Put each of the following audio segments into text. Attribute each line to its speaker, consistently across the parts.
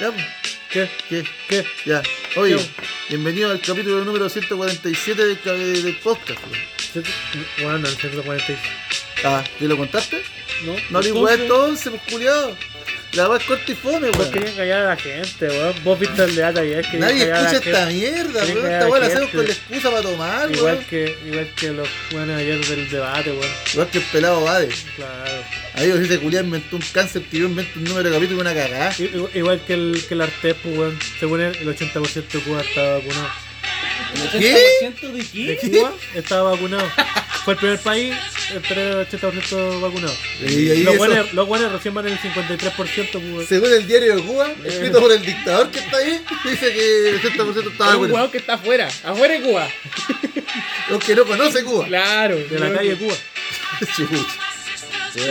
Speaker 1: Ya, ¿Qué? ¿Qué? ¿Qué? Ya. Oye, bienvenido al capítulo número 147 del, ca- del podcast. weón.
Speaker 2: Bueno, no, el 146.
Speaker 1: Ah, ¿te lo contaste?
Speaker 2: No,
Speaker 1: No le
Speaker 2: entonces,
Speaker 1: igual entonces, pues culiado. La va corta y fome,
Speaker 2: Vos
Speaker 1: weón.
Speaker 2: querían callar a la gente, weón. Vos viste el de Ata ayer, querían
Speaker 1: Nadie
Speaker 2: callar a la
Speaker 1: escucha
Speaker 2: gente.
Speaker 1: esta mierda,
Speaker 2: Querían
Speaker 1: weón.
Speaker 2: callar
Speaker 1: Esta
Speaker 2: a
Speaker 1: weá
Speaker 2: la
Speaker 1: la hacemos
Speaker 2: gente.
Speaker 1: con la excusa para tomar,
Speaker 2: Igual
Speaker 1: weón.
Speaker 2: que, igual que los buenos ayer del debate, weón.
Speaker 1: Igual que el pelado Bade.
Speaker 2: Claro.
Speaker 1: Ahí os dice culiado este inventó un cáncer que yo invento un número de capítulo y una cagada.
Speaker 2: I- i- Igual que el, que el Artep, weón. Según él, el 80% de Cuba estaba vacunado.
Speaker 1: ¿Qué?
Speaker 3: de
Speaker 2: ¿De
Speaker 3: qué?
Speaker 2: Cuba? Estaba vacunado. Fue el primer país en tener el 80% vacunado.
Speaker 1: Y ahí
Speaker 2: Los
Speaker 1: eso-
Speaker 2: buenos, los buenos recién van en el 53%, weón.
Speaker 1: Según el diario de Cuba,
Speaker 2: Eh.
Speaker 1: escrito por el dictador que está ahí, dice que el 80% está
Speaker 3: Es un
Speaker 1: Ah, bueno.
Speaker 3: hueón que está afuera, afuera de Cuba.
Speaker 1: Los que no conoce Cuba.
Speaker 3: Claro.
Speaker 2: De la calle Cuba.
Speaker 1: Chucha.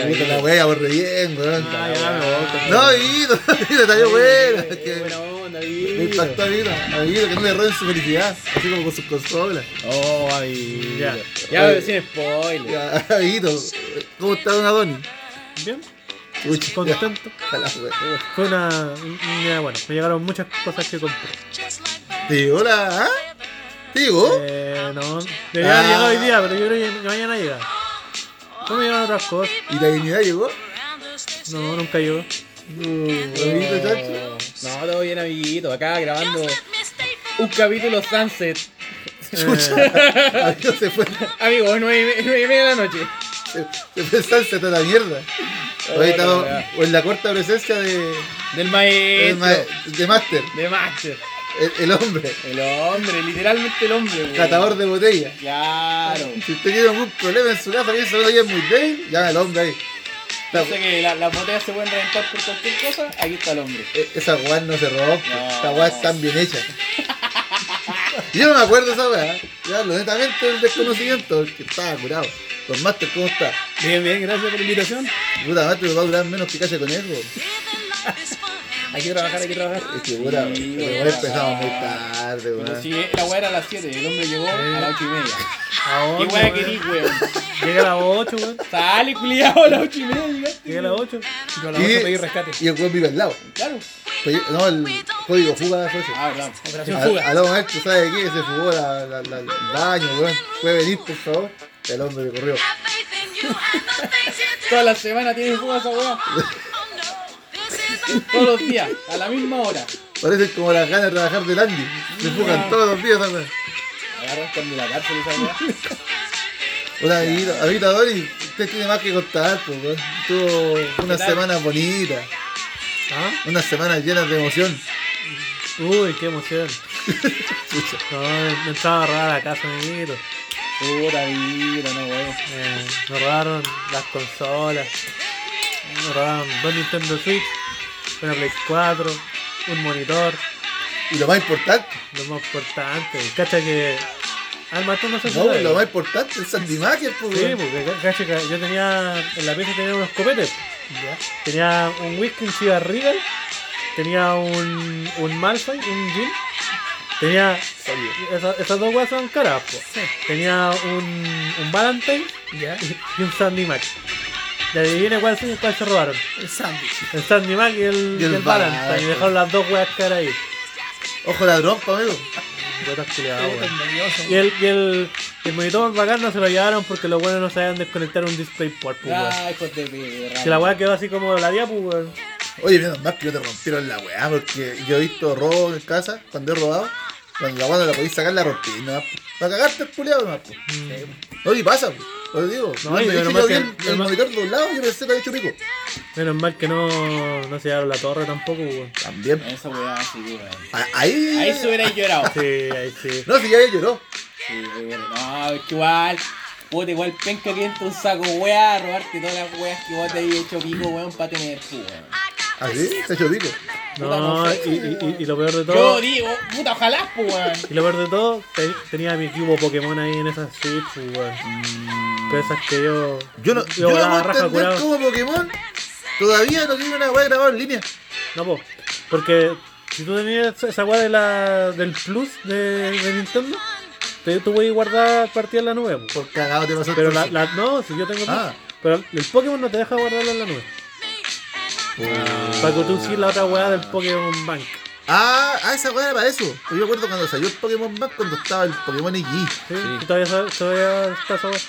Speaker 1: Puta la wea, borre bien, weón.
Speaker 2: Ah, ya, me voy.
Speaker 1: No, Vito, Vito, está bien bueno. es que
Speaker 3: Buena onda,
Speaker 1: Me
Speaker 3: Vito.
Speaker 1: impactó a Vito, a Vito, que no le roben su felicidad, así como con sus consolas.
Speaker 3: Oh, ay.
Speaker 2: Ya.
Speaker 3: Ya, ya
Speaker 1: Oye.
Speaker 3: sin spoiler.
Speaker 1: Ya, a Vito, ¿cómo está Don Adonis?
Speaker 2: Bien,
Speaker 1: Chucha, ya,
Speaker 2: contento.
Speaker 1: está la wea.
Speaker 2: Fue una. una- bueno, me llegaron muchas cosas que compré.
Speaker 1: ¿Te llegó la.? ¿Ah? ¿Te llegó?
Speaker 2: Eh, no. Debería haber
Speaker 1: Ah.
Speaker 2: llegado hoy día, pero yo creo que que mañana llega. No me llegaron otras cosas.
Speaker 1: ¿Y la dignidad llegó?
Speaker 2: No, nunca llegó. eh.
Speaker 1: ¿Vito, chacho?
Speaker 3: No, todo bien, amiguito. Acá grabando un capítulo Sunset.
Speaker 2: Eh,
Speaker 1: Adiós, se fue.
Speaker 3: Amigos, nueve y me- nueve y media de la noche.
Speaker 1: Se, se fue el sunset a la mierda.
Speaker 3: Oh,
Speaker 1: Hoy
Speaker 3: la
Speaker 1: estamos
Speaker 3: wea.
Speaker 1: en la cuarta presencia de.
Speaker 3: Del maestro.
Speaker 1: de ma- de Master,
Speaker 3: De Master.
Speaker 1: el, el hombre,
Speaker 3: El hombre, literalmente el hombre, weón.
Speaker 1: catador de botella.
Speaker 3: Claro.
Speaker 1: Si usted tiene algún problema en su casa, que se lo oye muy bien, llama al hombre ahí.
Speaker 3: Yo sé que la- las botellas se pueden reventar por cualquier cosa, aquí está el hombre.
Speaker 1: E- Esa guas no se rompe,
Speaker 3: No.
Speaker 1: esa guas están bien hecha. Yo no me acuerdo de esa weá, yo hablo netamente del desconocimiento, que estaba curado. Don Master, ¿cómo está?
Speaker 3: Bien, bien, gracias por la invitación.
Speaker 1: Puta Master va a durar menos que calle con él,
Speaker 3: Hay que trabajar, hay que trabajar.
Speaker 1: Es que puta, pero
Speaker 3: Sí, bueno,
Speaker 1: weón, empezamos muy
Speaker 3: ah.
Speaker 1: tarde,
Speaker 3: Pero
Speaker 1: weón.
Speaker 3: si la weá era a las 7, el hombre llegó a las 8 y media.
Speaker 2: ahora,
Speaker 3: ¿Qué weá
Speaker 2: weón.
Speaker 3: querís, weón?
Speaker 2: Llega a las 8, weón.
Speaker 3: Sale, culiado, a las 8 y media llegaste.
Speaker 2: Llega a las 8.
Speaker 3: Yo
Speaker 1: Y, y el weón vive al lado.
Speaker 3: Claro.
Speaker 1: Pero yo- No, el código fuga fue ese.
Speaker 3: Ah, verdad. Operación
Speaker 1: Al-
Speaker 3: fuga.
Speaker 1: Aló maestro, ¿sabe qué? Se fugó la, la, la- el baño, weón. Puede venir, por favor. El hombre que corrió.
Speaker 3: Toda la semana tiene fuga esa weá. Todos los días, a la misma hora.
Speaker 1: Parecen como las ganas de trabajar del Andy. Se fugan todos los días, ¿sabes?
Speaker 3: Agarran con la cárcel esa weá.
Speaker 1: Hola, amiguito. Ahorita, Dori, usted tiene más que contar, pues, weón. Tuvo unas
Speaker 3: ¿Qué tal?
Speaker 1: semanas bonitas,
Speaker 2: ¿Ah?
Speaker 1: unas semanas llenas de emoción.
Speaker 2: Uy, qué emoción.
Speaker 1: Chucha.
Speaker 2: No, me me estaba robada la casa, amiguito.
Speaker 3: Puta vida, no weón.
Speaker 2: Eh, nos robaron las consolas. Nos robaron dos Nintendo Switch, una Play 4, un monitor.
Speaker 1: Y lo más importante,
Speaker 2: Lo más importante, cacha que. Al matón no se
Speaker 1: no,
Speaker 2: sabe.
Speaker 1: lo más importante, el Sandy Macker, pues,
Speaker 2: Sí,
Speaker 1: weón.
Speaker 2: porque ca- cacha que yo tenía. En la pieza tenía unos copetes. Tenía un whisky, un Chivas Regal. Tenía un. un Malfoy, un gin. Tenía. esa- esas dos weas son caras, po. Tenía un. un Valentine
Speaker 3: ¿Ya?
Speaker 2: y un Sandy Mac. ¿Y adivina cuál, se- cuál se robaron?
Speaker 3: El sándwich.
Speaker 2: El Sandy Mac y el,
Speaker 1: Y el
Speaker 2: y el Valentine.
Speaker 1: Valentine.
Speaker 2: Y dejaron las dos weas caras ahí.
Speaker 1: Ojo la trompa, amigo.
Speaker 2: Wetas culiadas, weón. Y el, y el, el monitor bacán no se lo llevaron porque los buenos no sabían desconectar un DisplayPort, pues, weón.
Speaker 3: Ah, hijos de perra.
Speaker 2: Que la weá quedó así como la día, pues, weón.
Speaker 1: Oye, menos mal que no te rompieron la weá, porque yo he visto robo en casa, cuando he robado, cuando la weá no la podéis sacar, la rompí, nada más, po. Para cagarte el culiado, nomás, po. No, y pasa, po. Lo digo.
Speaker 2: Mm. No,
Speaker 1: No,
Speaker 2: y
Speaker 1: me dije, yo
Speaker 2: menos mal que
Speaker 1: vi
Speaker 2: el-
Speaker 1: el, el
Speaker 2: menos-
Speaker 1: monitor de un lado y yo pensé que había hecho pico.
Speaker 2: Menos mal que no, no se llevaron la torre tampoco, weón.
Speaker 1: También.
Speaker 3: Esa weá, sí, weón.
Speaker 1: A- Ahí.
Speaker 3: Ahí se hubiera llorado.
Speaker 2: Sí, ahí sí.
Speaker 1: No, si ya ella lloró.
Speaker 3: Sí, weón. No, es que igual. Puta, igual penca que entra un saco weá a robarte todas las weas que vos te habías hecho pico, weón, para tener tú, weón.
Speaker 1: Así, se echó pico.
Speaker 2: No, y, y, y- y lo peor de
Speaker 3: Yo
Speaker 2: todo.
Speaker 3: digo, puta, ojalá, pues, weón.
Speaker 2: Y lo peor de todo, te- tenía mi cubo Pokémon ahí en esas Switch, pues, weón. Pero esas que yo.
Speaker 1: Mm. Yo no, yo no
Speaker 2: volaba
Speaker 1: puedo
Speaker 2: raja,
Speaker 1: entender
Speaker 2: curado.
Speaker 1: cómo Pokémon todavía no tiene una weá grabada en línea.
Speaker 2: No, po. Porque si tú tenías esa- esa weá de la, del Plus de, de Nintendo, te, tú puedes guardar partidas en la nube, po.
Speaker 1: Por cagado te pasó el
Speaker 2: Pero la,
Speaker 1: curso.
Speaker 2: la- no, si yo tengo.
Speaker 1: Ah.
Speaker 2: Pero el Pokémon no te deja guardarlo en la nube.
Speaker 3: Ah.
Speaker 2: Para que tú sí la otra weá del Pokémon Bank.
Speaker 1: Ah, ah, esa weá era para eso. Yo me acuerdo cuando salió el Pokémon Bank, cuando estaba el Pokémon XY.
Speaker 2: ¿sí?
Speaker 3: Sí.
Speaker 2: Y Todavía, sa- todavía está esa weá.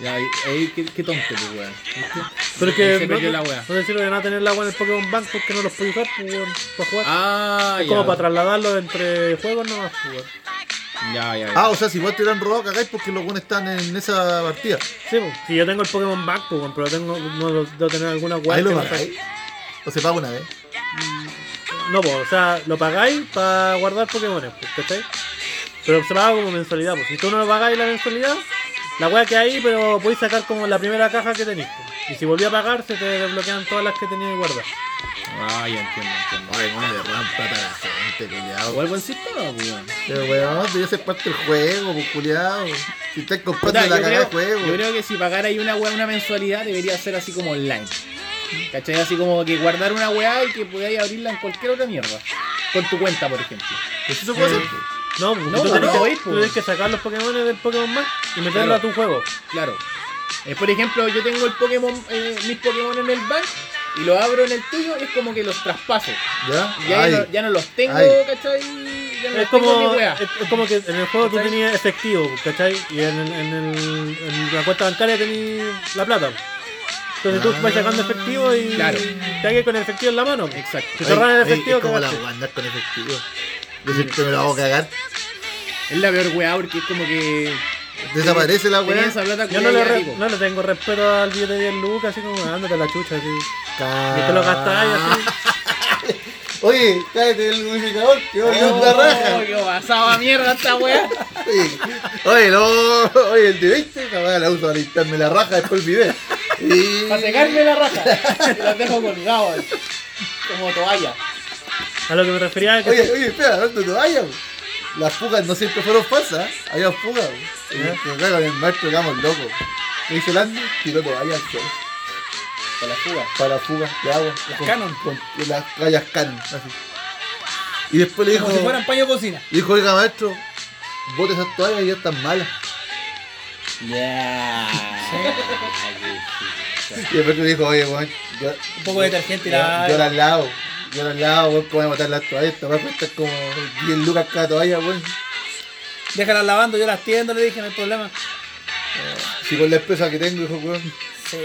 Speaker 3: Ya, ahí, ahí qué, qué tonto, pues, weón. ¿Viste? Ahí
Speaker 2: Porque
Speaker 3: se
Speaker 2: no,
Speaker 3: perdió
Speaker 2: no,
Speaker 3: la
Speaker 2: no
Speaker 3: weá.
Speaker 2: te sirve de nada tener la weá en el Pokémon Bank porque no los puedes usar pues, weón, para jugar.
Speaker 3: Ah,
Speaker 2: es
Speaker 3: ya.
Speaker 2: como para trasladarlo entre juegos nomás, pues, weón.
Speaker 3: Ya, ya, ya.
Speaker 1: Ah, o sea, si vos te hubieran robado, cagáis porque los buenos están en esa partida.
Speaker 2: Sí, pues, si yo tengo el Pokémon Bank, pues, weón, pero tengo, no, lo- debo tener alguna weá.
Speaker 1: Ahí
Speaker 2: que
Speaker 1: lo
Speaker 2: no
Speaker 1: pagáis. O se paga una vez.
Speaker 2: No, pues, o sea, lo pagáis para guardar Pokémon, pues, ¿cachai? Pero se paga como mensualidad, pues. Si tú no lo pagáis la mensualidad, la weá que hay, pero podéis sacar como la primera caja que tenéis. pues. Y si volví a pagar, se te desbloquean todas las que tenías guardadas.
Speaker 3: Ah, ya entiendo, entiendo.
Speaker 1: Ay, no le rompan plata a la gente, culiado.
Speaker 3: Igual buen sistema, pues, weón.
Speaker 1: Pero weón, debe ser parte del juego, pues, culiado. Si estás comprando
Speaker 3: Puta,
Speaker 1: la
Speaker 3: yo,
Speaker 1: cagada de
Speaker 3: creo,
Speaker 1: juego.
Speaker 3: yo creo que si pagara ahí una weá, una mensualidad, debería ser así como online. ¿Cachai? Así como que guardar una weá y que podáis abrirla en cualquier otra mierda. Con tu cuenta, por ejemplo.
Speaker 1: Pues eso puede ser.
Speaker 2: No, pues,
Speaker 3: No,
Speaker 2: tú
Speaker 3: no,
Speaker 2: tenés,
Speaker 3: no,
Speaker 2: que,
Speaker 3: oí,
Speaker 2: tú
Speaker 3: pues.
Speaker 2: tenés que sacar los Pokémon del Pokémon Bank y meterlo
Speaker 3: Claro.
Speaker 2: a tu juego.
Speaker 3: Claro. Eh, por ejemplo, yo tengo el Pokémon, eh, mis Pokémon en el bank y los abro en el tuyo y es como que los traspaso.
Speaker 1: ¿Ya?
Speaker 3: Ya,
Speaker 1: Ay.
Speaker 3: no, ya no los tengo,
Speaker 1: Ay.
Speaker 3: ¿cachai? Ya
Speaker 2: Es
Speaker 3: no los tengo
Speaker 2: como,
Speaker 3: ni weá.
Speaker 2: es, es como que en el juego tú
Speaker 3: ¿Cachai?
Speaker 2: tenías efectivo, ¿cachai? Y en, el- en el- en la cuenta bancaria tenías la plata. Entonces tú
Speaker 1: Ah.
Speaker 2: vas sacando efectivo y
Speaker 3: Claro.
Speaker 2: te hagas con el efectivo en la mano. pues.
Speaker 3: Exacto.
Speaker 2: Si te ahorran el
Speaker 1: Ay, ay,
Speaker 2: efectivo,
Speaker 1: es como la
Speaker 2: cagaste.
Speaker 1: voy a andar con efectivo. Decir que me lo hago cagar.
Speaker 3: Es la peor weá porque es como que.
Speaker 1: Desaparece la
Speaker 3: tenía
Speaker 1: weá.
Speaker 3: esa plata
Speaker 2: Yo
Speaker 3: culiá
Speaker 2: no
Speaker 3: y
Speaker 2: le,
Speaker 3: ya
Speaker 2: re-
Speaker 3: digo,
Speaker 2: no le tengo respeto al billete de 10 lucas, así como andate la chucha. Así.
Speaker 1: Ca-
Speaker 2: Y te lo gastáis así.
Speaker 1: Oye, cállate el unificador, que va a
Speaker 3: "Oh,
Speaker 1: una raja.
Speaker 3: qué pasaba mierda esta weá!
Speaker 1: Oye, Oye, no, oye, el de 20, capaz la uso para limpiarme la raja después el video. Y...
Speaker 3: Para secarme la raja. Y las dejo colgadas. así, Como toalla.
Speaker 2: A lo que me refería es que.
Speaker 1: Oye, oye, espera, hablando de toalla, las fugas no siempre fueron falsas, ¿eh? había fugas. Y
Speaker 2: ¿Ya?
Speaker 1: que acá con el maestro quedamos locos. Me hizo Landy, tiró toalla al suelo
Speaker 3: Con las fugas.
Speaker 1: para fugas de agua.
Speaker 3: Las
Speaker 1: con-
Speaker 3: Canon.
Speaker 1: Con, con las callas canon, así. Y después le dijo,
Speaker 3: Como si fueran paño de cocina.
Speaker 1: dijo, oiga maestro, bote esas toallas y ya están malas.
Speaker 3: Yeah.
Speaker 1: Y después le dijo, oye, weón, yo-
Speaker 4: Un poco de detergente y
Speaker 1: yo-
Speaker 4: la-
Speaker 1: Yo la lavo, yo la lavo, weón, ¿cómo voy a matar las toallas? Esta weá cuesta como 10 lucas cada toalla, weón.
Speaker 4: Déjalas lavando, yo las tiendo, le dije, no hay problema.
Speaker 1: Si con la empresa que tengo, dijo, weón.
Speaker 4: Sí.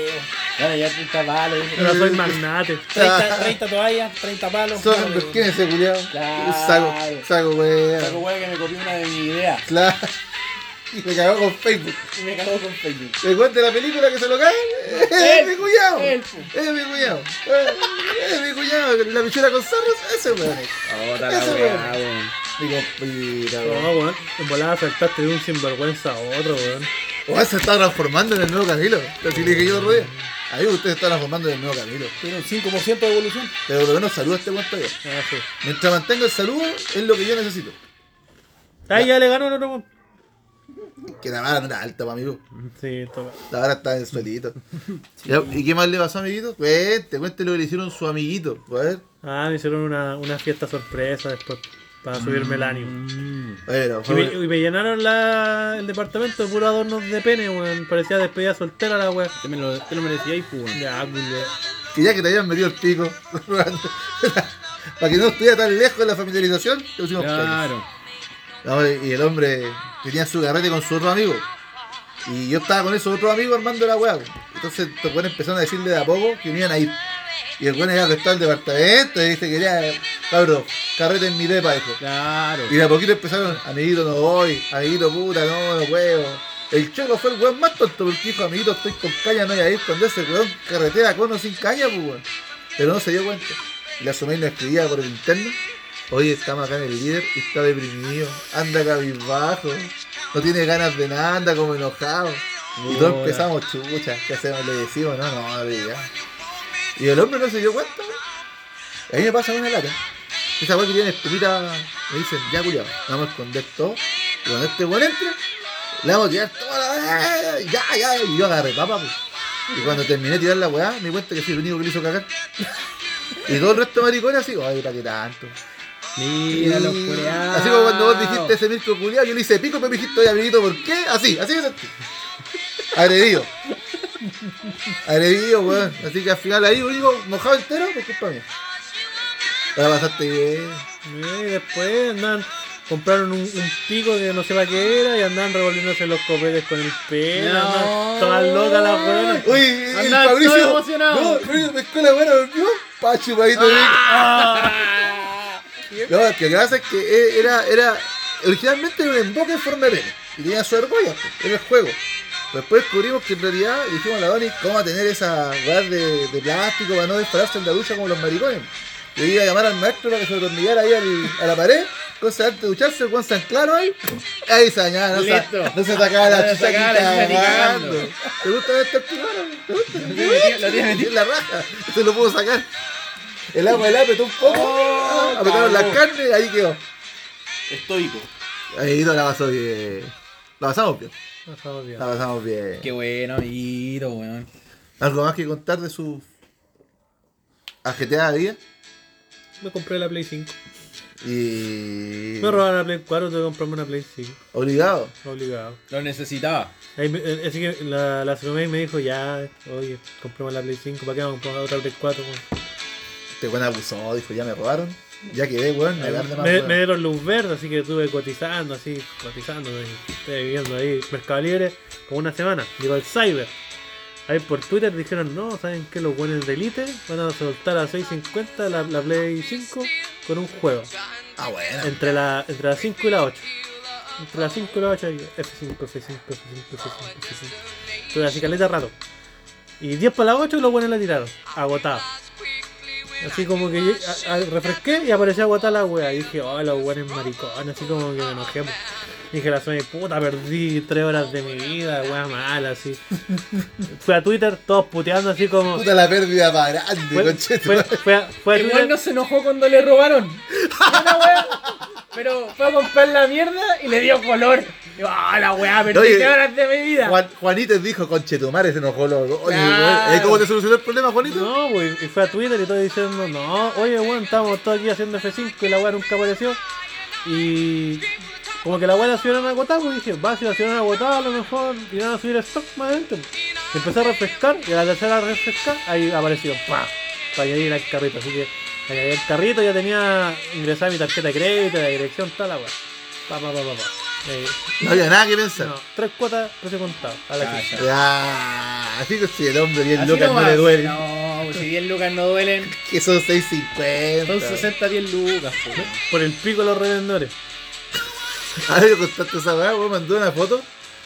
Speaker 3: Bueno, ya tú estás malo. ¿eh?
Speaker 2: Pero soy magnate.
Speaker 4: 30, 30 toallas, 30 palos.
Speaker 1: Son los
Speaker 4: Claro,
Speaker 1: quienes se culiado.
Speaker 3: Claro.
Speaker 1: Saco, saco, weón.
Speaker 3: Saco weá que me copió una de mi idea.
Speaker 1: Claro. Y me cagó con Facebook.
Speaker 3: Y me cagó con Facebook.
Speaker 1: ¿Te cuento la película que se lo cae? ¡Es mi cuñado!
Speaker 3: él.
Speaker 1: ¡Es mi cuñado! Eh, ¡Es mi cuñado! La pichura con zorros, ese weón. es.
Speaker 3: Ahora
Speaker 1: la
Speaker 3: Ah, la
Speaker 1: weá,
Speaker 3: weá, weón.
Speaker 1: Digo, mira,
Speaker 2: No,
Speaker 1: weón.
Speaker 2: weón. En volada saltaste de un sinvergüenza a otro, weón.
Speaker 1: Weón, se está transformando en el nuevo Camilo. Así le dije yo el otro día. Ahí usted se está transformando en el nuevo Camilo.
Speaker 4: Tiene un 5% de evolución.
Speaker 1: Pero por lo menos saluda a este weón todavía.
Speaker 2: Ah, sí.
Speaker 1: Mientras mantenga el saludo, es lo que yo necesito.
Speaker 2: Ah, ya le ganó el otro, weón.
Speaker 1: Que la vara no era alta, pa' amigo.
Speaker 2: Sí, toma.
Speaker 1: La vara está en el suelito. Ya, ¿Y qué más le pasó, amiguito? Cuente, cuente lo que le hicieron su amiguito. A ver.
Speaker 2: Ah, me hicieron una, una fiesta sorpresa después para subirme el ánimo.
Speaker 1: Bueno,
Speaker 2: Y
Speaker 1: fue
Speaker 2: me, y me llenaron la, el departamento de puros adornos de pene, weón. Parecía despedida soltera la weón.
Speaker 3: Te me lo, te lo merecía y pues, weón.
Speaker 2: Ya, culo.
Speaker 1: que ya que te habían metido el pico, para que no estuviera tan lejos de la familiarización, te pusimos penes.
Speaker 3: Claro.
Speaker 1: No, y- y el hombre tenía su garrete con su otro amigo. Y yo estaba con esos otros amigos armando la weá. pues. Entonces los buenos empezaron a decirle de a poco que no iban a ir. Y el bueno había arrestado el departamento y dice que ya, cabrón, carrete en mi depa, dijo.
Speaker 3: Claro.
Speaker 1: Y de a poquito empezaron, amiguito no voy, amiguito puta, no, no puedo. El Cholo fue el weón más tonto porque dijo, amiguito, estoy con caña, no voy a ir cuando ese weón carretera con o sin caña, pues weón. Pero no se dio cuenta. Y la Somay nos escribía por el interno, oye, estamos acá en el líder y está deprimido, anda cabizbajo, no tiene ganas de nada, anda como enojado. Y todos
Speaker 3: Puta.
Speaker 1: empezamos, chucha, ¿qué hacemos? Le decimos, no, no, no le digamos. Y el hombre no se dio cuenta, weón. Y ahí me pasa una lata. Esa weá que tiene espumita, me dicen, ya culiao, vamos a esconder todo. Y cuando este weón entre, le vamos a tirar toda la weá, ya, ya, y yo agarré papa, pues. Y cuando terminé de tirar la weá, me di cuenta que soy el único que le hizo cagar. Y todo el resto de maricones así, ay, para qué tanto.
Speaker 3: Mira los
Speaker 1: Y-
Speaker 3: culiados.
Speaker 1: Así como cuando vos dijiste ese Mirko culiao, yo le hice pico, pero me dijiste, oye, amiguito, ¿por qué? Así, así me sentí. Agredido. Agredido, weón. Así que al final ahí, único mojado entero, por culpa mía. Pero la pasaste bien.
Speaker 2: Y después andan, compraron un, un pico que no sé para qué era y andan revolviéndose los copetes con el pelo.
Speaker 3: No.
Speaker 2: andan todas locas las weonas.
Speaker 1: Uy, el
Speaker 3: Andaba
Speaker 1: Fabricio.
Speaker 3: todo emocionado.
Speaker 1: No, Fabricio pescó la buena, volvió. Pa, chupadito
Speaker 3: Ah.
Speaker 1: rico. No, es que lo que pasa es que eh, era, era. Originalmente era un emboque en forma de pene. Y tenía su argolla, pues, era el juego. Pero después descubrimos que en realidad le dijimos a la Donny cómo a tener esa weá de, de plástico para no dispararse en la ducha como los maricones. Le iba a llamar al maestro para que se lo atornillara ahí al- a la pared. Cosa de antes de ducharse, el Juan San Claro ahí. Ahí se dañaba, no, se,
Speaker 3: Listo.
Speaker 1: no se sacaba la
Speaker 3: No se
Speaker 1: chucha
Speaker 3: sacaba la chucha ni cagando.
Speaker 1: ¿Te gusta ver estos pibaros? ¿Te gusta?
Speaker 3: Lo tiene metido, lo tiene metido.
Speaker 1: Es la raja, se lo puedo sacar. El agua del apretó un poco,
Speaker 3: Oh,
Speaker 1: ah, apretaron la
Speaker 3: cagó.
Speaker 1: carne y ahí quedó.
Speaker 5: Estoico.
Speaker 1: Ahí no la pasó bien. La pasamos bien.
Speaker 2: No estamos Ah, bien.
Speaker 1: La pasamos bien.
Speaker 3: Qué bueno, amiguito, weón.
Speaker 1: ¿Algo más que contar de su ajeteada vida?
Speaker 2: Me compré la Play 5.
Speaker 1: Y.
Speaker 2: Me robaron la Play 4, tuve que comprarme una Play 5.
Speaker 1: Obligado.
Speaker 2: Obligado.
Speaker 3: Lo necesitaba.
Speaker 2: Ahí me- eh, así que la, la Sumei me dijo, ya, oye, compremos la Play 5, ¿para qué vamos a comprar otra Play 4? weón?
Speaker 1: Este weón abusó, dijo, ya me robaron. Ya quedé, weón, me darle más.
Speaker 2: Me,
Speaker 1: weón.
Speaker 2: me dieron luz verde, así que estuve cotizando, así, cotizando, ahí, estuve viviendo ahí, Mercado Libre, como una semana. Llegó el Cyber. Ahí por Twitter dijeron, no, ¿saben qué? Los buenos de Elite van a soltar a 6.50 la, la Play 5 con un juego.
Speaker 1: Ah, bueno.
Speaker 2: Entre la, entre la 5 y la 8. Entre la 5 y la 8 hay F5, F5, F5, F5, F5. Estuve así caleta rato. Y 10 para la 8 y los buenos la tiraron. Agotado. Así como que yo- a- a- refresqué y apareció agotada la wea. Y dije, oh, los buenos maricones. Así como que me enojé. po. Dije, la soy puta, perdí 3 horas de mi vida, wea mala, así. Fui a Twitter, todos puteando así como.
Speaker 1: Puta la pérdida para grande,
Speaker 2: Fue,
Speaker 1: concheto.
Speaker 2: fue, fue a- fue a
Speaker 3: El weón
Speaker 2: Twitter.
Speaker 3: no se enojó cuando le robaron. Era una weá, Pero fue a comprar la mierda y le dio color. Y, Ah, la weá, perdí
Speaker 1: Oye,
Speaker 3: tres horas de mi vida.
Speaker 1: Juan, Juanites dijo, conchetumare, se enojó loco. Oye,
Speaker 3: Claro.
Speaker 1: weón, ¿eh, ¿Cómo te solucionó el problema, Juanito?
Speaker 2: No, wey, y fue a Twitter y todo diciendo, no, oye, weón, estamos todos aquí haciendo F5 y la weá nunca apareció. Y como que la weá la subieron agotada, pues dije, va, si la subieron agotada, a lo mejor irán a subir stock más adelante. Y empecé a refrescar y a la tercera refrescar, ahí apareció, pa, para añadir al carrito. Así que añadí el carrito, ya tenía ingresada mi tarjeta de crédito, la dirección, tal, la weá. Pa, pa, pa, pa, pa. Eh,
Speaker 1: No había nada que pensar.
Speaker 2: no, tres cuotas precio contado, a la
Speaker 3: Ah,
Speaker 2: quinta.
Speaker 3: ya.
Speaker 1: Ya, así que si el hombre bien
Speaker 3: Así
Speaker 1: Lucas no
Speaker 3: nomás.
Speaker 1: le duele.
Speaker 3: No, pues si 10 lucas no duelen,
Speaker 1: Que son
Speaker 3: son
Speaker 1: 6.50.
Speaker 3: 60, 10 lucas, po, weón.
Speaker 2: Por el pico de los revendedores.
Speaker 1: Ahora yo contaste esa weá, weón, mandó una foto.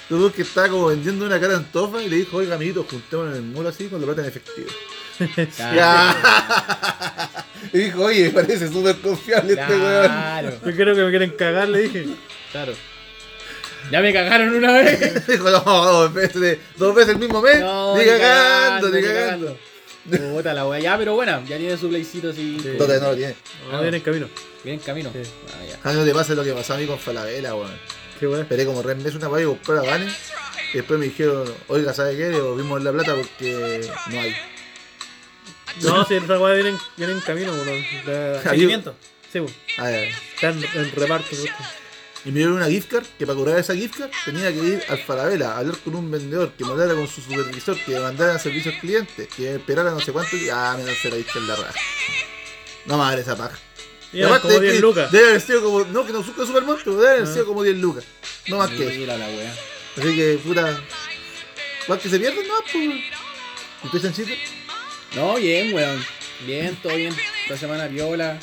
Speaker 1: Tuvo que estaba como vendiendo una cara antofa y le dijo, oiga amiguito, juntémonos en el muro así con la plata en efectivo.
Speaker 3: Ah,
Speaker 1: Ya. y dijo, oye, parece súper confiable este weón.
Speaker 3: Claro,
Speaker 2: Yo creo que me quieren cagar, le dije.
Speaker 3: claro. Ya me cagaron una vez.
Speaker 1: Dijo, no, dos veces, dos veces el mismo mes.
Speaker 3: No,
Speaker 1: ni cagando, ni cagando.
Speaker 3: cagando. Puta la weá, ya, pero bueno, ya tiene su playcito así.
Speaker 2: Sí.
Speaker 1: Total, no lo tiene.
Speaker 2: No, Ah, viene en camino.
Speaker 3: Bien camino.
Speaker 2: Sí.
Speaker 3: Ah, ya.
Speaker 1: A mí no te pasa lo que pasó a mí con Falabella, weón.
Speaker 2: Qué weá.
Speaker 1: Esperé como tres meses una weá y buscar a Vane. Y después me dijeron, oiga, ¿sabe qué? Le volvimos la plata porque no hay.
Speaker 2: No, si esa weá viene, en- viene en camino, weón. Da-
Speaker 4: Seguimiento.
Speaker 2: Sí, weón.
Speaker 1: A ver.
Speaker 2: Está en, en reparto, weón.
Speaker 1: Y me dieron una gift card que para cobrar esa gift card tenía que ir al Falabella, a hablar con un vendedor, que me hablara con su supervisor, que me mandara servicios clientes, que esperara no sé cuánto. y- Ah, me lancé la gift card en la raja. No me hagas esa paja.
Speaker 2: Y
Speaker 1: Y
Speaker 2: eran
Speaker 1: aparte
Speaker 2: como
Speaker 1: de
Speaker 2: 10
Speaker 1: que
Speaker 2: lucas.
Speaker 1: Debe haber sido como. No, que no busca Superman, pero debe haber
Speaker 2: Ah.
Speaker 1: sido como 10 lucas. No más que eso.
Speaker 3: Mira la weá.
Speaker 1: Así que, puta. Más que se pierden, no, pues. ¿Y tú, Chanchito?
Speaker 3: No, bien, weón. Bien, todo bien. Esta semana viola.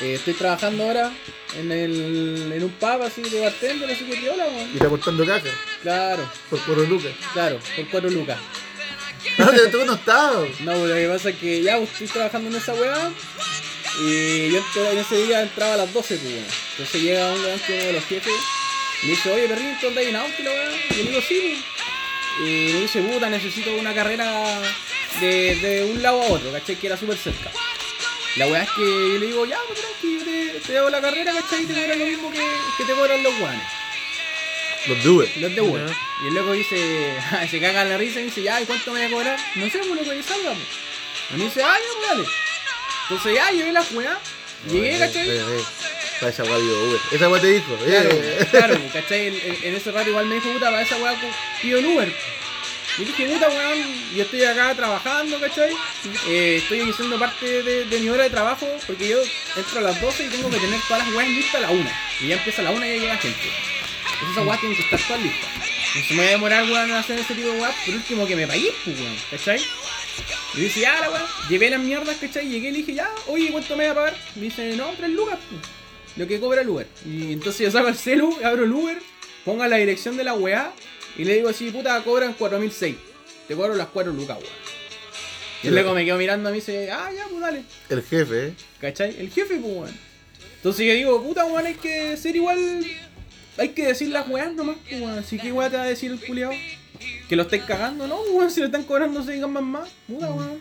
Speaker 3: Eh, estoy trabajando ahora en, el, en un pub así de bartender, así que viola,
Speaker 1: Y
Speaker 3: weón.
Speaker 1: está cortando caja
Speaker 3: Claro,
Speaker 1: por cuatro lucas.
Speaker 3: claro, por cuatro lucas.
Speaker 1: No, te tocó no estaba.
Speaker 3: No, pero lo que pasa es que ya pues, estoy trabajando en esa weá. Y yo entré- en ese día entraba a las 12, pues, weón. Entonces llega un weón que es uno de los jefes. Y me dice, oye, perrito, ¿dónde hay un auto, la weá? Y yo le digo, sí, pues. Y me dice, puta, necesito una carrera de, de un lado a otro, ¿cachai? Que era súper cerca. La weá es que yo le digo, ya, pues tranqui, yo te, te hago la carrera, ¿cachai? Y te cobran lo mismo que, que te cobran los guanes.
Speaker 1: Los dudes.
Speaker 3: Los de Uber. Y el loco dice, "Ah, se caga en la risa y dice, ya, ¿y cuánto me voy a cobrar? No sé, pues loco, que salga. pues. Y me dice, ah, ya, pues dale. Entonces ya, llevé la weá.
Speaker 1: Eh,
Speaker 3: Llegué, ¿cachai?
Speaker 1: Para esa guay, Uber. Esa guay te dijo.
Speaker 3: Claro,
Speaker 1: eh.
Speaker 3: claro, ¿cachai? En, en- en ese rato igual me dijo, puta, para esa weá co- pido el Uber. Yo dije, puta, weón, yo estoy acá trabajando, ¿cachai? Eh, estoy haciendo parte de, de mi hora de trabajo porque yo entro a las 12 y tengo que tener todas las weas listas a la 1. Y ya empieza a la 1 y ya llega gente. Entonces esas weas tienen que estar todas listas. Y si me voy a demorar, weón, en hacer ese tipo de weas, por último que me pagué, pues, weón, ¿cachai? Y dice, ya, la weón, llevé las mierdas, ¿cachai? Llegué y le dije, ya, oye, ¿cuánto me voy a pagar? Me dice, no, tres lucas, pues, lo que cobra el Uber. Y entonces yo saco el celu, abro el Uber, pongo la dirección de la weá y le digo así, puta, cobran 4006. Te cobro las 4 lucas, weón. Y
Speaker 1: Sí.
Speaker 3: luego me quedo mirando a mí y dice, ah, ya, pues dale.
Speaker 1: El jefe, eh.
Speaker 3: ¿Cachai? El jefe, pues, weón. Entonces yo digo, puta, weón, hay que ser igual. Hay que decir las weas nomás, pues, weón. Así que weón te va a decir el culiao. Que lo estáis cagando, ¿no? Weón, si lo están cobrando se digan más más. Puta, weón.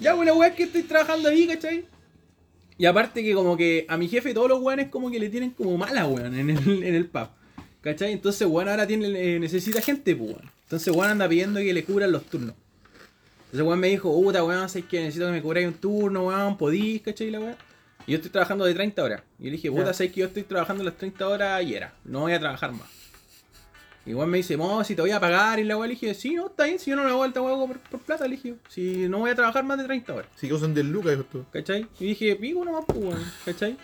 Speaker 3: Ya, weón, la wea es que estoy trabajando ahí, ¿cachai? Y aparte que como que a mi jefe todos los weones como que le tienen como mala, weón, en el, en el pub. ¿Cachai? Entonces, weón, ahora tiene, eh, necesita gente, pues, weón. Entonces, weón anda pidiendo que le cubran los turnos. Entonces, weón me dijo, puta, weón, sé que necesito que me cubráis un turno, weón, podís, ¿cachai? La weón. Y yo estoy trabajando de 30 horas. Y yo le dije, puta,
Speaker 2: Ya.
Speaker 3: sé que yo estoy trabajando las 30 horas ayer. No voy a trabajar más. Y weón me dice, no, si te voy a pagar. Y la weón le dije, sí, no, está bien, si yo no la hago alta, weón, por, por plata, le dije. Si no voy a trabajar más de 30 horas.
Speaker 1: Si que son 10 lucas, dijo tú.
Speaker 3: ¿Cachai? Y dije, pico nomás, pues, weón, ¿cachai?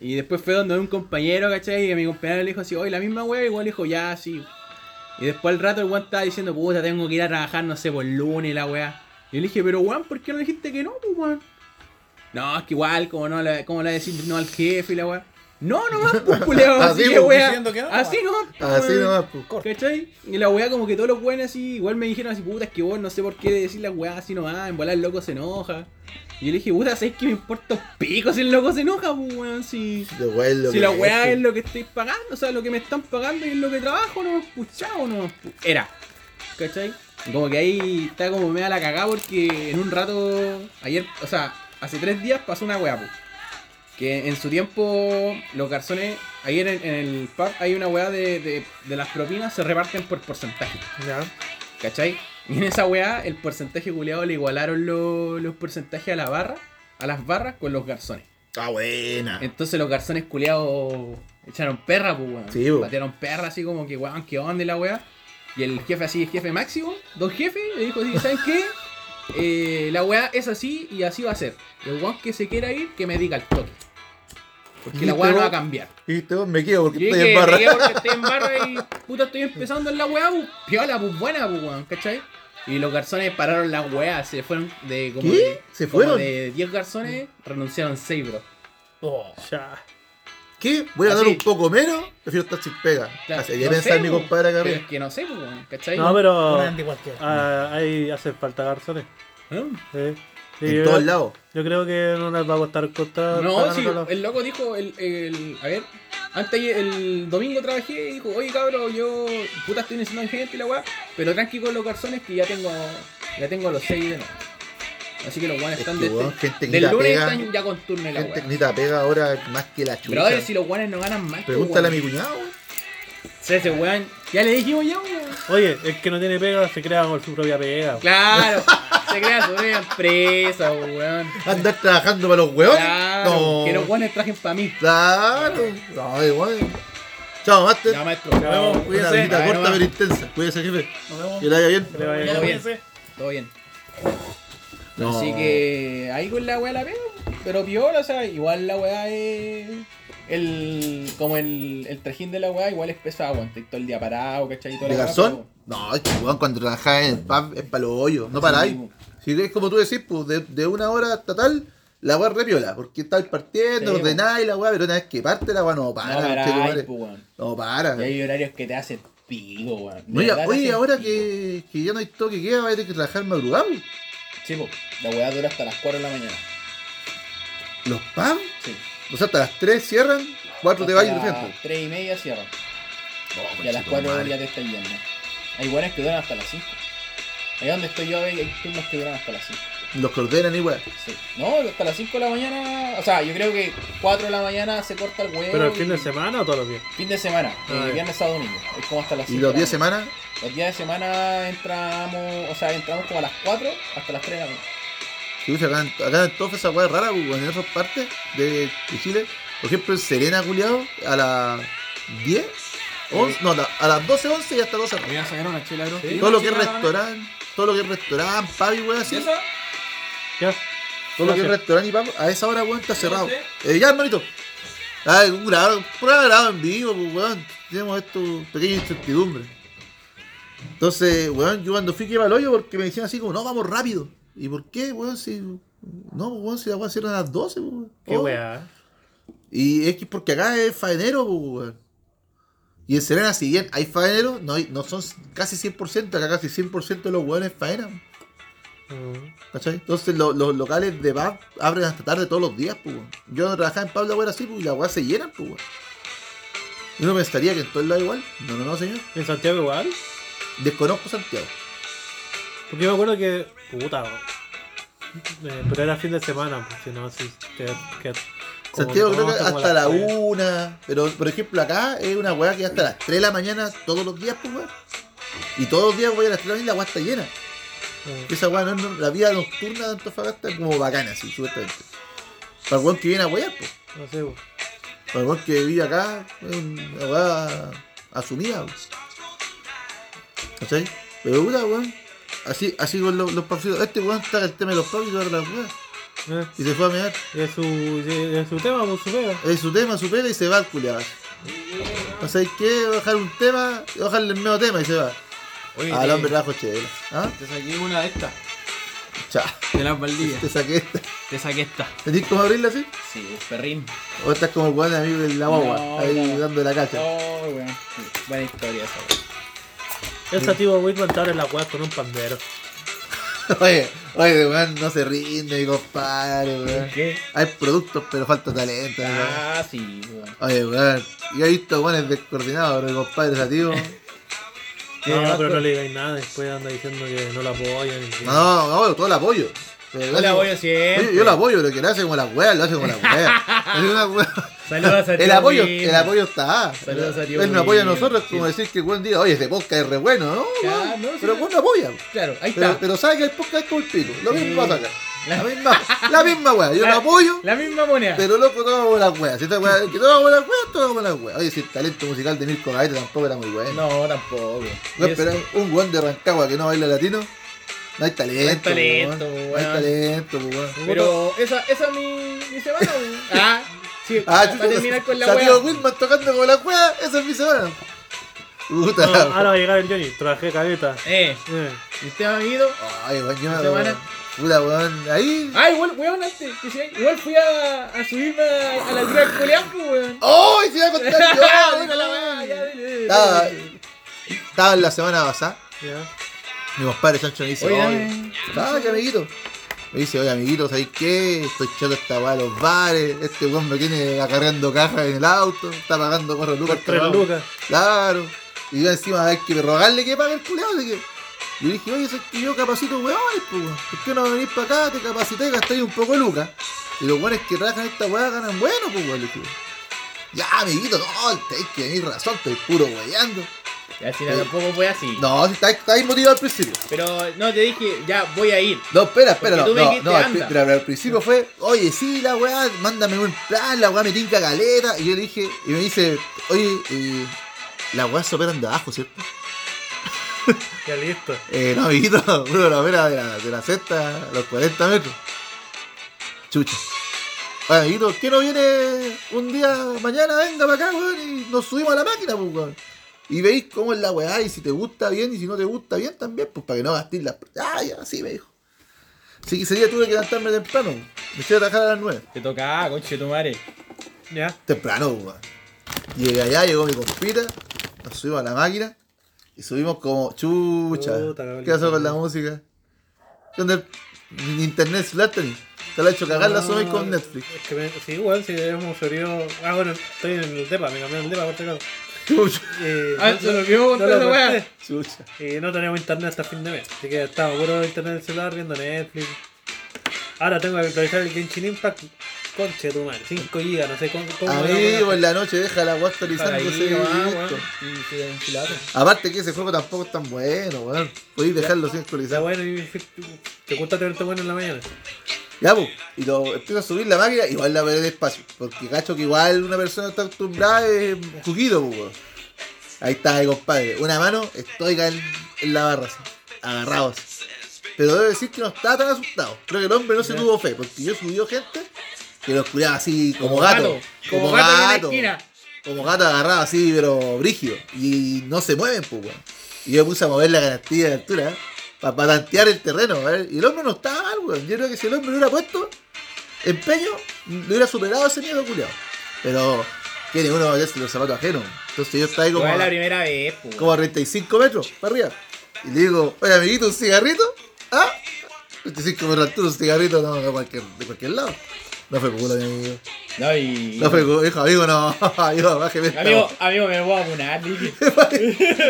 Speaker 3: Y después fue donde un compañero, ¿cachai? Y a mi compañero le dijo así, oye, la misma weá, igual le dijo, ya, sí. Y después al rato el weón estaba diciendo, puta, tengo que ir a trabajar, no sé, por lunes, la weá. Y yo le dije, pero weón, ¿por qué no dijiste que no, pues, weón? No, es que igual, como no, le- como le decís no al jefe y la weá. No, nomás, pues, culiao,
Speaker 1: Así,
Speaker 3: así, que
Speaker 1: pues,
Speaker 3: weá.
Speaker 4: diciendo que no,
Speaker 3: así no,
Speaker 1: Así nomás, pues.
Speaker 3: ¿Cachai? Y la weá como que todos los weones así, igual me dijeron así, puta, es que vos no sé por qué decir la weá así nomás, en volar el loco se enoja. Y yo le dije, puta, ¿sabes que me importa un pico si el loco se enoja, pues weón? Si,
Speaker 1: La weá es lo
Speaker 3: si
Speaker 1: que
Speaker 3: la
Speaker 1: es,
Speaker 3: weá
Speaker 1: pues.
Speaker 3: es lo que estoy pagando, o sea, lo que me están pagando y es lo que trabajo, no, pues chao, no, pues, era. ¿Cachai? Y como que ahí está como me da la cagada porque en un rato, ayer, o sea, hace tres días pasó una weá, pues. Que en su tiempo los garzones, ahí en el, en el pub hay una weá de, de- de las propinas, se reparten por porcentaje,
Speaker 2: Ya.
Speaker 3: ¿cachai? Y en esa weá el porcentaje culeado le igualaron lo- los porcentajes a la barra, a las barras con los garzones.
Speaker 1: Ah, buena.
Speaker 3: Entonces los garzones culeados echaron perra, pues weón.
Speaker 1: Sí, po.
Speaker 3: Patearon perra así como que weón, qué onda y la weá. Y el jefe así, el jefe máximo, don jefe, le dijo así, ¿saben qué? Eh, la weá es así y así va a ser. El weón que se quiera ir, que me diga el toque. Porque la
Speaker 1: Listo.
Speaker 3: weá no va a cambiar.
Speaker 1: Y tú, me quedo porque
Speaker 3: Yo
Speaker 1: estoy
Speaker 3: dije,
Speaker 1: en barra.
Speaker 3: "Llegué porque estoy en barra y puta estoy empezando en la weá, pues, piola, pues buena, pues weón, ¿cachai? Y los garzones pararon la weá, se fueron de como
Speaker 1: ¿Qué?
Speaker 3: de-
Speaker 1: ¿Se
Speaker 3: como
Speaker 1: fueron?
Speaker 3: de 10 garzones, renunciaron 6, bro.
Speaker 4: Oh.
Speaker 2: Ya.
Speaker 1: ¿Qué? Voy a dar
Speaker 3: Así.
Speaker 1: un poco menos. Prefiero estar sin pega.
Speaker 3: Claro,
Speaker 1: Así que
Speaker 3: no
Speaker 1: pensar
Speaker 3: sé,
Speaker 1: mi
Speaker 3: po,
Speaker 1: compadre acá
Speaker 3: pero
Speaker 1: arriba.
Speaker 3: es que no sé, pues, weón, ¿cachai?
Speaker 2: No, pero.
Speaker 4: Una Andy cualquiera.
Speaker 2: ah, ahí hace falta garzones.
Speaker 3: ¿Eh?
Speaker 2: Sí. Sí,
Speaker 1: En
Speaker 2: yo-
Speaker 1: todos lados.
Speaker 2: Yo creo que no les va a costar
Speaker 1: Ah,
Speaker 2: costar.
Speaker 3: No,
Speaker 2: pagar
Speaker 3: sí,
Speaker 2: otro lado.
Speaker 3: el loco dijo, el, el- a ver, antes el domingo trabajé y dijo, oye cabrón, yo puta estoy necesitando gente y la weá, pero tranqui con los garzones que ya tengo, ya tengo a los seis de nuevo. Así que los weones
Speaker 1: Es
Speaker 3: están
Speaker 1: que,
Speaker 3: desde-
Speaker 1: weón, gente que
Speaker 3: del
Speaker 1: la
Speaker 3: lunes
Speaker 1: pega,
Speaker 3: están ya con turno y la
Speaker 1: Gente que
Speaker 3: weá.
Speaker 1: necesita pega ahora más que la chucha.
Speaker 3: Brother, si los weones no ganan más,
Speaker 1: Pregúntale a mi
Speaker 3: weón.
Speaker 1: cuñado. weón.
Speaker 3: Sí, ese weón, ya le dijimos ya, weón.
Speaker 2: Oye, el que no tiene pega se crea con su propia pega.
Speaker 3: Claro, se crea su propia empresa, weón.
Speaker 1: Andar trabajando para los hueones.
Speaker 3: Claro,
Speaker 1: no.
Speaker 3: que los weones trajen para mí.
Speaker 1: Claro. No, igual. Chao, Master.
Speaker 3: Ya, maestro.
Speaker 2: Chao.
Speaker 1: Una
Speaker 4: Cuídense.
Speaker 1: visita
Speaker 3: Ay,
Speaker 1: corta
Speaker 3: no.
Speaker 1: pero intensa. Cuídese, jefe.
Speaker 4: Nos vemos.
Speaker 1: Que le vaya bien.
Speaker 2: Que le vaya
Speaker 4: Nos vemos,
Speaker 3: bien.
Speaker 4: cuídense.
Speaker 3: Todo bien.
Speaker 1: No.
Speaker 3: Así que ahí con la weá la veo. Pero piola, o sea, igual la weá es. El, como el, el trajín de la weá, igual es pesado, aguantar todo el día parado, ¿cachai? Y toda
Speaker 1: ¿De
Speaker 3: la weá,
Speaker 1: garzón? No, es que weón, cuando trabajás en el pub es para los hoyos, no para ahí.
Speaker 3: po.
Speaker 1: Si es como tú decís, pues de, de una hora hasta tal, la weá repiola, porque estáis partiendo,
Speaker 3: Sí,
Speaker 1: ordenáis la weá, pero una vez que parte Ah, la weá no
Speaker 3: pero
Speaker 1: para, che,
Speaker 3: No
Speaker 1: tu
Speaker 3: paráis,
Speaker 1: madre.
Speaker 3: po, weón.
Speaker 1: no para.
Speaker 3: Y hay horarios que te hacen pico, weón. De
Speaker 1: No, ya-
Speaker 3: verdad te
Speaker 1: oye,
Speaker 3: hacen
Speaker 1: ahora
Speaker 3: pico.
Speaker 1: que, que ya no hay toque queda, va a tener que trabajar madrugado.
Speaker 3: Sí, po, la weá dura hasta las 4 de la mañana.
Speaker 1: Los pubs,
Speaker 3: Sí.
Speaker 1: o sea, hasta las 3 cierran, 4 te vas y te
Speaker 3: Hasta Oh,
Speaker 1: sientas.
Speaker 3: las 3 y media cierran.
Speaker 1: No,
Speaker 3: Y a las
Speaker 1: conchetumare.
Speaker 3: 4 ya te estás yendo. Hay weones que duran hasta las 5. Ahí donde estoy yo, hay hay turnos que duran hasta las 5.
Speaker 1: Los que ordenan y weá.
Speaker 3: Sí. No, hasta las 5 de la mañana. O sea, yo creo que 4 de la mañana se corta el huevo.
Speaker 2: Pero el
Speaker 3: y-
Speaker 2: fin de semana o todos los días.
Speaker 3: Fin de semana, eh,
Speaker 2: Ah, ya.
Speaker 3: viernes a domingo. Es como hasta las 5.
Speaker 1: Y los 10 semanas,
Speaker 3: Los días de semana entramos, o sea, entramos como a las 4 hasta las 3 de la mañana.
Speaker 1: Si usa acá, en- acá en todas esas weas raras, pues, en otras partes de, de Chile. Por ejemplo, en Serena, culiado, a las 10 Once- no, la- a las 12, 11 y hasta 12
Speaker 3: Voy a sacar una chela, bro.
Speaker 1: Todo lo que es restaurante, todo lo que es restaurante, pub y weón así.
Speaker 3: ¿Esa?
Speaker 2: Ya.
Speaker 1: Todo lo que es
Speaker 2: Gracias.
Speaker 1: restaurante y pub, a esa hora weón está cerrado.
Speaker 3: ¿Dónde?
Speaker 1: Eh, ya, hermanito. Ah, un grabado, pura grabado en vivo, pues weón. Tenemos esto, pequeña incertidumbre. Entonces, weón, yo cuando fui que iba al hoyo porque me decían así como, no, vamos rápido. ¿Y por qué, weón? Si. No, pues, weón, si la weón cierra a las 12, pues, weón.
Speaker 2: Qué
Speaker 1: Oh.
Speaker 2: weá.
Speaker 1: Y es que porque acá es faenero, pues, weón. Y en Serena, si bien hay faeneros, no, hay- no son casi 100%, acá casi 100% de los weones faenan.
Speaker 2: Mm.
Speaker 1: ¿Cachai? Entonces lo- los locales de pub abren hasta tarde todos los días, pues, weón. Yo no trabajaba en pub, la weá era así, pues, y las weas se llenan, pues, weón. Y Uno pensaría que en todo el lado igual. No, no, no, señor.
Speaker 2: ¿En Santiago igual?
Speaker 1: Desconozco Santiago.
Speaker 2: Porque yo me acuerdo que. Puta. eh, pero era fin de semana, pues, si no, si. Que, que- como
Speaker 1: Santiago creo que
Speaker 2: que tomamos como
Speaker 1: hasta
Speaker 2: las
Speaker 1: la
Speaker 2: tres.
Speaker 1: una. Pero, por ejemplo, acá es una weá que hasta las 3 de la mañana todos los días, pues, weón. Y todos los días, weón, a las 3 de la mañana la weá está llena.
Speaker 2: Mm.
Speaker 1: Esa weá, no, no, la vida nocturna de Antofagasta es como bacana, así, supuestamente. Para el weón que viene a wear, pues.
Speaker 2: No sé, weón.
Speaker 1: Para el weón que vive acá, es una weá asumida, weón. ¿Cachai? Pero puta, weón. Así, así con los, los partidos. Este weón está el tema de los pubs y todas las weas.
Speaker 2: Eh,
Speaker 1: Y se fue a mear.
Speaker 2: Es su, es su tema, pues, su pega.
Speaker 1: Es su tema, su pega y se va al culiado. No sé qué, va a dejar un tema, va a dejarle el medio tema y se va.
Speaker 3: Oye,
Speaker 1: Al
Speaker 3: te-
Speaker 1: hombre rajo chévere. ¿Ah?
Speaker 3: Te saqué una de estas.
Speaker 1: Chao.
Speaker 3: De las baldillas.
Speaker 1: Te saqué esta.
Speaker 3: Te saqué esta.
Speaker 1: ¿Tenís cómo abrirla así?
Speaker 3: Sí, un perrín.
Speaker 1: O estás como el weón amigo de la guagua,
Speaker 3: No,
Speaker 1: ahí
Speaker 3: no.
Speaker 1: dando la cacha.
Speaker 3: Oh, weón. Sí, Buena historia esa, weón.
Speaker 2: El Santiago Whitman está en la weá con un pandero.
Speaker 1: Oye, oye, weón, no se rinde, mi compadre, weón.
Speaker 3: ¿Qué?
Speaker 1: Hay productos, pero falta talento, weón.
Speaker 3: Ah, sí, weón.
Speaker 1: Oye, weón, yo he visto weones descoordinados, pero mi compadre sativo.
Speaker 2: No, pero no le digáis nada, después anda diciendo que no la apoyan. y que-
Speaker 1: No, no, no, todo el apoyo. Pero
Speaker 4: Yo la
Speaker 1: hace-
Speaker 4: apoyo siempre.
Speaker 1: Yo, yo lo apoyo, pero que le hace como las weas, lo hace como las weas. Hace una wea.
Speaker 4: Saludos a tío
Speaker 1: el apoyo,
Speaker 4: Will.
Speaker 1: el apoyo está.
Speaker 4: Saludos a tío
Speaker 1: Él no apoya a
Speaker 4: Will.
Speaker 1: nosotros, como decir que weón diga, oye, ese podcast es re bueno, ¿no?
Speaker 4: Claro,
Speaker 1: weón?
Speaker 4: no, sí,
Speaker 1: pero
Speaker 4: no.
Speaker 1: weón no apoya.
Speaker 4: Claro, ahí
Speaker 1: Pero,
Speaker 4: está.
Speaker 1: pero sabe que el podcast es como el pico. Lo mismo pasa acá. La
Speaker 4: La-
Speaker 1: misma, la misma wea. Yo
Speaker 4: La-
Speaker 1: lo apoyo,
Speaker 4: La misma moneda.
Speaker 1: pero loco, todos hagamos las weas. Si esta wea, que todos hagamos las weas, todos hagamos las weas. Oye, si el talento musical de Mirko Gaete tampoco era muy bueno. No,
Speaker 4: No, tampoco. Eso.
Speaker 1: pero un weón de Rancagua que no baila latino. No hay talento.
Speaker 4: No hay talento,
Speaker 1: weón. No
Speaker 4: weón.
Speaker 1: hay talento, weón.
Speaker 4: Pero esa, esa es mi, mi semana, weón. Ah, sí.
Speaker 1: Ah,
Speaker 4: para terminar con la
Speaker 1: Salió
Speaker 4: wea.
Speaker 1: Wilman tocando con la wea. Esa es mi semana. Puta.
Speaker 2: No, ahora va a llegar el Johnny, trabajé cabeta.
Speaker 4: Eh,
Speaker 2: Eh,
Speaker 4: ¿y usted ha ido?
Speaker 1: Ay, weón, yo me
Speaker 4: Mi semana.
Speaker 1: Puta, weón. Ahí.
Speaker 4: Ah, igual, weón, antes. que sí, Igual fui a, a subirme a, a la altura del coleampo, weón.
Speaker 1: ¡Ay, se iba a contar yo!
Speaker 4: Ah,
Speaker 1: puta
Speaker 4: diga
Speaker 1: la
Speaker 4: la
Speaker 1: wea.
Speaker 4: wea, ya, dile, dile.
Speaker 1: Estaba, estaba en la semana pasada.
Speaker 2: ya.
Speaker 1: Mi compadre Sancho me dice,
Speaker 4: Oye,
Speaker 1: oye, ¿sabes amiguito? Me dice, oye, amiguito, ¿sabes qué? Estoy chato esta weá de los bares, este weón me tiene acarreando cajas en el auto, está pagando cuatro lucas.
Speaker 2: Tres
Speaker 1: cabrón".
Speaker 2: lucas.
Speaker 1: Claro. Y yo encima hay que rogarle que pague el culeado, así que... Yo dije, oye, ¿sabes que yo capacito weones, pues, weón? ¿Por qué no venís para acá, te capacité, gastáis un poco de lucas? Y los weones que rajan esta weá ganan bueno, pues, weón. le dije. Ya, amiguito, no, tenéis que venir razón, estoy puro weyando.
Speaker 4: Y al final tampoco fue así.
Speaker 1: Eh. No, si estáis estáis motivados al principio.
Speaker 4: Pero no, te dije, ya voy a ir.
Speaker 1: No, espera, espera, no,
Speaker 4: Porque tú me
Speaker 1: no,
Speaker 4: dijiste,
Speaker 1: no, al, pri-
Speaker 4: anda.
Speaker 1: pero al principio fue, oye, sí, la weá, mándame un plan, la weá me tinca caleta, y yo le dije, y me dice, oye, eh, las weas se operan de abajo, ¿cierto?
Speaker 2: Ya listo.
Speaker 1: Eh, no, amiguito, uno la opera de la, de la cesta a los 40 metros. Chucha. Oye, amiguito, ¿qué no viene un día, mañana, venga para acá, weón, y nos subimos a la máquina, pues, weón? Y veis cómo es la weá, y si te gusta bien, y si no te gusta bien también, pues para que no gastéis la... Ah, ya, sí, me dijo. Así que ese día tuve que levantarme temprano, me fui a trabajar a las 9.
Speaker 4: Te toca, coche tu madre.
Speaker 2: Ya.
Speaker 1: Temprano, pues, weón. Llegué allá, llegó mi compita, nos subimos a la máquina y subimos como chucha.
Speaker 2: Puta, cabrón.
Speaker 1: ¿Qué pasó con la música? ¿Qué onda? Ni- ni Internet Slattery. Te la he hecho cagar la
Speaker 2: No,
Speaker 1: Sony con Netflix.
Speaker 2: Es que me- sí, weón, si hemos subido. Ah, bueno, estoy en el DEPA, me cambié el DEPA por si acaso.
Speaker 1: Chucha.
Speaker 2: Eh,
Speaker 4: Ah,
Speaker 2: no-
Speaker 4: se lo vio con
Speaker 2: no
Speaker 4: toda
Speaker 2: lo
Speaker 4: esa wea.
Speaker 2: conté.
Speaker 1: Chucha.
Speaker 2: Y no tenemos internet hasta fin de mes. Así que estamos puro internet en el celular viendo Netflix. Ahora tengo que actualizar el Genshin Impact. Conche tu madre, 5 GB, no sé cómo. cómo
Speaker 1: Amigo, en la noche deja la agua actualizándose.
Speaker 2: ah,
Speaker 1: listo.
Speaker 4: Y se enfilado.
Speaker 1: Aparte que ese juego tampoco es tan bueno, weón. Podéis dejarlo sin
Speaker 2: Está
Speaker 1: actualizar.
Speaker 2: bueno y te gusta tenerte bueno en la mañana.
Speaker 1: Ya, pues, y lo empiezo a subir la máquina, igual la veré despacio. Porque cacho que igual una persona está acostumbrada es juguito, pues, weón. Ahí está, ahí, compadre. Una mano estoica en, en la barra, así, agarrados. Pero debo decir que no estaba tan asustado. Creo que el hombre no se tuvo fe, porque yo subió gente que los cuidaba así como, gato,
Speaker 3: Como gato en una esquina.
Speaker 1: como gato agarrado así, pero brígido. Y no se mueven, pues, weón. Y yo me puse a mover la garantía de altura para tantear el terreno, ¿eh? Y el hombre no estaba mal, weón. Yo creo que si el hombre lo hubiera puesto empeño, le hubiera superado ese miedo, culiado. Pero tiene uno a veces los zapatos ajenos. Entonces yo estaba ahí como,
Speaker 3: Igual es la
Speaker 1: a,
Speaker 3: primera vez, pues.
Speaker 1: como a 35 metros para arriba. Y le digo, oye, amiguito, un cigarrito. Ah, 35 metros de altura, un cigarrito, no, de cualquier, de cualquier lado. No fue culo, mi amigo.
Speaker 3: No, y...
Speaker 1: No fue culo, dijo, amigo, no. Amigo, bájeme esta
Speaker 3: Amigo, amigo, me voy a apunar, dije.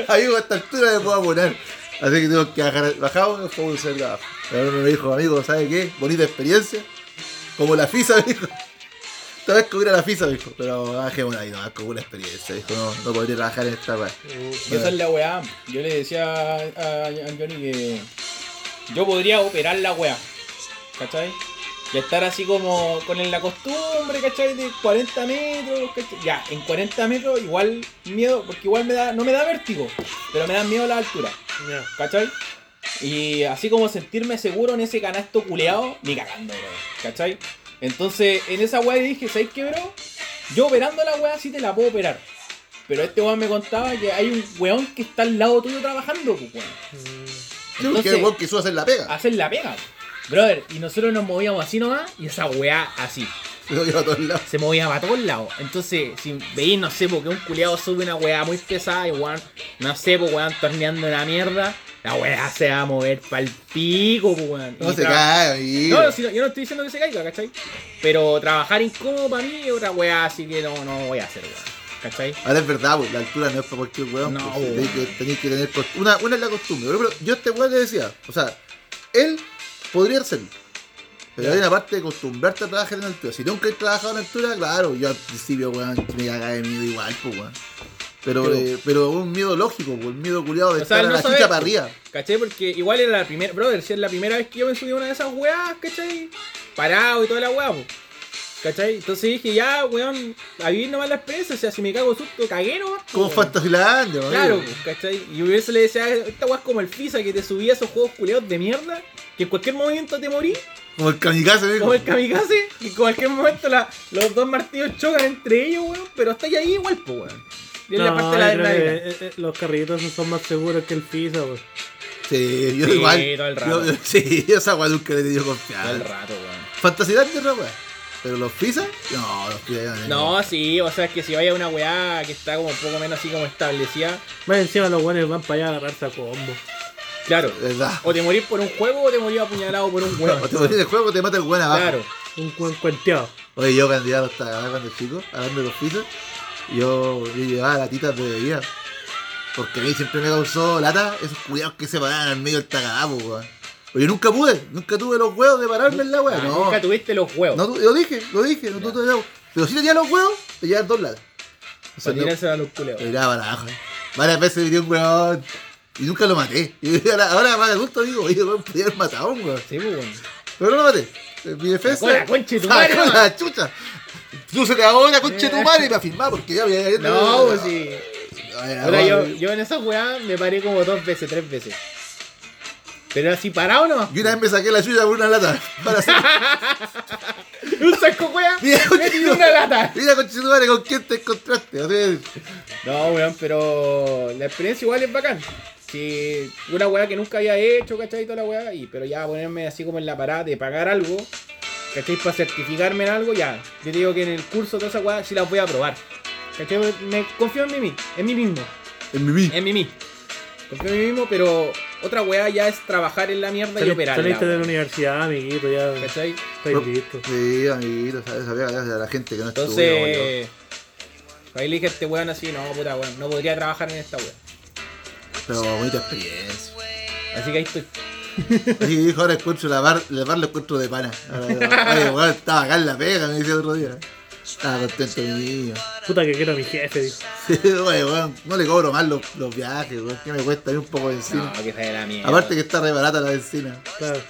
Speaker 1: amigo, a esta altura me puedo poner. Así que tengo que bajar, bajamos y nos fuimos a hacer la- Pero uno me dijo, amigo, ¿sabe qué? Bonita experiencia. Como la FISA, me dijo. Esta vez que hubiera la FISA, me dijo. Pero bajemos ahí, no, como una experiencia. Dijo, no, no podría trabajar en esta parte.
Speaker 2: Uh,
Speaker 3: Yo soy la weá. Yo le decía a, a- a Johnny que yo podría operar la weá. ¿Cachai? Y estar así como con el- la costumbre, ¿cachai? De 40 metros, ¿cachai? Ya, en 40 metros igual miedo, porque igual me da, no me da vértigo, pero me da miedo la altura,
Speaker 2: Ya.
Speaker 3: ¿cachai? Y así como sentirme seguro en ese canasto culeado, ni cagando, bro, ¿cachai? Entonces, en esa weá dije, ¿sabes qué, bro? Yo operando la weá sí te la puedo operar. Pero este weón me contaba que hay un weón que está al lado tuyo trabajando, pues, weón.
Speaker 2: Mm.
Speaker 1: Yo creo que el weón quiso hacer la pega.
Speaker 3: Hacer la pega. Brother, y nosotros nos movíamos así nomás y esa weá así.
Speaker 1: Lo lleva a todos lados.
Speaker 3: Se movía para todos lados. Entonces, si veis, no sé, porque un culiado sube una weá muy pesada y weón, no sé, pues weón, torneando la mierda, la weá se va a mover para el pico, pues, weón.
Speaker 1: No
Speaker 3: Y
Speaker 1: se
Speaker 3: tra-
Speaker 1: cae, amigo.
Speaker 3: No, no, si no, yo no estoy diciendo que se caiga, ¿cachai? Pero trabajar incómodo para mí es otra weá, así que no, no voy a hacer, weón. ¿Cachai?
Speaker 1: Ahora es verdad, pues, la altura no es para cualquier weón.
Speaker 3: No,
Speaker 1: pues,
Speaker 3: weón.
Speaker 1: tenéis que, tenéis que tener cost- una, una es la costumbre. Pero, pero yo a este weón le decía, o sea, él podría hacerlo. Pero hay una parte de acostumbrarte a trabajar en altura. Si nunca he trabajado en altura, claro, yo al principio, weón, me cagaba de miedo igual, pues, weón. Pero,
Speaker 3: Sí,
Speaker 1: eh, pero un miedo lógico, pues, un miedo culiado de
Speaker 3: O sea,
Speaker 1: estar
Speaker 3: él
Speaker 1: a
Speaker 3: no
Speaker 1: la
Speaker 3: sabe-
Speaker 1: chicha para arriba.
Speaker 3: ¿Cachai? Porque igual era la primera, brother, si es la primera vez que yo me subí a una de esas weas, ¿cachai? Parado y toda la wea, po. ¿cachai? Entonces dije, ya, weón, a vivir nomás la experiencia, o sea, si me cago de susto, cagué nomás. po,
Speaker 1: Como
Speaker 3: weón.
Speaker 1: Fantasylandia, weón.
Speaker 3: Claro, po, ¿cachai? Y hubiese le decía, "Ah, esta wea es como el FISA que te subía a esos juegos culeados de mierda, que en cualquier momento te morí,
Speaker 1: Como el kamikaze, amigo.
Speaker 3: como el kamikaze, y en cualquier momento la- los dos martillos chocan entre ellos, weón, pero hasta ahí igual, pues, weón. Y es la
Speaker 2: No,
Speaker 3: parte de la
Speaker 2: yo creo
Speaker 3: adrenalina.
Speaker 2: que, eh, eh, los carritos son más seguros que el FISA, weón.
Speaker 1: Sí, yo
Speaker 3: Sí,
Speaker 1: igual.
Speaker 3: todo el
Speaker 1: Yo-
Speaker 3: rato.
Speaker 1: sí, yo esa weón nunca le he tenido
Speaker 3: Todo el
Speaker 1: confianza.
Speaker 3: rato, weón.
Speaker 1: eh, Fantasylandia, no, weón. Pero los pizzas, no, los pizzas ya no.
Speaker 3: No, sí, o sea, es que si vaya una weá que está como un poco menos así como establecida,
Speaker 2: Más encima los weones van para allá a agarrarse a combo.
Speaker 3: claro.
Speaker 1: ¿Verdad?
Speaker 3: O te morís por un juego o te morís apuñalado por un
Speaker 1: O
Speaker 3: huevo.
Speaker 1: te morís el juego o te mata el buen abajo.
Speaker 3: Claro.
Speaker 2: Un cuen cuenteado.
Speaker 1: Oye, yo candidato hasta ganar cuando chico, hablando de los pisos, yo, yo llevaba latitas de bebida. Porque a mí siempre me causó lata esos cuidados que se paraban al medio del tacadapo, weón. Pero yo nunca pude, nunca tuve los huevos de pararme en la weá.
Speaker 3: Ah,
Speaker 1: No,
Speaker 3: Nunca tuviste los huevos.
Speaker 1: no, tu- lo dije, lo dije, no tuve los Pero si tenía los huevos, te llevas dos latas. O sea,
Speaker 3: Para
Speaker 1: no-
Speaker 3: tirarse a los culeos.
Speaker 1: Pero era para abajo. eh. Varias veces vivió un weón. Y nunca lo maté. Y ahora, ahora más adulto digo, oye, weón, podía haber matado a un weón.
Speaker 3: Sí, pues, weón.
Speaker 1: Pero no lo maté. Mi defensa.
Speaker 3: Sacó la concha de tu madre,
Speaker 1: Sacó
Speaker 3: man.
Speaker 1: la chucha. Lúcete ahora, concha de tu madre, para firmar, porque ya había. ya-
Speaker 3: No, pues sí.
Speaker 1: Ay, ay,
Speaker 3: Puta,
Speaker 1: ay.
Speaker 3: yo, yo en esa weá me paré como dos veces, tres veces. Pero así parado nomás.
Speaker 1: Y una vez me saqué la chucha por una lata. Para hacer.
Speaker 3: Un saco weá.
Speaker 1: Mira,
Speaker 3: Me tiré una lata.
Speaker 1: Mira, concha de tu madre, con quién te encontraste. O sea,
Speaker 3: No, weón, pero la experiencia igual es bacán. Si una weá que nunca había hecho, ¿cachai? Toda la weá, y, pero ya ponerme así como en la parada de pagar algo, ¿cachai? Para certificarme en algo, ya. Yo te digo que en el curso toda esa weá sí las voy a probar. ¿Cachai? Me confío en mí, mi- en mí mismo.
Speaker 1: en mi vida.
Speaker 3: En mí mismo. Confío en mí mismo, pero otra weá ya es trabajar en la mierda y
Speaker 2: Sali-
Speaker 3: operar.
Speaker 2: Saliste de la universidad, amiguito, ya estáis
Speaker 3: ¿Cachai?
Speaker 2: listo.
Speaker 1: Sí, amiguito, sabes, sabía gracias a la gente que no estuvo. como yo.
Speaker 3: Entonces, ahí le dije a este weón así, no, puta weón, no podría trabajar en esta weá.
Speaker 1: Pero bonita experiencia.
Speaker 3: Así que ahí estoy.
Speaker 1: Así que dijo, ahora encuentro la bar, la bar lo encuentro de pana. Ahora, Oye, weón, estaba acá en la pega, me decía el otro día. Estaba contento mi niño.
Speaker 2: Puta que quiero a mi jefe, dijo.
Speaker 1: Sí, oye, weón, no le cobro más los, los viajes, weón, que me cuesta a mí un poco de encima.
Speaker 3: No, que sea de la mierda.
Speaker 1: Aparte que está re barata la benzina.
Speaker 2: Claro.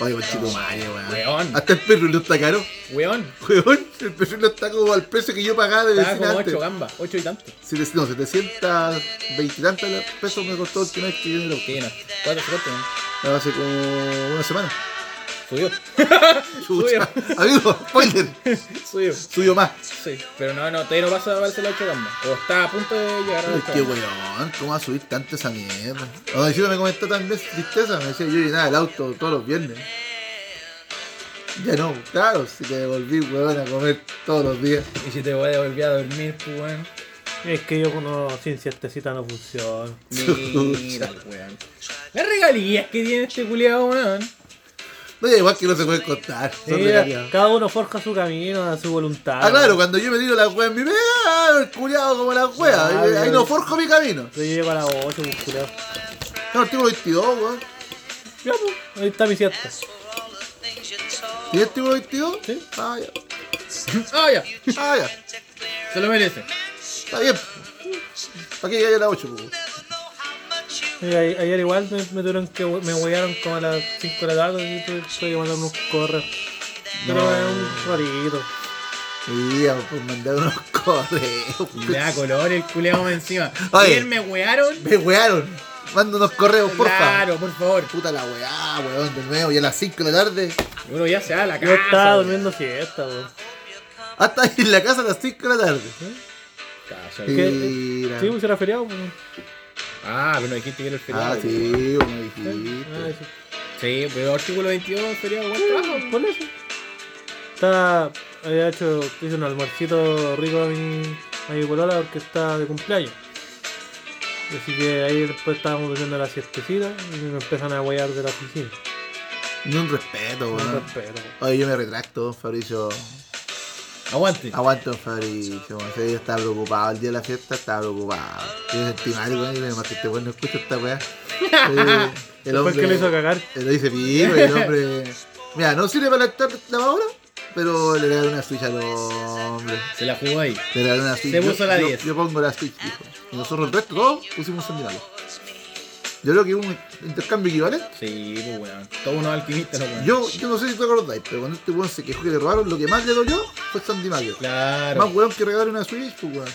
Speaker 1: Oye, conchito madre, weón.
Speaker 4: Weón.
Speaker 1: Hasta el perro está caro.
Speaker 4: Weón,
Speaker 1: Weón, el perro está como al precio que yo pagaba de
Speaker 4: estaba
Speaker 1: vecina
Speaker 4: como
Speaker 1: antes.
Speaker 4: 8 gambas, 8 y tanto.
Speaker 1: Siete- No, 720 y tantos pesos me costó el primer que yo en el auto.
Speaker 4: Sí, no, 4 se cortan, ¿no?
Speaker 1: Hace como una semana.
Speaker 4: Subió,
Speaker 1: Chucha. Amigo, spoiler.
Speaker 4: subió.
Speaker 1: Suyo más.
Speaker 4: Sí, pero no, no, todavía no pasa a darse la 8 gambas. O está a punto de llegar a la
Speaker 1: Ay,
Speaker 4: 8
Speaker 1: qué
Speaker 4: gambas.
Speaker 1: weón, ¿cómo va a subir tanto esa mierda? Cuando yo me comentó también su tristeza, me decía yo llenaba el auto todos los viernes. Ya no, claro, si te volví weón a comer todos los días.
Speaker 4: Y si te voy a volver a dormir, pues weón.
Speaker 2: Es que yo no, sin siestecita no funciona.
Speaker 4: Mira, weón. Las regalías que tiene este culiado, weón.
Speaker 1: No, ya igual que no se puede contar. son
Speaker 2: Mira,
Speaker 1: regalías.
Speaker 2: cada uno forja su camino a su voluntad.
Speaker 1: Ah, claro, cuando yo me tiro la wea en mi pega, ah, el culiado como la wea.
Speaker 2: Claro.
Speaker 1: ahí- ahí no forjo mi camino.
Speaker 2: Yo llego a las 8, musculado.
Speaker 1: No, artículo 22, weón.
Speaker 2: Ya, pues, ahí está mi siesta.
Speaker 1: ¿Y el artículo 22?
Speaker 2: Sí.
Speaker 1: Ah, ya.
Speaker 4: Ah, ya,
Speaker 1: Ah, ya.
Speaker 4: se lo merece.
Speaker 1: Está bien. ¿Para qué ya a las 8, pues?
Speaker 2: Sí, a- ayer igual me, me tuvieron que me huearon como a las 5 de la tarde y tuve tuve que mandarme unos correos. Pero
Speaker 1: No.
Speaker 2: es un ratito.
Speaker 1: Y ya, pues mandar unos correos.
Speaker 4: Le da color el culiado más encima.
Speaker 1: Oye.
Speaker 4: Ayer me wearon.
Speaker 1: Me wearon. Manda unos correos, porfa.
Speaker 4: Claro, por favor.
Speaker 1: Puta la weá, weón, de nuevo, y a las 5 de la tarde.
Speaker 4: Uno ya se da la
Speaker 2: Yo
Speaker 4: casa.
Speaker 2: estaba
Speaker 4: weón.
Speaker 2: durmiendo siesta, pues. weón.
Speaker 1: Hasta ahí en la casa a las 5 de la tarde.
Speaker 4: Casa.
Speaker 2: ¿Qué?
Speaker 1: Mira.
Speaker 2: Sí, pues era feriado, pues.
Speaker 4: Ah, pero no dijiste que era el feriado.
Speaker 1: Ah,
Speaker 4: weón.
Speaker 1: sí, bueno, dijiste.
Speaker 2: Ah, sí.
Speaker 4: Sí, pero artículo 22 feriado igual trabajo.
Speaker 2: Por eso. Está, había hecho, hice un almuercito rico a mi, a mi polola porque está de cumpleaños. Así que ahí después estábamos durmiendo la siestecita y me empiezan a guayar de la oficina.
Speaker 1: Ni un respeto,
Speaker 2: Con
Speaker 1: weón.
Speaker 2: respeto.
Speaker 1: Oye, yo me retracto, don Fabricio.
Speaker 4: Aguante.
Speaker 1: Aguanto, don Fabricio. weón. Sí, yo estaba preocupado el día de la fiesta, estaba preocupado. Yo me sentí mal, weón, y me marqué este weón, no escucho esta weá. Sí, el
Speaker 2: Después que lo hizo cagar.
Speaker 1: Eh, Lo dice Pico y el hombre. Mira, no sirve para estar la ahora, pero le regalaron una Switch al hombre.
Speaker 4: Se la jugó ahí.
Speaker 1: Le regalaron una Switch.
Speaker 4: Se
Speaker 1: Yo-
Speaker 4: puso la
Speaker 1: yo,
Speaker 4: 10.
Speaker 1: Yo pongo la Switch, dijo. Y nosotros el resto, todos pusimos un regalo. Yo creo que hubo un intercambio equivalente.
Speaker 4: Sí, pues weón. Todos unos alquimistas, los weón.
Speaker 1: Yo, yo no sé si te acordáis, pero cuando este weón se quejó que le robaron, lo que más le dolió fue Sandy Mario.
Speaker 4: Claro.
Speaker 1: Más weón que regalar una Switch, pues weón.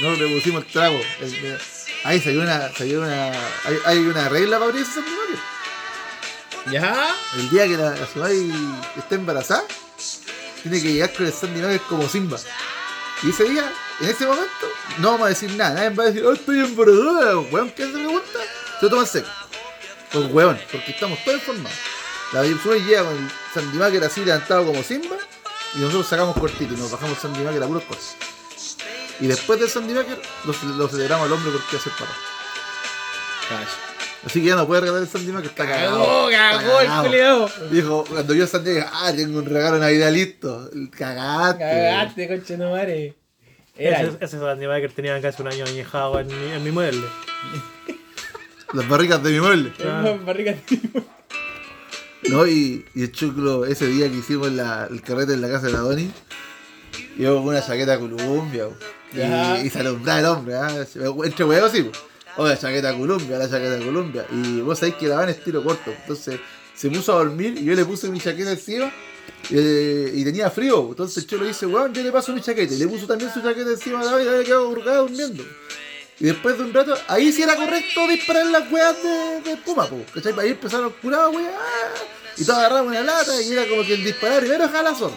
Speaker 1: No le pusimos el trago. El- el- ahí salió una. Salió una hay, hay una regla para abrir ese Sandy Mario.
Speaker 4: Ya.
Speaker 1: El día que la, la Sunai esté embarazada, tiene que llegar con el Sandy Nugget como Simba. Y ese día, en ese momento, no vamos a decir nada. Nadie va a decir, oh, estoy embarazada, weón, ¿qué se pregunta? Se lo toman seco. Pues weón, porque estamos todos informados. La Sunai llega con el Sandy Nugget así levantado como Simba, y nosotros sacamos cortito y nos bajamos el Sandy Nugget a puros cortes. Y después del Sandy Nugget, lo, ce- lo celebramos al hombre porque hace el papá.
Speaker 4: Cacho.
Speaker 1: Así que ya no puede regalar el Sandy Nugget, está cagado.
Speaker 4: Cagó,
Speaker 1: está
Speaker 4: cagó el
Speaker 1: cagado.
Speaker 4: culiao.
Speaker 1: Dijo, cuando yo salí, dije, ah, tengo un regalo de Navidad listo. Cagaste.
Speaker 4: Cagaste, conche no madre. Era.
Speaker 2: Ese, ese Sandy Biker tenía casi un año añejado en mi, en mi mueble.
Speaker 1: Las barricas de mi mueble.
Speaker 4: Era una barriga de-
Speaker 1: ¿No? Y, y el chuclo, ese día que hicimos la- el carrete en la casa de la Doni, yo con una chaqueta Columbia. bo.
Speaker 4: Ya.
Speaker 1: Y, y se alumbraba el hombre, ¿ah? entre huevos sí. bo. O la chaqueta Columbia, la chaqueta Columbia. Y vos sabés que la van es tiro corto. Entonces se puso a dormir y yo le puse mi chaqueta encima. eh, y tenía frío, bo. entonces yo le dice, weón, yo le paso mi chaqueta. Y le puso también su chaqueta encima a la Doni y la había quedado acurrucada durmiendo. Y después de un rato, ahí sí era correcto disparar las weas de, de espuma, po. ¿Cachai? Ahí empezaron curados, weá. Y todos agarraban una lata y era como que el disparar primero jala la zorra.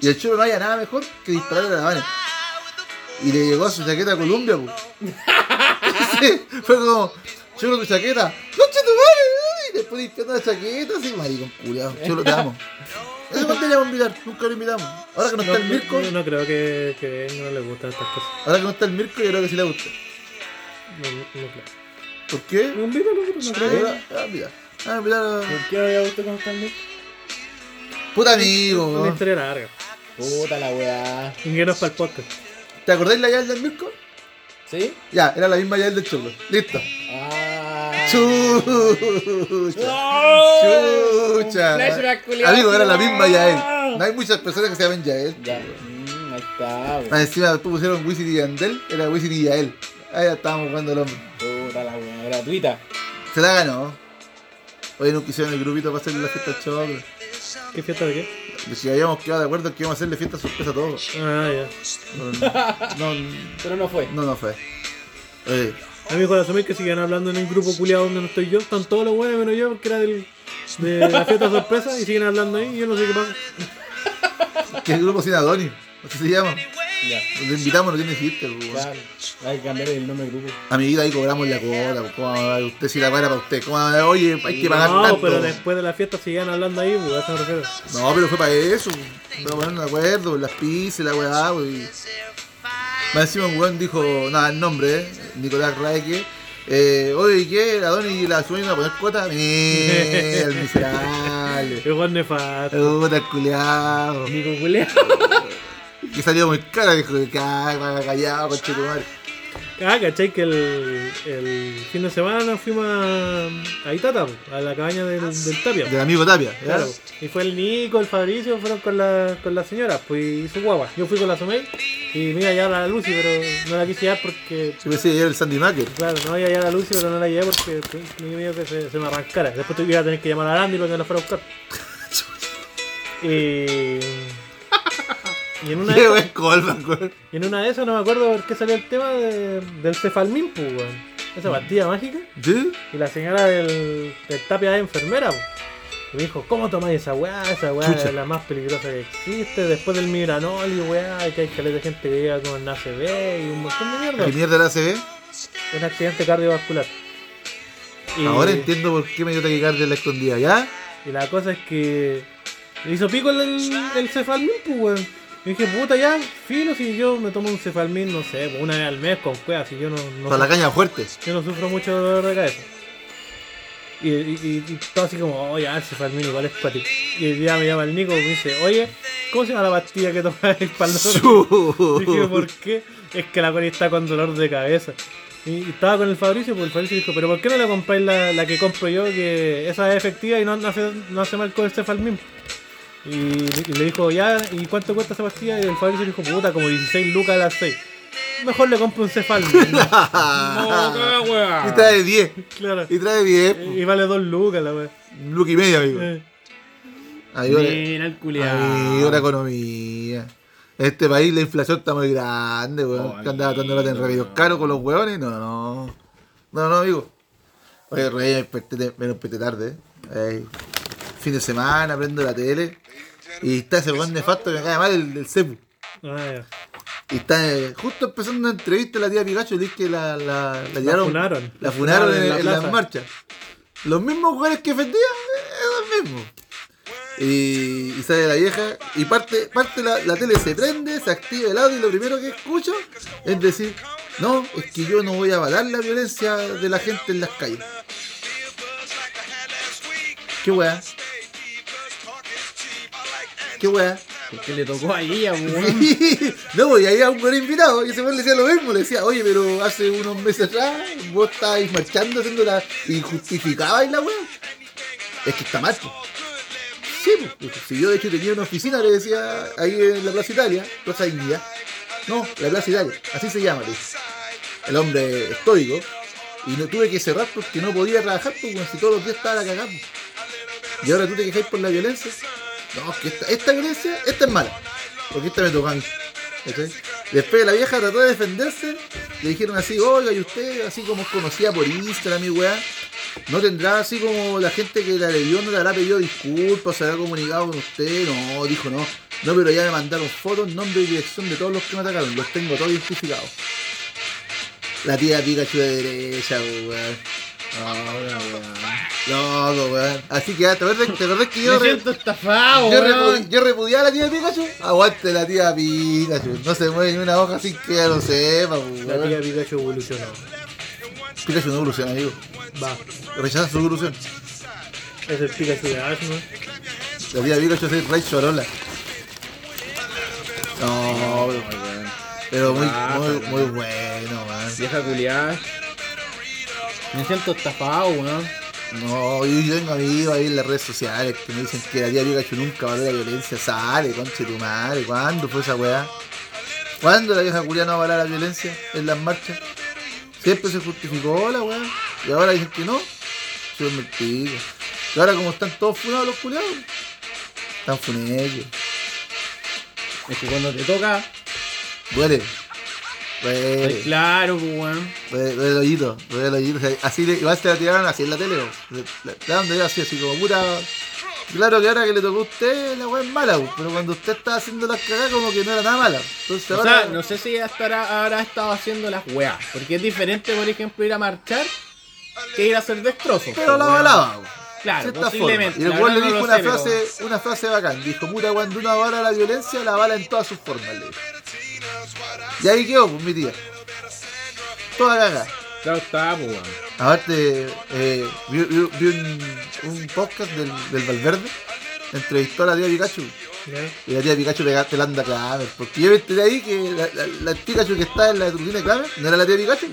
Speaker 1: Y el chulo no había nada mejor que disparar a la Habana. Y le llegó a su chaqueta Columbia, po. Sí, fue como, chulo tu chaqueta. ¡Concha tu madre! Y después disparando la chaqueta, así, maricón curado. Chulo, te amo. Eso no queríamos invitar, nunca lo invitamos. Ahora que no
Speaker 2: No,
Speaker 1: está el Mirko,
Speaker 2: no, no creo que, que venga, no le gustan estas cosas.
Speaker 1: ahora que no está el Mirko, yo creo que sí le gusta.
Speaker 2: No, no creo.
Speaker 1: ¿Por qué?
Speaker 2: Un vivo, no creo. No creo.
Speaker 1: Ah, ah, mira. Ah, mira.
Speaker 4: ¿Por qué no había visto con Stanley?
Speaker 1: Puta amigo,
Speaker 2: Una
Speaker 1: weón.
Speaker 2: historia larga.
Speaker 4: Puta la weá.
Speaker 2: Un guión para el podcast.
Speaker 1: ¿Te acordáis la llave del Mirko?
Speaker 4: ¿Sí?
Speaker 1: Ya, era la misma llave del chulo. Listo.
Speaker 4: Ah.
Speaker 1: Chucha.
Speaker 4: ¡Oh!
Speaker 1: Chucha.
Speaker 4: Un flashback, culiao.
Speaker 1: Amigo, era la misma Yael. No hay muchas personas que se llamen Yael.
Speaker 4: Ya. Mm, ahí está, weón.
Speaker 1: Ah, Encima después pusieron Wisin y Yandel, era Wisin y Yael. Ah, ya estábamos jugando el hombre.
Speaker 4: Puta la weá. Gratuita.
Speaker 1: Se la ganó. Oye, nunca hicieron el grupito para hacerle la fiesta al chaval.
Speaker 2: ¿Qué fiesta de qué?
Speaker 1: Si habíamos quedado de acuerdo que íbamos a hacerle fiesta sorpresa a todos.
Speaker 2: Ah, ya.
Speaker 1: No, no,
Speaker 4: Pero no fue.
Speaker 1: no, no fue. Oye,
Speaker 2: A mí cuando asumí que siguen hablando en el grupo culiado donde no estoy yo, están todos los buenos menos yo, porque era del, de la fiesta sorpresa, y siguen hablando ahí, y yo no sé qué pasa.
Speaker 1: ¿qué grupo sin Adonis? Así se llama.
Speaker 4: Ya.
Speaker 1: Lo invitamos, no tiene chiste, pues, weón.
Speaker 4: Claro. Hay que cambiar el nombre del grupo.
Speaker 1: Amiguita, ahí cobramos la cuota. pues, ¿Cómo va a dar usted si la cuadra para usted? ¿Cómo va a dar? Oye, hay que pagar
Speaker 2: no,
Speaker 1: tanto.
Speaker 2: pero después de la fiesta siguen hablando ahí, pues, a eso me refiero.
Speaker 1: No, pero fue para eso. Pero ponernos de acuerdo, pues, las pizzas, la weá, pues, y- Más encima un weón dijo, nada, el nombre, eh, Nicolás Raeque. Eh, oye, ¿y ¿qué? ¿La Doni y la Sumi van a poner cuota? Eh, el miserable.
Speaker 2: El Juan nefasto.
Speaker 1: Puta, el culiao.
Speaker 3: Nico Culea.
Speaker 1: Que salió muy cara, dijo, caga, callado, coche tu madre.
Speaker 2: Ah, ¿cachai? Que el, el fin de semana nos fuimos a, a Itata, pues, a la cabaña del, del Tapia. pues.
Speaker 1: Del amigo Tapia, ¿ya?
Speaker 2: Claro. Y fue el Nico, el Fabricio, fueron con la, con la señora, pues y su guagua. Yo fui con la Sumey y me iba a llevar a la Lucy, pero no la quise llevar porque
Speaker 1: Yo pensé que era el Sandy Macker.
Speaker 2: Claro, no iba a llevar a Lucy, pero no la llevé porque pues, me dio miedo que se, se me arrancara. Después tuviera que tener que llamar a Andy para que me la fuera a buscar. Eh, y, en una de
Speaker 1: Qué
Speaker 2: esas,
Speaker 1: buen Colman, weón.
Speaker 2: y en una de esas no me acuerdo por qué salió el tema de- del cefalmín, pues, weón.
Speaker 1: Mm.
Speaker 2: Esa pastilla mágica.
Speaker 1: ¿Sí?
Speaker 2: Y la señora del, del tapia es enfermera, pues. Y me dijo, ¿cómo tomáis esa weá? Esa weá
Speaker 1: Chucha.
Speaker 2: es la más peligrosa que existe. Después del migranol y weá, que hay caleta de gente que llega con ACV y un montón de mierda
Speaker 1: ¿Qué mierda la ACB?
Speaker 2: un accidente cardiovascular. Y,
Speaker 1: Ahora entiendo por qué me dio taquicardia en la escondida, ¿ya?
Speaker 2: Y la cosa es que le hizo pico el, el cefalmín, pues, weón. Y dije, puta, ya, filo, si yo me tomo un cefalmín, no sé, pues, una vez al mes con cueva, si yo no, no,
Speaker 1: Para la caña fuerte.
Speaker 2: yo no sufro mucho de dolor de cabeza. Y, y, y- y todo así como, oye, el cefalmín igual es cuático. Y el día me llama el Nico y me dice, oye, ¿cómo se llama la pastilla que tomas para el dolor? Dije, ¿por qué? Es que la Connie está con dolor de cabeza. Y y estaba con el Fabricio, pues el Fabricio dijo, pero ¿por qué no le compráis la, la que compro yo, que esa es efectiva y no, no hace, no hace mal con este Falmin? Y, y le dijo, ya, ¿y cuánto cuesta esa pastilla? Y el Fabricio dijo, puta, como 16 lucas a las 6. Mejor le compro un Cefalmin.
Speaker 4: No, caga,
Speaker 1: y
Speaker 4: weá.
Speaker 1: trae 10.
Speaker 2: claro.
Speaker 1: Y trae 10.
Speaker 2: Y vale 2 lucas la wea.
Speaker 1: Look y medio, amigo.
Speaker 2: Eh,
Speaker 1: Ahí
Speaker 3: Mira el
Speaker 1: Amigo, la
Speaker 3: culeado.
Speaker 1: economía. En este país la inflación está muy grande,
Speaker 4: Oh,
Speaker 1: weón. Que andaba dando
Speaker 4: amigo,
Speaker 1: plata en remedios
Speaker 4: no.
Speaker 1: caros con los hueones. No, no. No, no, amigo. Oye, Rey, me desperté, te- me desperté tarde. eh. Ey. Fin de semana, prendo la tele. Y está ese weón nefasto que me cae mal, el del CEPU.
Speaker 2: ah, ya.
Speaker 1: Y está eh, justo empezando una entrevista la tía Pikachu y dice que la, la, la llevaron.
Speaker 2: funaron.
Speaker 1: La funaron en,
Speaker 2: la
Speaker 1: en las
Speaker 2: plaza.
Speaker 1: marchas. Los mismos jugadores que ofendían, eh, los mismos. Y, y sale la vieja y parte, parte la, la tele se prende, se activa el audio y lo primero que escucho es decir, no, es que yo no voy a avalar la violencia de la gente en las calles. Qué weá. Qué weá.
Speaker 3: ¿Por qué le tocó a ella, weón?
Speaker 1: no, pues, y ahí a un buen invitado, y ese weón le decía lo mismo, le decía, oye, pero hace unos meses atrás vos estabais marchando haciendo la. y justificabais la weá. Es que está mal, pues. Sí, pues, si yo de hecho tenía una oficina, le decía, ahí en la Plaza Italia, Plaza Dignidad. No, la Plaza Italia, así se llama, le dice. El hombre estoico. Y no tuve que cerrar porque no podía trabajar, pues, weón, si todos los días estaba la cagada. pues. Y ahora tú te quejáis por la violencia. No, que esta, esta violencia, esta es mala. Porque esta me tocó a mí. ¿Cachai? Después la vieja trató de defenderse. Le dijeron así, oiga, y usted, así como es conocida por Instagram, mi weá, no tendrá así como la gente que la leyó, no le habrá pedido disculpas, se habrá comunicado con usted. No, dijo no. No, pero ya me mandaron fotos, nombre y dirección de todos los que me atacaron. Los tengo todos identificados. La tía Pikachu de derecha, weón. No, Loco, weón. Así que, ¿te acuerdas, te acuerdas que yo...
Speaker 3: Me siento estafado,
Speaker 1: Yo,
Speaker 3: weón.
Speaker 1: repu- yo repudiaba a la tía Pikachu. Aguante la tía Pikachu. No se mueve ni una hoja sin que ya lo sepa. pues,
Speaker 2: La
Speaker 1: weón.
Speaker 2: tía Pikachu evolucionó.
Speaker 1: Pikachu no evoluciona, amigo.
Speaker 2: Va,
Speaker 1: Rechaza su evolución.
Speaker 2: es el Pikachu de Asma.
Speaker 1: La tía Pikachu es Rey Chorola. No, pero, pero muy, muy, muy bueno, man.
Speaker 3: Vieja culiada. Me siento estafado, weón.
Speaker 1: No, yo tengo amigos ahí en las redes sociales que me dicen que la tía Pikachu nunca valora la violencia. Sale, conche tu madre. ¿Cuándo fue esa weá? ¿Cuándo la vieja culia no avala la violencia en las marchas? Siempre se justificó la weá. Y ahora dicen que no. Yo me pico. Y ahora como están todos funados los culiados, están funellos.
Speaker 3: Es que cuando te toca,
Speaker 1: Duele. Duele.
Speaker 3: claro, pues, weón.
Speaker 1: Duele duele el hoyito, duele el hoyito. O sea, Así le- igual se la tiraron así en la tele, po. Le- le- la donde así, así como puta. Claro que ahora que le tocó a usted, la weá es mala, po, pero cuando usted estaba haciendo las cagadas como que no era nada mala. Entonces
Speaker 3: O
Speaker 1: ahora.
Speaker 3: sea, no sé si ella estará, habrá estado haciendo las weas. Porque es diferente, por ejemplo, ir a marchar que ir a hacer destrozos.
Speaker 1: pero
Speaker 3: pues,
Speaker 1: la
Speaker 3: weón.
Speaker 1: balaba, po.
Speaker 3: Claro,
Speaker 1: De cierta
Speaker 3: posiblemente.
Speaker 1: forma. Y el
Speaker 3: La
Speaker 1: weón le
Speaker 3: verdad
Speaker 1: dijo
Speaker 3: no lo
Speaker 1: una,
Speaker 3: sé, pero-
Speaker 1: frase, una frase bacán. Dijo, puta, cuando uno avala la violencia, la avala en todas sus formas. le dijo. Y ahí quedó, pues, mi tía. Toda caga.
Speaker 3: Claro, está, pues, weón.
Speaker 1: Aparte, eh, vi, vi- vi un, un podcast del, del Valverde. Entrevistó a la tía Pikachu.
Speaker 2: ¿Ya?
Speaker 1: Y la tía Pikachu le te la anda a Kramer. Porque yo me enteré ahí que la, la, la Pikachu que está en la turbina de Kramer no era la tía Pikachu.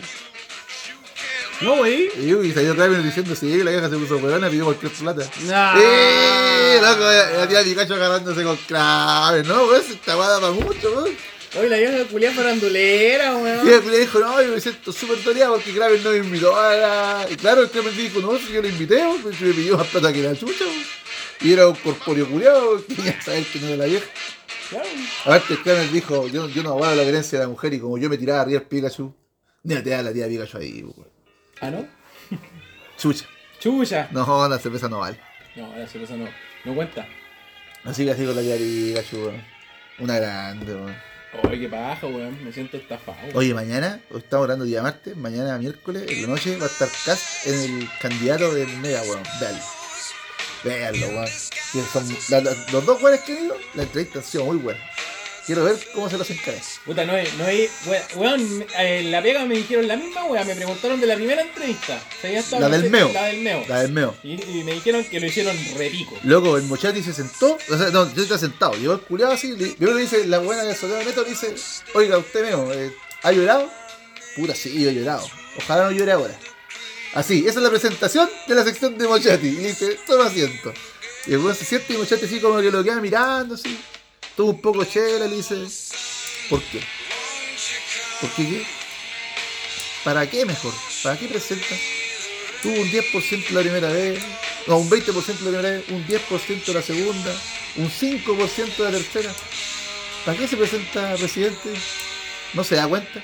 Speaker 3: No, wey.
Speaker 1: Y, uy, salió Kramer diciendo, sí, que la vieja se puso huevona y pidió cualquier plata.
Speaker 3: No.
Speaker 1: ¡Eh! Loco, la tía Pikachu agarrándose con Kramer, ¿no? Pues, esta guada para mucho, weón.
Speaker 3: Hoy la vieja culia farandulera,
Speaker 1: Y
Speaker 3: weón.
Speaker 1: el le dijo, no, yo me siento súper dolida porque Kramer no me invitó a la... Y claro, el Kramer dijo, no, si yo lo invité, weón, pues, yo me pidió más plata que la chucha, weón. Y era un corpóreo culiado, quería saber que no era la vieja.
Speaker 4: Claro.
Speaker 1: Aparte, el Kramer dijo, yo, yo no avalo la violencia de la mujer y como yo me tiraba arriba el Pikachu, ni a te da la tía Pikachu ahí, weón.
Speaker 4: Ah, ¿no?
Speaker 1: Chucha.
Speaker 4: Chucha.
Speaker 1: No, la cerveza no vale.
Speaker 4: No, la cerveza no. No cuenta.
Speaker 1: Así que así con la tía Pikachu, weón. Una grande, weón.
Speaker 4: Oye, qué paja, weón. Me siento estafado. weón.
Speaker 1: Oye, mañana, hoy estamos hablando día martes, mañana miércoles, en la noche va a estar Cast en el candidato del Mega, weón. Dale. Veanlo, weón. Y son- la- la- los dos weones que digo, la entrevista ha sido muy buena. Quiero ver cómo se los encarga.
Speaker 4: Puta, no es, no es, we- weón, me- eh, la pega me dijeron la misma, weón, me preguntaron de la primera entrevista. Se había estado-
Speaker 1: La del Meo.
Speaker 4: La del Meo.
Speaker 1: La del Meo.
Speaker 4: Y, y me dijeron que lo hicieron repico.
Speaker 1: Luego el Mochati se sentó, o sea, no, yo estaba sentado, llegó el culiado así, le, primero le dice, la buena de Soledad Neto le dice, oiga, usted Meo, eh, ¿ha llorado? Puta, sí, yo he llorado. Ojalá no llore ahora. Así, esa es la presentación de la sección de Mochati. Y le dice, toma asiento. Y el weón se siente y Mochati así como que lo queda mirando, así. Tuvo un poco chela, le dice, ¿por qué? ¿Por qué qué? ¿Para qué mejor? ¿Para qué presenta? Tuvo un 10% la primera vez, no, un 20% la primera vez, un 10% la segunda, un 5% la tercera. ¿Para qué se presenta presidente? No se da cuenta.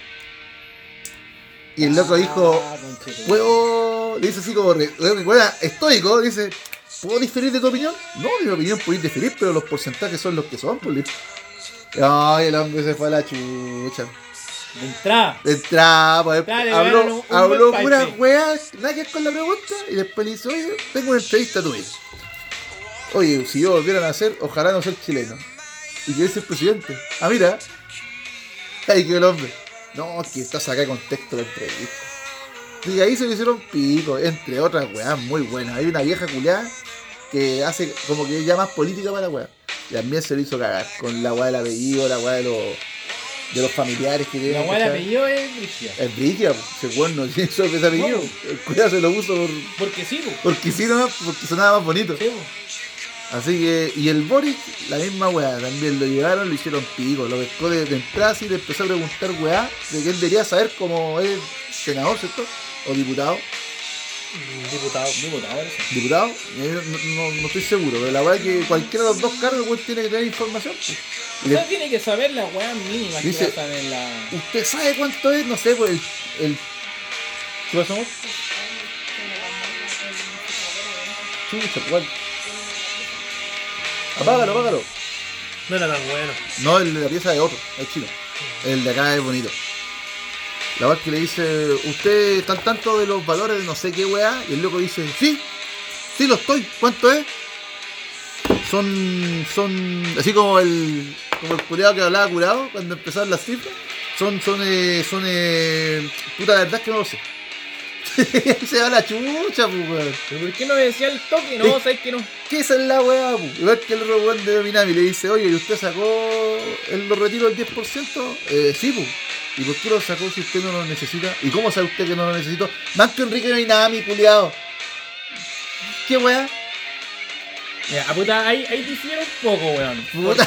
Speaker 1: Y el loco dijo,
Speaker 4: Ah, conchetumare.
Speaker 1: puedo, le dice así como, re- re- recuerda, estoico, dice, ¿puedo diferir de tu opinión? No, de mi opinión podéis diferir, pero los porcentajes son los que son, pues. le dijo. Ay, el hombre se fue a la chucha.
Speaker 4: De entrada.
Speaker 1: Entraba, pues,
Speaker 4: Dale,
Speaker 1: habló,
Speaker 4: dale, un- un
Speaker 1: habló
Speaker 4: buen
Speaker 1: pura
Speaker 4: pipe.
Speaker 1: weá, nada que ver con la pregunta, y después le hizo, oye, tengo una entrevista tuya. Oye, si yo volviera a nacer, ojalá no ser chileno. Y que ser presidente. Ah, mira. Ay, que el hombre. No, que está sacada de contexto la entrevista. Y ahí se le hicieron pico, entre otras weas muy buenas. Hay una vieja culiada que hace como que ya más política para la wea. Y también se lo hizo cagar con la wea del apellido, la wea de los, de los familiares que
Speaker 4: La
Speaker 1: tienen.
Speaker 4: weá la
Speaker 1: ¿cachai?
Speaker 4: apellido es Brigia.
Speaker 1: Es brígida, po. ese weón no tiene sobre ese apellido. El cuidado se lo puso por,
Speaker 4: Porque sí, po.
Speaker 1: porque sí nomás, porque sonaba más bonito.
Speaker 4: Sí, po.
Speaker 1: Así que, y el Boris, la misma weá, también lo llegaron, lo hicieron pico, lo pescó de de entrada y le empezó a preguntar weá de que él debería saber como es senador, ¿cierto? O diputado,
Speaker 2: Diputado.
Speaker 4: Diputado, eso.
Speaker 1: diputado, eh, no, no- no estoy seguro, pero la weá es que cualquiera de los dos cargos weón, tiene que tener información. pues. po. Y
Speaker 4: Usted
Speaker 1: le-
Speaker 4: tiene que saber las weas mínimas
Speaker 1: Dice-
Speaker 4: que pasan en la.
Speaker 1: ¿Usted sabe cuánto es? No sé, pues el, el
Speaker 4: ¿Qué pasó?
Speaker 1: chucha, cuál. Apágalo, apágalo.
Speaker 2: No era tan bueno.
Speaker 1: No, el de la pieza de otro, es chino. El de acá es bonito. La verdad que le dice, usted está al tanto de los valores de no sé qué weá, y el loco dice, sí, sí lo estoy, ¿cuánto es? Son, son, así como el, como el curado que hablaba curado cuando empezaron las cifras, son, son, eh, son, eh, puta, la verdad es que no lo sé. Se va la chucha, pues, weón.
Speaker 4: ¿Pero por qué no me decía el toque?
Speaker 1: Sí.
Speaker 4: No, sabes que no.
Speaker 1: ¿Qué es la weá? pu? Igual que el otro weón de Minami le dice, oye, ¿y usted sacó el los retiros del 10%? Eh, sí, pu. ¿Y por qué lo sacó si usted no lo necesita? ¿Y cómo sabe usted que no lo necesito? Más que Enrique Minami, culiado. ¿Qué weá?
Speaker 4: Mira, ah, puta, ahí, ahí difiere un poco, weón.
Speaker 1: Puta.